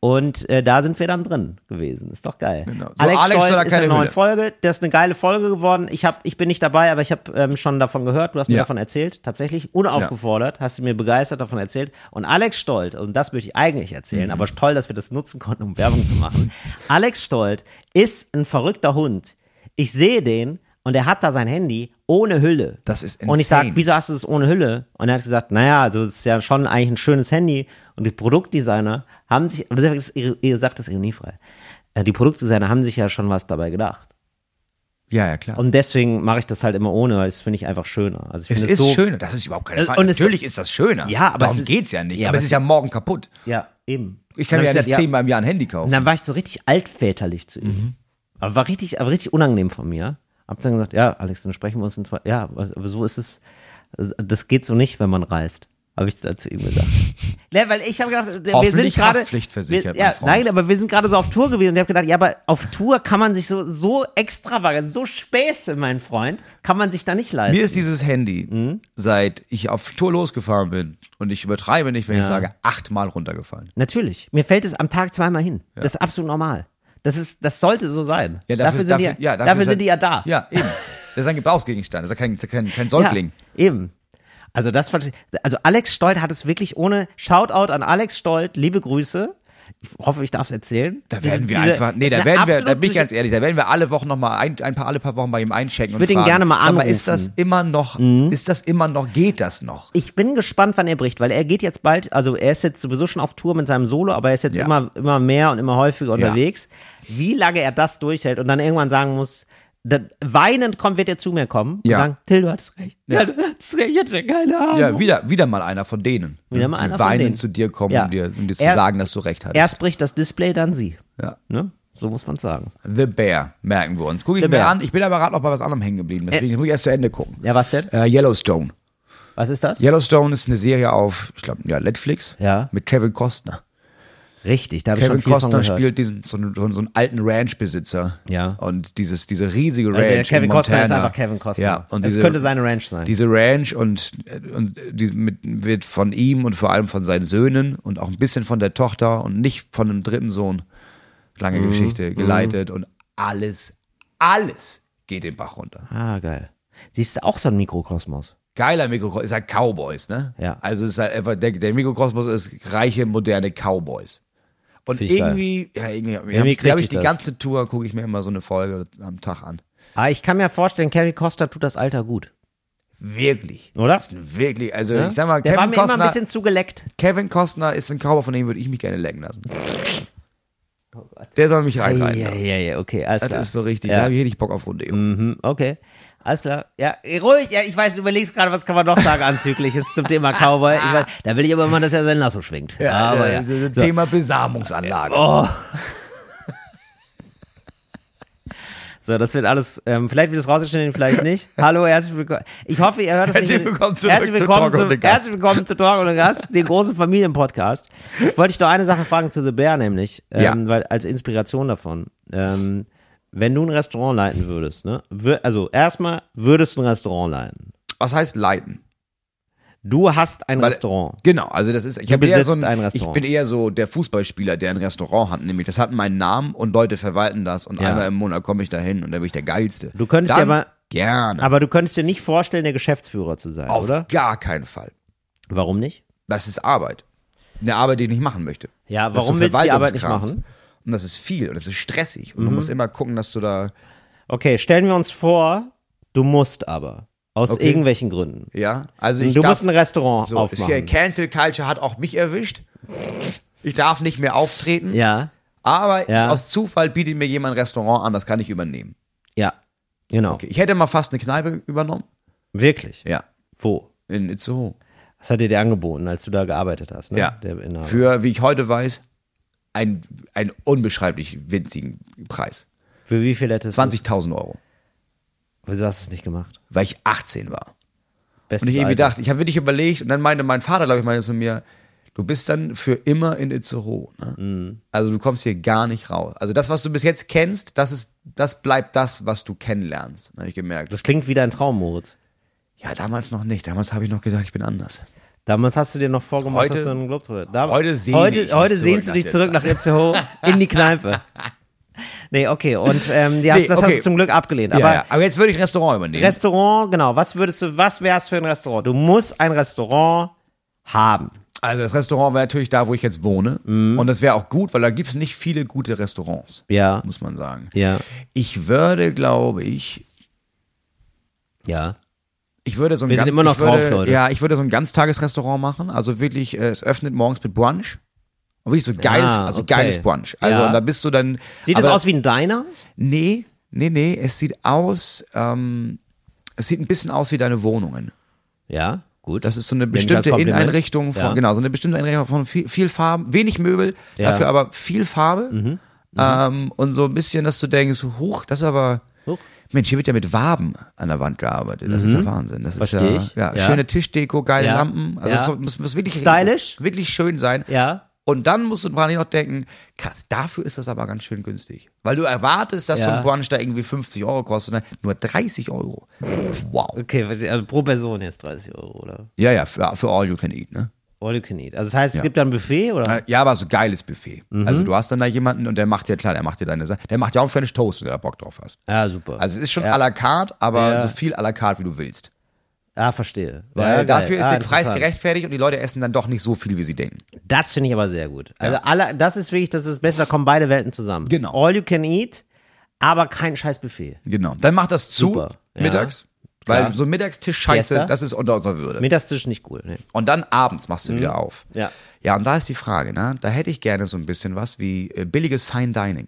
[SPEAKER 3] Und äh, da sind wir dann drin gewesen. Ist doch geil.
[SPEAKER 2] Genau. So,
[SPEAKER 3] Alex,
[SPEAKER 2] Alex
[SPEAKER 3] Stolz
[SPEAKER 2] oder
[SPEAKER 3] ist in
[SPEAKER 2] keine
[SPEAKER 3] der neuen
[SPEAKER 2] Hülle.
[SPEAKER 3] Folge. Das ist eine geile Folge geworden. Ich, hab, ich bin nicht dabei, aber ich habe ähm, schon davon gehört. Du hast mir
[SPEAKER 2] Ja.
[SPEAKER 3] davon erzählt. Tatsächlich unaufgefordert. Hast du mir begeistert davon erzählt. Und Alex Stolt, und das möchte ich eigentlich erzählen,
[SPEAKER 2] Mhm.
[SPEAKER 3] aber toll, dass wir das nutzen konnten, um Werbung zu machen. Alex Stolt ist ein verrückter Hund. Ich sehe den und er hat da sein Handy ohne Hülle.
[SPEAKER 2] Das ist
[SPEAKER 3] Und ich
[SPEAKER 2] insane.
[SPEAKER 3] sag, wieso hast du es ohne Hülle? Und er hat gesagt, naja, also es ist ja schon eigentlich ein schönes Handy. Und die Produktdesigner haben sich, aber das ist, ir- ihr sagt das ironiefrei, Äh, die Produktdesigner haben sich ja schon was dabei gedacht.
[SPEAKER 2] Ja, ja, klar.
[SPEAKER 3] Und deswegen mache ich das halt immer ohne, weil das finde ich einfach schöner. Also ich
[SPEAKER 2] es
[SPEAKER 3] finde
[SPEAKER 2] ist
[SPEAKER 3] so,
[SPEAKER 2] schöner, das ist überhaupt keine
[SPEAKER 3] Es-
[SPEAKER 2] Frage.
[SPEAKER 3] und es-
[SPEAKER 2] Natürlich ist das schöner.
[SPEAKER 3] Ja, aber
[SPEAKER 2] Darum
[SPEAKER 3] es ist-
[SPEAKER 2] geht's ja nicht.
[SPEAKER 3] Ja,
[SPEAKER 2] aber es ist ja morgen kaputt.
[SPEAKER 3] Ja, eben.
[SPEAKER 2] Ich kann
[SPEAKER 3] Und
[SPEAKER 2] mir ja nicht
[SPEAKER 3] dann hab ich gesagt,
[SPEAKER 2] zehnmal im Jahr ein Handy kaufen.
[SPEAKER 3] Und dann war ich so richtig altväterlich zu ihm.
[SPEAKER 2] Mhm.
[SPEAKER 3] Aber war richtig, aber richtig unangenehm von mir. Hab dann gesagt, ja, Alex, dann sprechen wir uns in zwei. Ja, aber so ist es. Das geht so nicht, wenn man reist. Habe ich da zu ihm gesagt. ne, weil ich habe gedacht, wir sind
[SPEAKER 2] Hoffentlich
[SPEAKER 3] gerade.
[SPEAKER 2] haftpflichtversichert,
[SPEAKER 3] wir- Ja,
[SPEAKER 2] mein Freund.
[SPEAKER 3] nein, aber wir sind gerade so auf Tour gewesen und ich habe gedacht, ja, aber auf Tour kann man sich so, so extravagant, so Späße, mein Freund, kann man sich da nicht leisten.
[SPEAKER 2] Mir ist dieses Handy,
[SPEAKER 3] Mhm.
[SPEAKER 2] seit ich auf Tour losgefahren bin, und ich übertreibe nicht, wenn ich sage, achtmal runtergefallen.
[SPEAKER 3] Natürlich. Mir fällt es am Tag zweimal hin. Das ist absolut normal. Das ist, das sollte so sein.
[SPEAKER 2] ist-
[SPEAKER 3] sind, die,
[SPEAKER 2] ja,
[SPEAKER 3] dafür, sind die ja da.
[SPEAKER 2] Ja, eben. Das ist ein Gebrauchsgegenstand, das ist ja kein, das ist ja kein, kein Säugling.
[SPEAKER 3] Ja, eben. Also das verste- also Alex Stolt hat es wirklich ohne Shoutout an Alex Stolt, liebe Grüße. Ich hoffe, ich darf es erzählen.
[SPEAKER 2] Da
[SPEAKER 3] Diese-
[SPEAKER 2] werden wir
[SPEAKER 3] diese-
[SPEAKER 2] einfach, nee,
[SPEAKER 3] das
[SPEAKER 2] da
[SPEAKER 3] ist
[SPEAKER 2] werden
[SPEAKER 3] eine
[SPEAKER 2] wir, da bin ich
[SPEAKER 3] absolute-
[SPEAKER 2] ganz ehrlich, da werden wir alle Wochen nochmal, ein, ein paar, alle paar Wochen bei ihm einchecken und
[SPEAKER 3] würd ihn
[SPEAKER 2] fragen,
[SPEAKER 3] gerne mal
[SPEAKER 2] sag mal, ist das
[SPEAKER 3] anrufen. Mhm.
[SPEAKER 2] immer noch, ist das immer noch, geht das noch?
[SPEAKER 3] Ich bin gespannt, wann er bricht, weil er geht jetzt bald, also er ist jetzt sowieso schon auf Tour mit seinem Solo, aber er ist jetzt
[SPEAKER 2] Ja.
[SPEAKER 3] immer, immer mehr und immer häufiger unterwegs. Wie lange er das durchhält und dann irgendwann sagen muss, dann weinend kommt, wird er zu mir kommen
[SPEAKER 2] Ja.
[SPEAKER 3] und sagen, Till, du hattest recht. Ja. du hattest recht, jetzt keine Ahnung.
[SPEAKER 2] Ja, wieder, wieder mal einer von denen.
[SPEAKER 3] Wieder mal
[SPEAKER 2] die
[SPEAKER 3] einer von
[SPEAKER 2] weinen
[SPEAKER 3] denen.
[SPEAKER 2] zu dir kommen,
[SPEAKER 3] Ja.
[SPEAKER 2] um dir, um dir zu
[SPEAKER 3] Er-
[SPEAKER 2] sagen, dass du recht hattest.
[SPEAKER 3] Erst bricht das Display, dann sie.
[SPEAKER 2] ja.
[SPEAKER 3] Ne? So muss man sagen.
[SPEAKER 2] The Bear, merken wir uns. Gucke ich
[SPEAKER 3] The
[SPEAKER 2] mir
[SPEAKER 3] Bear.
[SPEAKER 2] an. Ich bin aber gerade noch bei was anderem hängen geblieben, deswegen muss ich erst zu Ende gucken.
[SPEAKER 3] Ja, was denn?
[SPEAKER 2] Äh, Yellowstone.
[SPEAKER 3] Was ist das?
[SPEAKER 2] Yellowstone ist eine Serie auf, ich glaube, ja, Netflix.
[SPEAKER 3] Ja.
[SPEAKER 2] Mit Kevin Costner.
[SPEAKER 3] Richtig, da habe ich schon
[SPEAKER 2] Kevin
[SPEAKER 3] viel von
[SPEAKER 2] Costner
[SPEAKER 3] gehört.
[SPEAKER 2] spielt diesen, so, einen, so einen alten Ranch-Besitzer.
[SPEAKER 3] Ja.
[SPEAKER 2] Und dieses, diese riesige Ranch.
[SPEAKER 3] also der
[SPEAKER 2] in
[SPEAKER 3] Kevin Costner ist
[SPEAKER 2] Montana.
[SPEAKER 3] einfach Kevin Costner. Also
[SPEAKER 2] Ja. Und
[SPEAKER 3] es
[SPEAKER 2] diese,
[SPEAKER 3] könnte seine Ranch sein.
[SPEAKER 2] Diese Ranch und, und die mit, wird von ihm und vor allem von seinen Söhnen und auch ein bisschen von der Tochter und nicht von einem dritten Sohn, lange
[SPEAKER 3] Mhm.
[SPEAKER 2] Geschichte, geleitet und alles, alles geht den Bach runter.
[SPEAKER 3] ah, geil. Siehst du auch so einen Mikrokosmos?
[SPEAKER 2] Geiler Mikrokosmos, ist halt Cowboys, ne?
[SPEAKER 3] Ja.
[SPEAKER 2] Also es ist halt einfach, der, der Mikrokosmos ist reiche, moderne Cowboys. Und
[SPEAKER 3] Find ich geil.
[SPEAKER 2] irgendwie, ja, irgendwie, irgendwie
[SPEAKER 3] Irgendwie kriegt
[SPEAKER 2] glaube ich,
[SPEAKER 3] dich
[SPEAKER 2] die
[SPEAKER 3] das.
[SPEAKER 2] ganze Tour gucke ich mir immer so eine Folge am Tag an.
[SPEAKER 3] Ah, ich kann mir vorstellen, Kevin Costner tut das Alter gut.
[SPEAKER 2] Wirklich.
[SPEAKER 3] Oder?
[SPEAKER 2] Das ist wirklich, also
[SPEAKER 3] ne?
[SPEAKER 2] ich sag mal,
[SPEAKER 3] der war
[SPEAKER 2] Kevin
[SPEAKER 3] mir immer ein
[SPEAKER 2] Costner,
[SPEAKER 3] bisschen zugeleckt.
[SPEAKER 2] Kevin Costner ist ein Cowboy, von dem würde ich mich gerne lecken lassen. Der soll mich
[SPEAKER 3] Ja,
[SPEAKER 2] reinreiten.
[SPEAKER 3] ja, ja, ja, okay, alles
[SPEAKER 2] Das
[SPEAKER 3] klar.
[SPEAKER 2] ist so richtig. Da
[SPEAKER 3] Ja.
[SPEAKER 2] habe ich richtig Bock auf Runde. Junge.
[SPEAKER 3] Mhm, okay, alles klar. Ja, eh, ruhig. Ja, ich weiß, du überlegst gerade, was kann man noch sagen anzügliches zum Thema Cowboy. Ich weiß, da will ich aber immer, dass er sein Lasso schwingt. Ja, aber ja.
[SPEAKER 2] Äh,
[SPEAKER 3] Oh.
[SPEAKER 2] so- so Thema Besamungsanlage.
[SPEAKER 3] So, das wird alles, ähm, vielleicht wird es rausgeschnitten, vielleicht nicht. Hallo, herzlich willkommen. Ich hoffe, ihr hört es
[SPEAKER 2] Herzlich
[SPEAKER 3] nicht.
[SPEAKER 2] willkommen zurück
[SPEAKER 3] herzlich
[SPEAKER 2] zu
[SPEAKER 3] willkommen
[SPEAKER 2] Talk ohne Gast.
[SPEAKER 3] Herzlich willkommen zu Talk und Gast, den großen Familienpodcast. Ich wollte dich doch eine Sache fragen zu The Bear nämlich, ähm,
[SPEAKER 2] Ja.
[SPEAKER 3] weil als Inspiration davon. Ähm, wenn du ein Restaurant leiten würdest, ne? Wür- Also erstmal würdest du ein Restaurant leiten.
[SPEAKER 2] Was heißt leiten?
[SPEAKER 3] Du hast ein
[SPEAKER 2] Weil-
[SPEAKER 3] Restaurant.
[SPEAKER 2] Genau, also das ist, ich, hab eher
[SPEAKER 3] besitzt
[SPEAKER 2] so ein,
[SPEAKER 3] ein
[SPEAKER 2] ich
[SPEAKER 3] Restaurant.
[SPEAKER 2] bin eher so der Fußballspieler, der ein Restaurant hat, nämlich das hat meinen Namen und Leute verwalten das und
[SPEAKER 3] Ja.
[SPEAKER 2] einmal im Monat komme ich da hin und dann bin ich der Geilste.
[SPEAKER 3] Du könntest
[SPEAKER 2] dann,
[SPEAKER 3] dir aber-
[SPEAKER 2] Gerne,
[SPEAKER 3] Aber du könntest dir nicht vorstellen, der Geschäftsführer zu sein,
[SPEAKER 2] auf
[SPEAKER 3] oder?
[SPEAKER 2] gar keinen Fall.
[SPEAKER 3] Warum nicht?
[SPEAKER 2] Das ist Arbeit. Eine Arbeit, die ich nicht machen möchte.
[SPEAKER 3] Ja,
[SPEAKER 2] Das ist
[SPEAKER 3] warum
[SPEAKER 2] so
[SPEAKER 3] willst du die Arbeit nicht
[SPEAKER 2] Verwaltungskrams.
[SPEAKER 3] machen? Mhm.
[SPEAKER 2] Und das ist viel und das ist stressig und du musst immer gucken, dass du da,
[SPEAKER 3] Okay, stellen wir uns vor, du musst aber. Aus
[SPEAKER 2] Okay.
[SPEAKER 3] irgendwelchen Gründen.
[SPEAKER 2] ja, also ich
[SPEAKER 3] du
[SPEAKER 2] darf,
[SPEAKER 3] musst ein Restaurant
[SPEAKER 2] so, ist hier,
[SPEAKER 3] aufmachen.
[SPEAKER 2] Cancel Culture hat auch mich erwischt. Ich darf nicht mehr auftreten,
[SPEAKER 3] Ja,
[SPEAKER 2] aber
[SPEAKER 3] Ja.
[SPEAKER 2] aus Zufall bietet mir jemand ein Restaurant an, das kann ich übernehmen.
[SPEAKER 3] ja, genau.
[SPEAKER 2] Okay, Ich hätte mal fast eine Kneipe übernommen.
[SPEAKER 3] Wirklich.
[SPEAKER 2] Ja.
[SPEAKER 3] Wo?
[SPEAKER 2] In Itzehoe.
[SPEAKER 3] Was hat dir der angeboten, als du da gearbeitet hast? Ne?
[SPEAKER 2] Ja.
[SPEAKER 3] Der Inhaber.
[SPEAKER 2] Für, wie ich heute weiß, ein- einen unbeschreiblich winzigen Preis.
[SPEAKER 3] Für wie viel hättest
[SPEAKER 2] 20.000 Euro.
[SPEAKER 3] du? Wieso hast du es nicht gemacht?
[SPEAKER 2] weil ich 18 war.
[SPEAKER 3] Bestes
[SPEAKER 2] Und ich irgendwie
[SPEAKER 3] Alter.
[SPEAKER 2] dachte, ich habe wirklich überlegt und dann meinte mein Vater, glaube ich, meinte zu mir, du bist dann für immer in Itzehoe. Ne? Also du kommst hier gar nicht raus. Also das, was du bis jetzt kennst, das ist, das bleibt das, was du kennenlernst. Habe ich gemerkt.
[SPEAKER 3] Das klingt wie dein Traum, Moritz.
[SPEAKER 2] ja, damals noch nicht. Damals habe ich noch gedacht, ich bin anders.
[SPEAKER 3] Damals hast du dir noch vorgemacht,
[SPEAKER 2] Heute-
[SPEAKER 3] dass du einen Globetrotter da,
[SPEAKER 2] heute sehne ich mich
[SPEAKER 3] Heute, heute
[SPEAKER 2] zurück
[SPEAKER 3] sehnst du
[SPEAKER 2] nach
[SPEAKER 3] dich
[SPEAKER 2] der
[SPEAKER 3] zurück nach Itzehoe in die Kneipe. Nee, okay. Und ähm, die hast,
[SPEAKER 2] Nee,
[SPEAKER 3] das
[SPEAKER 2] okay.
[SPEAKER 3] hast du zum Glück abgelehnt. Aber
[SPEAKER 2] Aber, ja, ja. aber jetzt würde ich ein Restaurant übernehmen.
[SPEAKER 3] Restaurant, genau. Was würdest du, was wär's für ein Restaurant? Du musst ein Restaurant haben.
[SPEAKER 2] also das Restaurant wäre natürlich da, wo ich jetzt wohne.
[SPEAKER 3] Mhm.
[SPEAKER 2] Und das wäre auch gut, weil da gibt es nicht viele gute Restaurants,
[SPEAKER 3] Ja.
[SPEAKER 2] muss man sagen.
[SPEAKER 3] Ja.
[SPEAKER 2] Ich würde, glaube ich,
[SPEAKER 3] Ja.
[SPEAKER 2] Ich würde so ein
[SPEAKER 3] Wir sind
[SPEAKER 2] ganz,
[SPEAKER 3] immer noch
[SPEAKER 2] ich würde,
[SPEAKER 3] drauf, Leute.
[SPEAKER 2] Ja, ich würde so ein Ganztagesrestaurant machen. Also wirklich, äh, es öffnet morgens mit Brunch. Und wirklich so geiles,
[SPEAKER 3] Ah,
[SPEAKER 2] also
[SPEAKER 3] okay.
[SPEAKER 2] geiles Brunch. Also
[SPEAKER 3] Ja.
[SPEAKER 2] und da bist du dann.
[SPEAKER 3] Sieht es
[SPEAKER 2] aber-
[SPEAKER 3] aus wie ein Diner?
[SPEAKER 2] Nee, nee, nee. Es sieht aus, ähm, es sieht ein bisschen aus wie deine Wohnungen.
[SPEAKER 3] Ja, gut.
[SPEAKER 2] Das ist so eine
[SPEAKER 3] Nehmen wir als
[SPEAKER 2] bestimmte
[SPEAKER 3] Kompliment.
[SPEAKER 2] Inneneinrichtung von,
[SPEAKER 3] Ja.
[SPEAKER 2] genau, so eine bestimmte Einrichtung von viel, viel Farben, wenig Möbel,
[SPEAKER 3] Ja. Mhm.
[SPEAKER 2] dafür aber viel Farbe. Ähm, und so ein bisschen, dass du denkst, huch, das ist aber.
[SPEAKER 3] Huch. Mhm.
[SPEAKER 2] Mensch, hier wird ja mit Waben an der Wand gearbeitet. Das ist ja Wahnsinn. Das ist ja,
[SPEAKER 3] Versteh ich.
[SPEAKER 2] ja,
[SPEAKER 3] Ja.
[SPEAKER 2] schöne Tischdeko, geile
[SPEAKER 3] Ja.
[SPEAKER 2] Lampen. Also
[SPEAKER 3] Ja.
[SPEAKER 2] es muss, muss wirklich
[SPEAKER 3] Stylisch.
[SPEAKER 2] wirklich schön sein.
[SPEAKER 3] Ja.
[SPEAKER 2] Und dann musst du wahrscheinlich noch denken, krass, dafür ist das aber ganz schön günstig. Weil du erwartest, dass so
[SPEAKER 3] Ja.
[SPEAKER 2] ein Brunch da irgendwie 50 Euro kostet, ne? nur 30 Euro. Wow.
[SPEAKER 3] Okay, also pro Person jetzt 30 Euro, oder?
[SPEAKER 2] Ja, ja, für, für all you can eat, ne?
[SPEAKER 3] All you can eat. Also das heißt, es gibt da ein Buffet, oder?
[SPEAKER 2] Äh, Ja, aber so geiles Buffet.
[SPEAKER 3] Mhm.
[SPEAKER 2] Also du hast dann da jemanden und der macht dir, klar, der macht dir deine Sachen. Der macht ja auch einen French Toast, wenn du da Bock drauf hast.
[SPEAKER 3] Ja, super.
[SPEAKER 2] Also es ist schon
[SPEAKER 3] ja.
[SPEAKER 2] à la carte, aber
[SPEAKER 3] Ja.
[SPEAKER 2] so viel à la carte, wie du willst.
[SPEAKER 3] Ah, verstehe.
[SPEAKER 2] Weil
[SPEAKER 3] Ja, geil.
[SPEAKER 2] dafür ist
[SPEAKER 3] Ah,
[SPEAKER 2] der Preis
[SPEAKER 3] interessant.
[SPEAKER 2] gerechtfertigt und die Leute essen dann doch nicht so viel, wie sie denken.
[SPEAKER 3] Das finde ich aber sehr gut. Also alle, das ist wirklich, das ist das Beste, da kommen beide Welten zusammen.
[SPEAKER 2] Genau.
[SPEAKER 3] All you can eat, aber kein scheiß Buffet.
[SPEAKER 2] Genau. Dann mach das zu
[SPEAKER 3] Super. Ja.
[SPEAKER 2] mittags. Weil
[SPEAKER 3] Klar.
[SPEAKER 2] so Mittagstisch scheiße,
[SPEAKER 3] Fiesta.
[SPEAKER 2] das ist unter unserer Würde.
[SPEAKER 3] Mittagstisch nicht cool. Nee.
[SPEAKER 2] Und dann abends machst du
[SPEAKER 3] Mhm.
[SPEAKER 2] wieder auf.
[SPEAKER 3] Ja.
[SPEAKER 2] Ja, und da ist die Frage, ne? Da hätte ich gerne so ein bisschen was wie äh, billiges Fine Dining.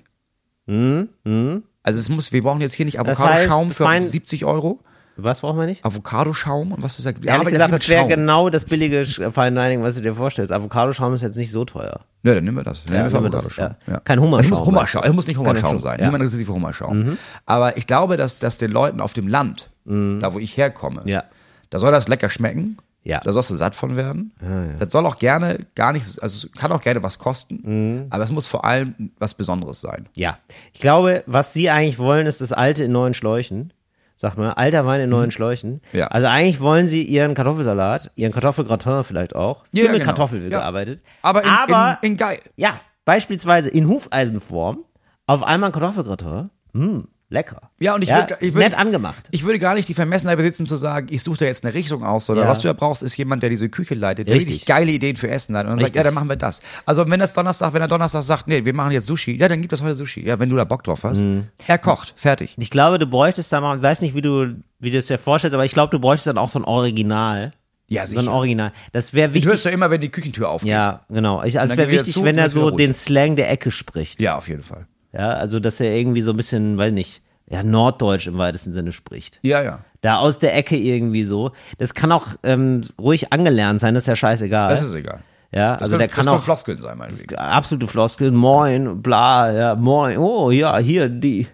[SPEAKER 2] Also es muss, wir brauchen jetzt hier nicht Avocado-Schaum
[SPEAKER 3] Mhm. heißt,
[SPEAKER 2] für
[SPEAKER 3] Fine-
[SPEAKER 2] 70 Euro.
[SPEAKER 3] Was brauchen wir nicht?
[SPEAKER 2] Avocadoschaum und was ist da? Ja,
[SPEAKER 3] Ehrlich gesagt,
[SPEAKER 2] ist
[SPEAKER 3] das wäre
[SPEAKER 2] mit Schaum.
[SPEAKER 3] genau das billige Sch- Fine Dining, was du dir vorstellst. Avocadoschaum ist jetzt nicht so teuer.
[SPEAKER 2] Nö, dann nehmen wir das. Dann
[SPEAKER 3] Ja,
[SPEAKER 2] nehmen wir
[SPEAKER 3] nehmen wir das,
[SPEAKER 2] Avocadoschaum.
[SPEAKER 3] ja. Kein Hummerschaum,
[SPEAKER 2] Es muss, Hummerschaum.
[SPEAKER 3] weißt du.
[SPEAKER 2] Es muss nicht Hummerschaum
[SPEAKER 3] Hummerschaum,
[SPEAKER 2] sein.
[SPEAKER 3] ja. Mhm.
[SPEAKER 2] Niemand interessiert sich für Hummerschaum. Aber ich glaube, dass dass den Leuten auf dem Land, da wo ich herkomme,
[SPEAKER 3] Mhm. Ja.
[SPEAKER 2] da soll das lecker schmecken.
[SPEAKER 3] Ja. Ah,
[SPEAKER 2] Da sollst du satt von werden. Das soll auch gerne gar nicht, also es kann auch gerne was
[SPEAKER 3] Mhm.
[SPEAKER 2] kosten, aber es muss vor allem was Besonderes sein.
[SPEAKER 3] Ja. Ich glaube, was sie eigentlich wollen, ist das Alte in neuen Schläuchen. Sag mal, alter Wein in neuen Schläuchen.
[SPEAKER 2] Mhm. Ja.
[SPEAKER 3] Also eigentlich wollen sie ihren Kartoffelsalat, ihren Kartoffelgratin vielleicht auch. Viel
[SPEAKER 2] Ja,
[SPEAKER 3] mit
[SPEAKER 2] genau.
[SPEAKER 3] Kartoffeln wird
[SPEAKER 2] Ja.
[SPEAKER 3] gearbeitet.
[SPEAKER 2] Aber in,
[SPEAKER 3] aber
[SPEAKER 2] in, in geil.
[SPEAKER 3] Ja, beispielsweise in Hufeisenform auf einmal ein Kartoffelgratin. Hm, lecker.
[SPEAKER 2] Ja, und ich würd- ich würd-
[SPEAKER 3] nett angemacht.
[SPEAKER 2] Ich würde gar nicht die Vermessenheit besitzen zu sagen, ich suche da jetzt eine Richtung aus, sondern
[SPEAKER 3] Ja.
[SPEAKER 2] was du da brauchst, ist jemand, der diese Küche leitet, der
[SPEAKER 3] Richtig.
[SPEAKER 2] wirklich geile Ideen für Essen hat und dann sagt,
[SPEAKER 3] Richtig.
[SPEAKER 2] ja, dann machen wir das. Also wenn das Donnerstag, wenn er Donnerstag sagt, nee, wir machen jetzt Sushi, ja, dann gibt es heute Sushi. Ja, wenn du da Bock drauf hast.
[SPEAKER 3] Mhm.
[SPEAKER 2] Er kocht, fertig.
[SPEAKER 3] Ich glaube, du bräuchtest da mal, ich weiß nicht, wie du wie du es dir vorstellst, aber ich glaube, du bräuchtest dann auch so ein Original.
[SPEAKER 2] Ja,
[SPEAKER 3] So ein Original. Das wäre
[SPEAKER 2] Du hörst ja
[SPEAKER 3] wichtig.
[SPEAKER 2] immer, wenn die Küchentür aufgeht.
[SPEAKER 3] Ja, genau. Ich,
[SPEAKER 2] dann
[SPEAKER 3] also es wäre
[SPEAKER 2] gehen wir
[SPEAKER 3] wichtig,
[SPEAKER 2] zu
[SPEAKER 3] wenn
[SPEAKER 2] und
[SPEAKER 3] er
[SPEAKER 2] ist wieder
[SPEAKER 3] so
[SPEAKER 2] ruhig.
[SPEAKER 3] den Slang der Ecke spricht.
[SPEAKER 2] ja, auf jeden Fall.
[SPEAKER 3] Ja, also dass er irgendwie so ein bisschen, weiß nicht, ja, Norddeutsch im weitesten Sinne spricht.
[SPEAKER 2] Ja, ja.
[SPEAKER 3] Da aus der Ecke irgendwie so. Das kann auch ähm, ruhig angelernt sein, das ist ja scheißegal.
[SPEAKER 2] Das ist egal.
[SPEAKER 3] ja,
[SPEAKER 2] Das
[SPEAKER 3] also der kann
[SPEAKER 2] das
[SPEAKER 3] auch
[SPEAKER 2] Floskeln sein, meinetwegen.
[SPEAKER 3] absolute Floskeln, moin, bla, ja, moin, oh ja, hier die,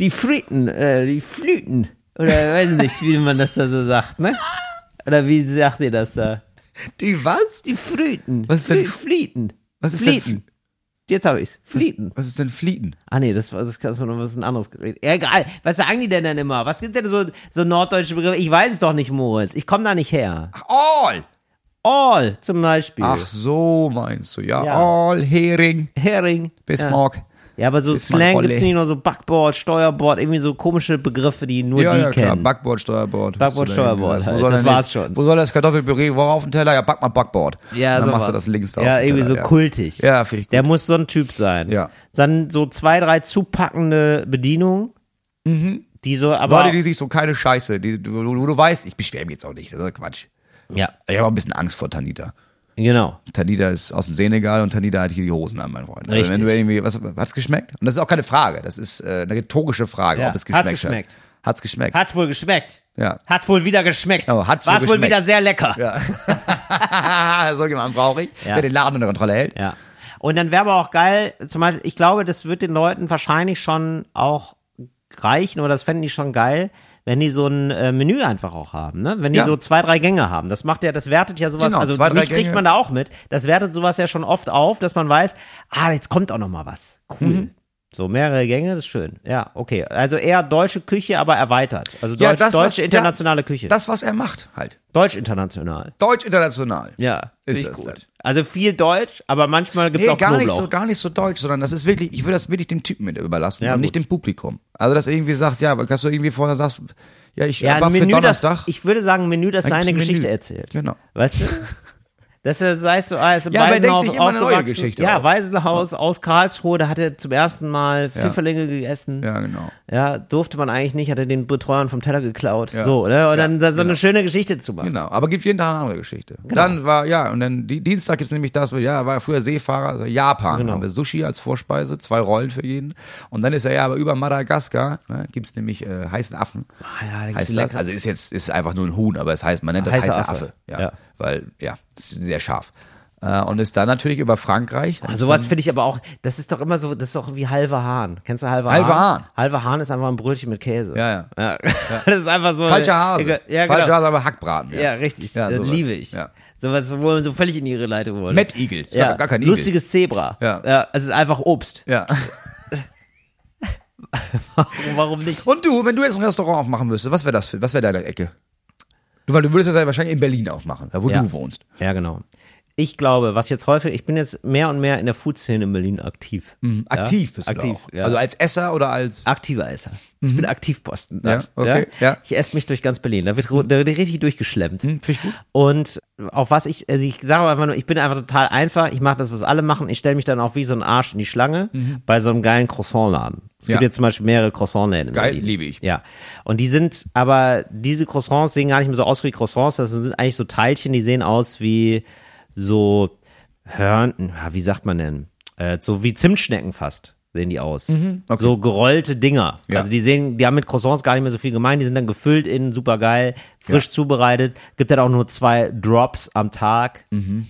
[SPEAKER 3] die Fritten, äh, die Flüten. Oder weiß nicht, wie man das da so sagt, ne? Oder wie sagt ihr das da?
[SPEAKER 2] Die was?
[SPEAKER 3] Die Früten.
[SPEAKER 2] Was ist denn-
[SPEAKER 3] Flüten.
[SPEAKER 2] Was ist denn-
[SPEAKER 3] Flüten. Jetzt habe ich's. Flüten.
[SPEAKER 2] Was ist denn Flieten?
[SPEAKER 3] Ah nee, das, war- das kann man was ein anderes Gerät. Egal, was sagen die denn dann immer? Was gibt denn so, so norddeutsche Begriffe? Ich weiß es doch nicht, Moritz. Ich komme da nicht her.
[SPEAKER 2] All!
[SPEAKER 3] All zum Beispiel.
[SPEAKER 2] Ach so, meinst du, ja.
[SPEAKER 3] Ja.
[SPEAKER 2] All, Hering,
[SPEAKER 3] Hering. ja.
[SPEAKER 2] Bismarck.
[SPEAKER 3] Ja, aber so
[SPEAKER 2] Ist mal
[SPEAKER 3] Slang
[SPEAKER 2] voll,
[SPEAKER 3] gibt's
[SPEAKER 2] ey.
[SPEAKER 3] nicht nur so Backboard, Steuerboard, irgendwie so komische Begriffe, die nur
[SPEAKER 2] Ja,
[SPEAKER 3] die
[SPEAKER 2] ja, klar.
[SPEAKER 3] kennen.
[SPEAKER 2] Backboard, Steuerboard.
[SPEAKER 3] Backboard,
[SPEAKER 2] Hast du da irgendwie
[SPEAKER 3] Steuerboard
[SPEAKER 2] was?
[SPEAKER 3] halt.
[SPEAKER 2] soll
[SPEAKER 3] Das
[SPEAKER 2] denn
[SPEAKER 3] war's
[SPEAKER 2] jetzt-
[SPEAKER 3] schon.
[SPEAKER 2] Wo soll das Kartoffelpüree? Worauf auf den Teller? Ja, pack mal Backboard.
[SPEAKER 3] ja,
[SPEAKER 2] Dann
[SPEAKER 3] sowas.
[SPEAKER 2] machst du das links drauf.
[SPEAKER 3] Ja, irgendwie so
[SPEAKER 2] ja.
[SPEAKER 3] kultig.
[SPEAKER 2] Ja, finde ich gut.
[SPEAKER 3] Der muss so ein Typ sein.
[SPEAKER 2] Ja.
[SPEAKER 3] Dann so zwei, drei zupackende Bedienungen, die so, aber.
[SPEAKER 2] Mhm. Leute, die sich so keine Scheiße, die, du, du, du weißt, ich beschwere mich jetzt auch nicht, das ist Quatsch.
[SPEAKER 3] ja,
[SPEAKER 2] Ich habe auch ein bisschen Angst vor Tanita.
[SPEAKER 3] genau.
[SPEAKER 2] Tanita ist aus dem Senegal und Tanita hat hier die Hosen an, mein Freund. Also
[SPEAKER 3] Richtig.
[SPEAKER 2] wenn du irgendwie, was hat's geschmeckt? Und das ist auch keine Frage, das ist äh, eine rhetorische Frage,
[SPEAKER 3] Ja,
[SPEAKER 2] ob es
[SPEAKER 3] hat's
[SPEAKER 2] geschmeckt,
[SPEAKER 3] geschmeckt.
[SPEAKER 2] hat. Hat's geschmeckt.
[SPEAKER 3] Hat's wohl geschmeckt.
[SPEAKER 2] Ja.
[SPEAKER 3] Hat's wohl wieder geschmeckt.
[SPEAKER 2] Oh, hat's wohl
[SPEAKER 3] War's wohl
[SPEAKER 2] geschmeckt.
[SPEAKER 3] wieder sehr lecker.
[SPEAKER 2] Ja. so jemanden brauche ich,
[SPEAKER 3] Ja.
[SPEAKER 2] der den Laden unter Kontrolle hält.
[SPEAKER 3] Ja. Und dann wäre aber auch geil, zum Beispiel, ich glaube, das wird den Leuten wahrscheinlich schon auch reichen oder das fänden die schon geil, wenn die so ein äh, Menü einfach auch haben, ne? Wenn die
[SPEAKER 2] Ja.
[SPEAKER 3] so zwei, drei Gänge haben. Das macht ja, das wertet ja sowas,
[SPEAKER 2] Genau,
[SPEAKER 3] also
[SPEAKER 2] zwei, drei
[SPEAKER 3] mich kriegt
[SPEAKER 2] Gänge.
[SPEAKER 3] man da auch mit. Das wertet sowas ja schon oft auf, dass man weiß, ah, jetzt kommt auch noch mal was. Cool.
[SPEAKER 2] Mhm.
[SPEAKER 3] So, mehrere Gänge, das ist schön. Ja, okay. Also eher deutsche Küche, aber erweitert. Also deutsch,
[SPEAKER 2] Ja, das, was-
[SPEAKER 3] deutsche internationale
[SPEAKER 2] ja,
[SPEAKER 3] Küche.
[SPEAKER 2] Das, was er macht, halt.
[SPEAKER 3] deutsch international.
[SPEAKER 2] Deutsch international.
[SPEAKER 3] Ja,
[SPEAKER 2] Ist
[SPEAKER 3] finde ich
[SPEAKER 2] das
[SPEAKER 3] gut.
[SPEAKER 2] dann.
[SPEAKER 3] Also viel Deutsch, aber manchmal gibt es
[SPEAKER 2] Nee,
[SPEAKER 3] auch
[SPEAKER 2] gar nicht,
[SPEAKER 3] Knoblauch.
[SPEAKER 2] so, gar nicht so deutsch, sondern das ist wirklich, ich würde das wirklich dem Typen mit überlassen
[SPEAKER 3] Ja,
[SPEAKER 2] und
[SPEAKER 3] gut.
[SPEAKER 2] nicht dem Publikum. Also, dass er irgendwie sagt, ja, aber dass du irgendwie vorher sagst, ja, ich
[SPEAKER 3] ja,
[SPEAKER 2] war
[SPEAKER 3] ein
[SPEAKER 2] für
[SPEAKER 3] Menü,
[SPEAKER 2] Donnerstag.
[SPEAKER 3] Das, ich würde sagen, ein Menü, das
[SPEAKER 2] Dann gibt's
[SPEAKER 3] seine
[SPEAKER 2] ein Menü.
[SPEAKER 3] Geschichte erzählt.
[SPEAKER 2] Genau.
[SPEAKER 3] Weißt du? Dass er sagst so, ah, ist im
[SPEAKER 2] Ja, aber er denkt
[SPEAKER 3] Waisenhaus
[SPEAKER 2] sich immer eine neue
[SPEAKER 3] aufgewachsen.
[SPEAKER 2] Geschichte
[SPEAKER 3] ja,
[SPEAKER 2] auf.
[SPEAKER 3] Waisenhaus aus Karlsruhe, da hat er zum ersten Mal Pfifferlinge gegessen.
[SPEAKER 2] ja, genau.
[SPEAKER 3] Ja, durfte man eigentlich nicht, hat er den Betreuern vom Teller geklaut.
[SPEAKER 2] Ja.
[SPEAKER 3] So, ne? Und dann
[SPEAKER 2] Ja,
[SPEAKER 3] so eine schöne Geschichte zu machen.
[SPEAKER 2] Genau, aber gibt jeden Tag eine andere Geschichte.
[SPEAKER 3] Genau.
[SPEAKER 2] Dann war, ja, und dann die, Dienstag gibt's nämlich das, ja, war früher Seefahrer, also Japan.
[SPEAKER 3] Genau.
[SPEAKER 2] Haben wir Sushi als Vorspeise, zwei Rollen für jeden. Und dann ist er ja aber über Madagaskar, ne, gibt's nämlich äh, heißen Affen.
[SPEAKER 3] Ah, ja, da gibt's
[SPEAKER 2] heißt das,
[SPEAKER 3] lecker.
[SPEAKER 2] also ist jetzt ist einfach nur ein Huhn, aber es heißt, man nennt das
[SPEAKER 3] Heißer
[SPEAKER 2] heißer
[SPEAKER 3] Affe.
[SPEAKER 2] Affe. Ja,
[SPEAKER 3] Ja.
[SPEAKER 2] Weil, ja, ist sehr scharf. Äh, und ist dann natürlich über Frankreich.
[SPEAKER 3] Ah, sowas finde ich aber auch, das ist doch immer so, das ist doch wie halber Hahn. Kennst du halber Hahn?
[SPEAKER 2] Halver Hahn.
[SPEAKER 3] Halber Hahn ist einfach ein Brötchen mit Käse.
[SPEAKER 2] Ja, ja.
[SPEAKER 3] Das ist einfach so.
[SPEAKER 2] Falscher Hase.
[SPEAKER 3] Ja,
[SPEAKER 2] Falscher
[SPEAKER 3] genau.
[SPEAKER 2] Hase, aber Hackbraten.
[SPEAKER 3] ja, richtig. das
[SPEAKER 2] sowas.
[SPEAKER 3] liebe ich.
[SPEAKER 2] Ja.
[SPEAKER 3] Sowas, wo man so völlig in ihre Leitung wurde.
[SPEAKER 2] Mettigel. Ist
[SPEAKER 3] ja.
[SPEAKER 2] Gar, gar kein Igel.
[SPEAKER 3] Lustiges Zebra.
[SPEAKER 2] Ja.
[SPEAKER 3] ja. Es ist einfach Obst.
[SPEAKER 2] Ja.
[SPEAKER 3] Warum nicht?
[SPEAKER 2] Und du, wenn du jetzt ein Restaurant aufmachen müsstest, was wäre das für, was wäre deine Ecke? Du, weil du würdest das ja wahrscheinlich in Berlin aufmachen, da wo
[SPEAKER 3] Ja.
[SPEAKER 2] du wohnst.
[SPEAKER 3] Ja, genau. Ich glaube, was jetzt häufig, ich bin jetzt mehr und mehr in der Food-Szene in Berlin aktiv.
[SPEAKER 2] Mhm. Aktiv
[SPEAKER 3] ja?
[SPEAKER 2] bist
[SPEAKER 3] aktiv,
[SPEAKER 2] du da auch.
[SPEAKER 3] Ja. Ah,
[SPEAKER 2] Also als Esser oder als
[SPEAKER 3] aktiver Esser. Ich bin Aktivposten. sag
[SPEAKER 2] Mhm. Ja,
[SPEAKER 3] ich,
[SPEAKER 2] okay, ja.
[SPEAKER 3] Ich esse mich durch ganz Berlin. Da wird, ru- da wird richtig durchgeschlemmt.
[SPEAKER 2] finde ich gut.
[SPEAKER 3] Und auf was ich, also ich sage einfach nur, ich bin einfach total einfach. Ich mache das, was alle machen. Ich stelle mich dann auch wie so ein Arsch in die Schlange bei so einem geilen Croissant-Laden. Es gibt
[SPEAKER 2] Mhm. Ja.
[SPEAKER 3] jetzt zum Beispiel mehrere Croissant-Läden. in
[SPEAKER 2] Geil,
[SPEAKER 3] Berlin.
[SPEAKER 2] liebe ich.
[SPEAKER 3] Ja. Und die sind, aber diese Croissants sehen gar nicht mehr so aus wie Croissants. Das sind eigentlich so Teilchen, die sehen aus wie so Hörn, ja, wie sagt man denn? Äh, so wie Zimtschnecken fast sehen die aus. So gerollte Dinger.
[SPEAKER 2] Mhm. Ja.
[SPEAKER 3] Also die sehen, die haben mit Croissants gar nicht mehr so viel gemein. Die sind dann gefüllt innen, super geil, frisch zubereitet. Gibt dann auch nur zwei Drops am Tag.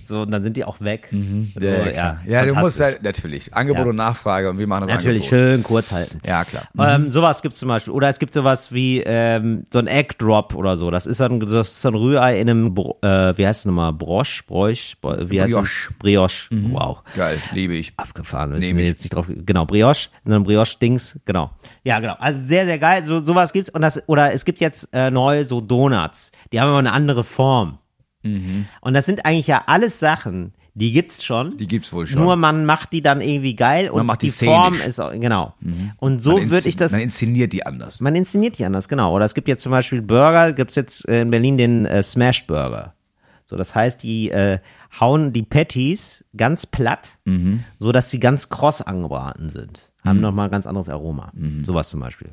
[SPEAKER 3] So, und dann sind die auch weg. so,
[SPEAKER 2] klar. Mhm. ja du musst
[SPEAKER 3] fantastisch.
[SPEAKER 2] halt, natürlich, Angebot
[SPEAKER 3] Ja.
[SPEAKER 2] und Nachfrage und wir machen das
[SPEAKER 3] Natürlich
[SPEAKER 2] Angebot.
[SPEAKER 3] schön kurz halten.
[SPEAKER 2] Ja, klar.
[SPEAKER 3] Ähm, sowas gibt's zum Beispiel. Oder es gibt sowas wie ähm, so ein Egg Drop oder so. Das ist dann, das ist so ein Rührei in einem, Bro äh, wie heißt es nochmal? Brosch? Brosch? Bro- Wie heißt
[SPEAKER 2] Brioche.
[SPEAKER 3] Es? Brioche. Wow.
[SPEAKER 2] Geil, liebe ich.
[SPEAKER 3] Abgefahren. Wir
[SPEAKER 2] Nehm
[SPEAKER 3] sind
[SPEAKER 2] ich.
[SPEAKER 3] jetzt nicht drauf. Genau, Brioche. Und dann Brioche-Dings. Genau. Ja, genau. Also sehr, sehr geil. So, sowas gibt's. Und das, oder es gibt jetzt äh, neu so Donuts. Die haben aber eine andere Form. Und das sind eigentlich ja alles Sachen, die gibt's schon.
[SPEAKER 2] Mhm. Die gibt's wohl schon.
[SPEAKER 3] Nur man macht die dann irgendwie geil und
[SPEAKER 2] macht
[SPEAKER 3] die,
[SPEAKER 2] die
[SPEAKER 3] Form
[SPEAKER 2] szenisch. Mhm.
[SPEAKER 3] ist auch, genau. Und so
[SPEAKER 2] Man
[SPEAKER 3] würde ich
[SPEAKER 2] inszen-
[SPEAKER 3] das.
[SPEAKER 2] Man inszeniert die anders.
[SPEAKER 3] Man inszeniert die anders, genau. Oder es gibt jetzt zum Beispiel Burger, gibt es jetzt äh, in Berlin den äh, Smash Burger. So, das heißt, die äh, hauen die Patties ganz platt,
[SPEAKER 2] Mhm.
[SPEAKER 3] so dass sie ganz kross angebraten sind. Haben nochmal ein ganz anderes Aroma.
[SPEAKER 2] Mhm.
[SPEAKER 3] Sowas zum Beispiel.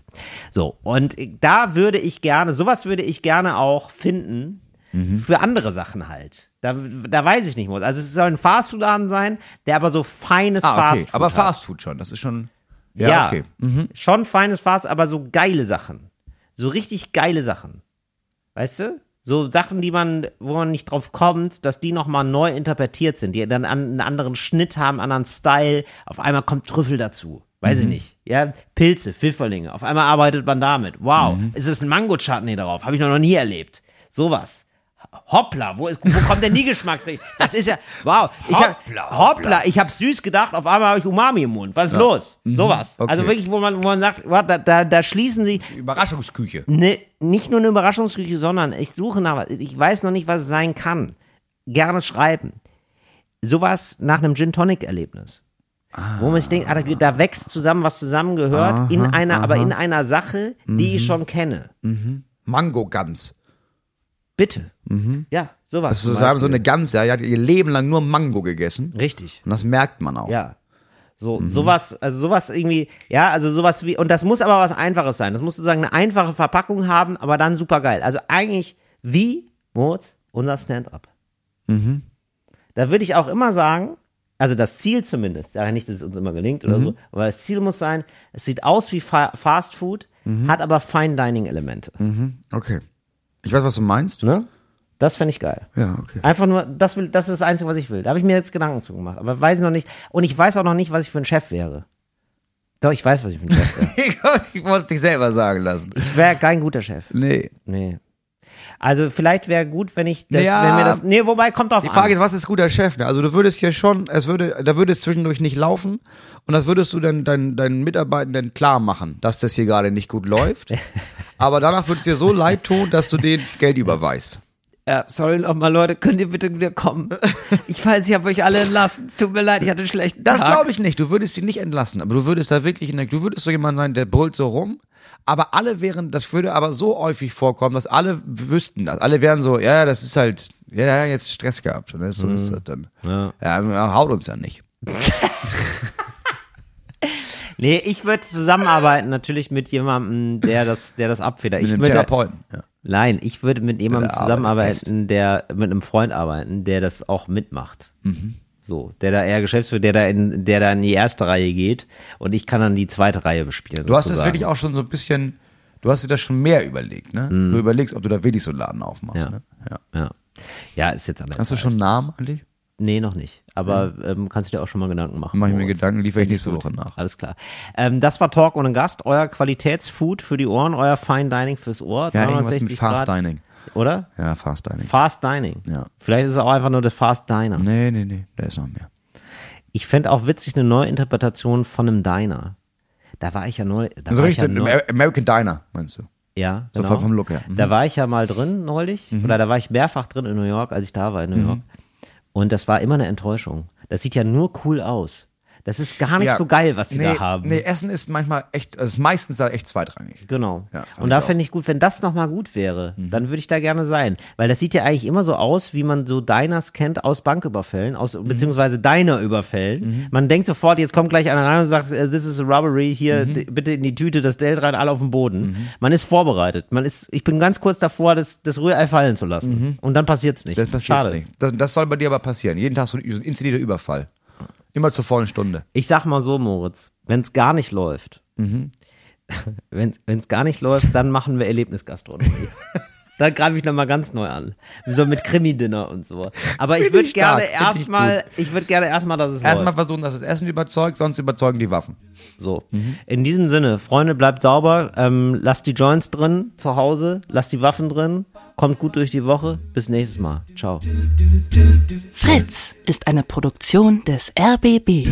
[SPEAKER 3] So, und ich- da würde ich gerne, sowas würde ich gerne auch finden
[SPEAKER 2] Mhm.
[SPEAKER 3] für andere Sachen halt. Da, da weiß ich nicht wo. Also es soll ein Fastfood-Laden sein, der aber so feines
[SPEAKER 2] Ah, okay.
[SPEAKER 3] Fastfood
[SPEAKER 2] Aber
[SPEAKER 3] hat.
[SPEAKER 2] Fastfood schon, das ist schon. Ja,
[SPEAKER 3] Ja, Mhm.
[SPEAKER 2] okay.
[SPEAKER 3] schon feines Fass, aber so geile Sachen. So richtig geile Sachen. Weißt du? So Sachen, die man, wo man nicht drauf kommt, dass die nochmal neu interpretiert sind, die dann an, einen anderen Schnitt haben, einen anderen Style. Auf einmal kommt Trüffel dazu. Weiß
[SPEAKER 2] Mhm.
[SPEAKER 3] ich nicht. Ja, Pilze, Pfifferlinge. Auf einmal arbeitet man damit. Wow,
[SPEAKER 2] Mhm.
[SPEAKER 3] ist es ein Mango-Chutney darauf? Habe ich noch, noch nie erlebt. Sowas. Hoppla, wo, ist, wo kommt denn die Geschmacksrichtung? Das ist ja, wow. Ich hab,
[SPEAKER 2] Hoppla, Mhm.
[SPEAKER 3] hoppla, ich habe süß gedacht, auf einmal habe ich Umami im Mund. Was ist los? Sowas.
[SPEAKER 2] Okay.
[SPEAKER 3] Also wirklich, wo man, wo man sagt, warte, da, da, da schließen sie
[SPEAKER 2] Überraschungsküche.
[SPEAKER 3] ne, nicht nur eine Überraschungsküche, sondern ich suche nach was. Ich weiß noch nicht, was es sein kann. Gerne schreiben. Sowas nach einem Gin Tonic Erlebnis. Wo man sich denkt, ah, da, da wächst zusammen, was zusammengehört, in einer, aber in einer Sache, die
[SPEAKER 2] Mhm.
[SPEAKER 3] ich schon kenne.
[SPEAKER 2] Mango Gans.
[SPEAKER 3] Bitte. Ja, sowas.
[SPEAKER 2] Also
[SPEAKER 3] zum
[SPEAKER 2] sagen so
[SPEAKER 3] Beispiel.
[SPEAKER 2] eine Gans, ja, die hat ihr Leben lang nur Mango gegessen.
[SPEAKER 3] Richtig.
[SPEAKER 2] Und das merkt man auch.
[SPEAKER 3] Ja. So, sowas, also sowas irgendwie, ja, also sowas wie, und das muss aber was Einfaches sein. Das muss sozusagen eine einfache Verpackung haben, aber dann super geil. Also eigentlich wie Mut unser Stand-up. Da würde ich auch immer sagen, also das Ziel zumindest, ja nicht, dass es uns immer gelingt oder so, aber das Ziel muss sein, es sieht aus wie Fa Fast Food, hat aber Fine-Dining-Elemente.
[SPEAKER 2] Okay. Ich weiß, was du meinst.
[SPEAKER 3] Ne? Das fände ich geil.
[SPEAKER 2] Ja, okay.
[SPEAKER 3] Einfach nur, das, will, das ist das Einzige, was ich will. Da habe ich mir jetzt Gedanken zu gemacht. Aber weiß noch nicht. Und ich weiß auch noch nicht, was ich für ein Chef wäre. Doch, ich weiß, was ich für ein Chef wäre.
[SPEAKER 2] ich muss dich selber sagen lassen.
[SPEAKER 3] Ich wäre kein guter Chef.
[SPEAKER 2] Nee.
[SPEAKER 3] Nee. Also vielleicht wäre gut, wenn ich das,
[SPEAKER 2] Ja.
[SPEAKER 3] wenn mir das. Nee, wobei kommt auf
[SPEAKER 2] Die Frage
[SPEAKER 3] an.
[SPEAKER 2] ist, was ist guter Chef? Ne? Also du würdest hier schon, es würde, da würde es zwischendurch nicht laufen und das würdest du dann deinen, deinen Mitarbeitenden klar machen, dass das hier gerade nicht gut läuft. Aber danach würde es dir so leid tun, dass du denen Geld überweist.
[SPEAKER 3] Ja, sorry nochmal, Leute, könnt ihr bitte wieder kommen? Ich weiß, ich habe euch alle entlassen. Tut mir leid, ich hatte einen schlechten
[SPEAKER 2] Das glaube ich nicht. Du würdest sie nicht entlassen, aber du würdest da wirklich, in der- du würdest so jemand sein, der brüllt so rum. Aber alle wären, das würde aber so häufig vorkommen, dass alle wüssten das. Alle wären so, ja, ja, das ist halt, ja, ja, jetzt Stress gehabt. Oder? So
[SPEAKER 3] Mhm.
[SPEAKER 2] ist das dann. Ja. haut uns ja nicht.
[SPEAKER 3] Nee, ich würde zusammenarbeiten natürlich mit jemandem, der das, der das abfedert.
[SPEAKER 2] Mit
[SPEAKER 3] ich
[SPEAKER 2] einem
[SPEAKER 3] würde,
[SPEAKER 2] Therapeuten. Ja.
[SPEAKER 3] Nein, ich würde mit jemandem
[SPEAKER 2] Der arbeitet
[SPEAKER 3] zusammenarbeiten, der mit einem Freund arbeiten, der das auch mitmacht.
[SPEAKER 2] Mhm.
[SPEAKER 3] So, der da eher Geschäftsführer, der da in, der da in die erste Reihe geht und ich kann dann die zweite Reihe bespielen.
[SPEAKER 2] Du hast es
[SPEAKER 3] sozusagen.
[SPEAKER 2] wirklich auch schon so ein bisschen, du hast dir das schon mehr überlegt, ne? Du überlegst, ob du da wirklich so einen Laden aufmachst,
[SPEAKER 3] Mhm. Ja.
[SPEAKER 2] ne? Ja.
[SPEAKER 3] Ja. ja, ist jetzt anders.
[SPEAKER 2] Hast du schon einen Namen eigentlich?
[SPEAKER 3] Nee, noch nicht. Aber ähm, kannst du dir auch schon mal Gedanken machen.
[SPEAKER 2] Mach ich mir
[SPEAKER 3] Moritz.
[SPEAKER 2] Gedanken, liefere ich nächste Woche nach.
[SPEAKER 3] Alles klar. Ähm, das war Talk ohne Gast, euer Qualitätsfood für die Ohren, euer Fine Dining fürs Ohr.
[SPEAKER 2] Ja, irgendwas mit
[SPEAKER 3] 360
[SPEAKER 2] Fast
[SPEAKER 3] Grad,
[SPEAKER 2] Dining.
[SPEAKER 3] Oder?
[SPEAKER 2] Ja, Fast Dining.
[SPEAKER 3] Fast Dining.
[SPEAKER 2] Ja.
[SPEAKER 3] Vielleicht ist es auch einfach nur der Fast Diner.
[SPEAKER 2] nee, nee, nee, da ist noch mehr.
[SPEAKER 3] Ich fände auch witzig eine Neuinterpretation von einem Diner. Da war ich ja neu. Da
[SPEAKER 2] So
[SPEAKER 3] war ich ja
[SPEAKER 2] richtig,
[SPEAKER 3] neu,
[SPEAKER 2] Amer- American Diner, meinst du?
[SPEAKER 3] ja,
[SPEAKER 2] so
[SPEAKER 3] genau.
[SPEAKER 2] vom- vom Look her. Mhm.
[SPEAKER 3] Da war ich ja mal drin neulich. Oder da war ich mehrfach drin in New York, als ich da war in New
[SPEAKER 2] Mhm.
[SPEAKER 3] York. Und das war immer eine Enttäuschung. Das sieht ja nur cool aus. Das ist gar nicht
[SPEAKER 2] Ja.
[SPEAKER 3] so geil, was die
[SPEAKER 2] nee,
[SPEAKER 3] da haben.
[SPEAKER 2] Nee, Essen ist manchmal echt, also ist meistens da echt zweitrangig.
[SPEAKER 3] Genau.
[SPEAKER 2] Ja, fand
[SPEAKER 3] und da
[SPEAKER 2] ich auch. Mhm.
[SPEAKER 3] fände ich gut, wenn das nochmal gut wäre, dann würde ich da gerne sein. Weil das sieht ja eigentlich immer so aus, wie man so Diners kennt aus Banküberfällen, aus,
[SPEAKER 2] Mhm.
[SPEAKER 3] beziehungsweise Diner-Überfällen. Man denkt sofort, jetzt kommt gleich einer rein und sagt, äh, this is a robbery, hier
[SPEAKER 2] Mhm.
[SPEAKER 3] d- bitte in die Tüte, das Geld rein, alle auf den Boden. Man ist vorbereitet. Man ist, ich bin ganz kurz davor, das, das Rührei fallen zu lassen. Und dann passiert's nicht.
[SPEAKER 2] Das passiert
[SPEAKER 3] Schade.
[SPEAKER 2] Mhm. nicht. Das, das soll bei dir aber passieren. Jeden Tag so ein so ein installierter Überfall. Immer zur vollen Stunde.
[SPEAKER 3] Ich sag mal so, Moritz, wenn es gar nicht läuft,
[SPEAKER 2] Mhm.
[SPEAKER 3] wenn es gar nicht läuft, dann machen wir Erlebnisgastronomie. dann greife ich nochmal ganz neu an. So mit Krimi-Dinner und so. Aber ich
[SPEAKER 2] Finde
[SPEAKER 3] würde
[SPEAKER 2] ich stark,
[SPEAKER 3] gerne
[SPEAKER 2] finde ich
[SPEAKER 3] erstmal, ich, würde gerne erstmal, dass es
[SPEAKER 2] Erstmal
[SPEAKER 3] läuft.
[SPEAKER 2] versuchen, dass das Essen überzeugt, sonst überzeugen die Waffen.
[SPEAKER 3] So.
[SPEAKER 2] Mhm.
[SPEAKER 3] In diesem Sinne, Freunde, bleibt sauber, ähm, lasst die Joints drin zu Hause, lasst die Waffen drin, kommt gut durch die Woche. Bis nächstes Mal. Ciao.
[SPEAKER 1] Fritz ist eine Produktion des RBB.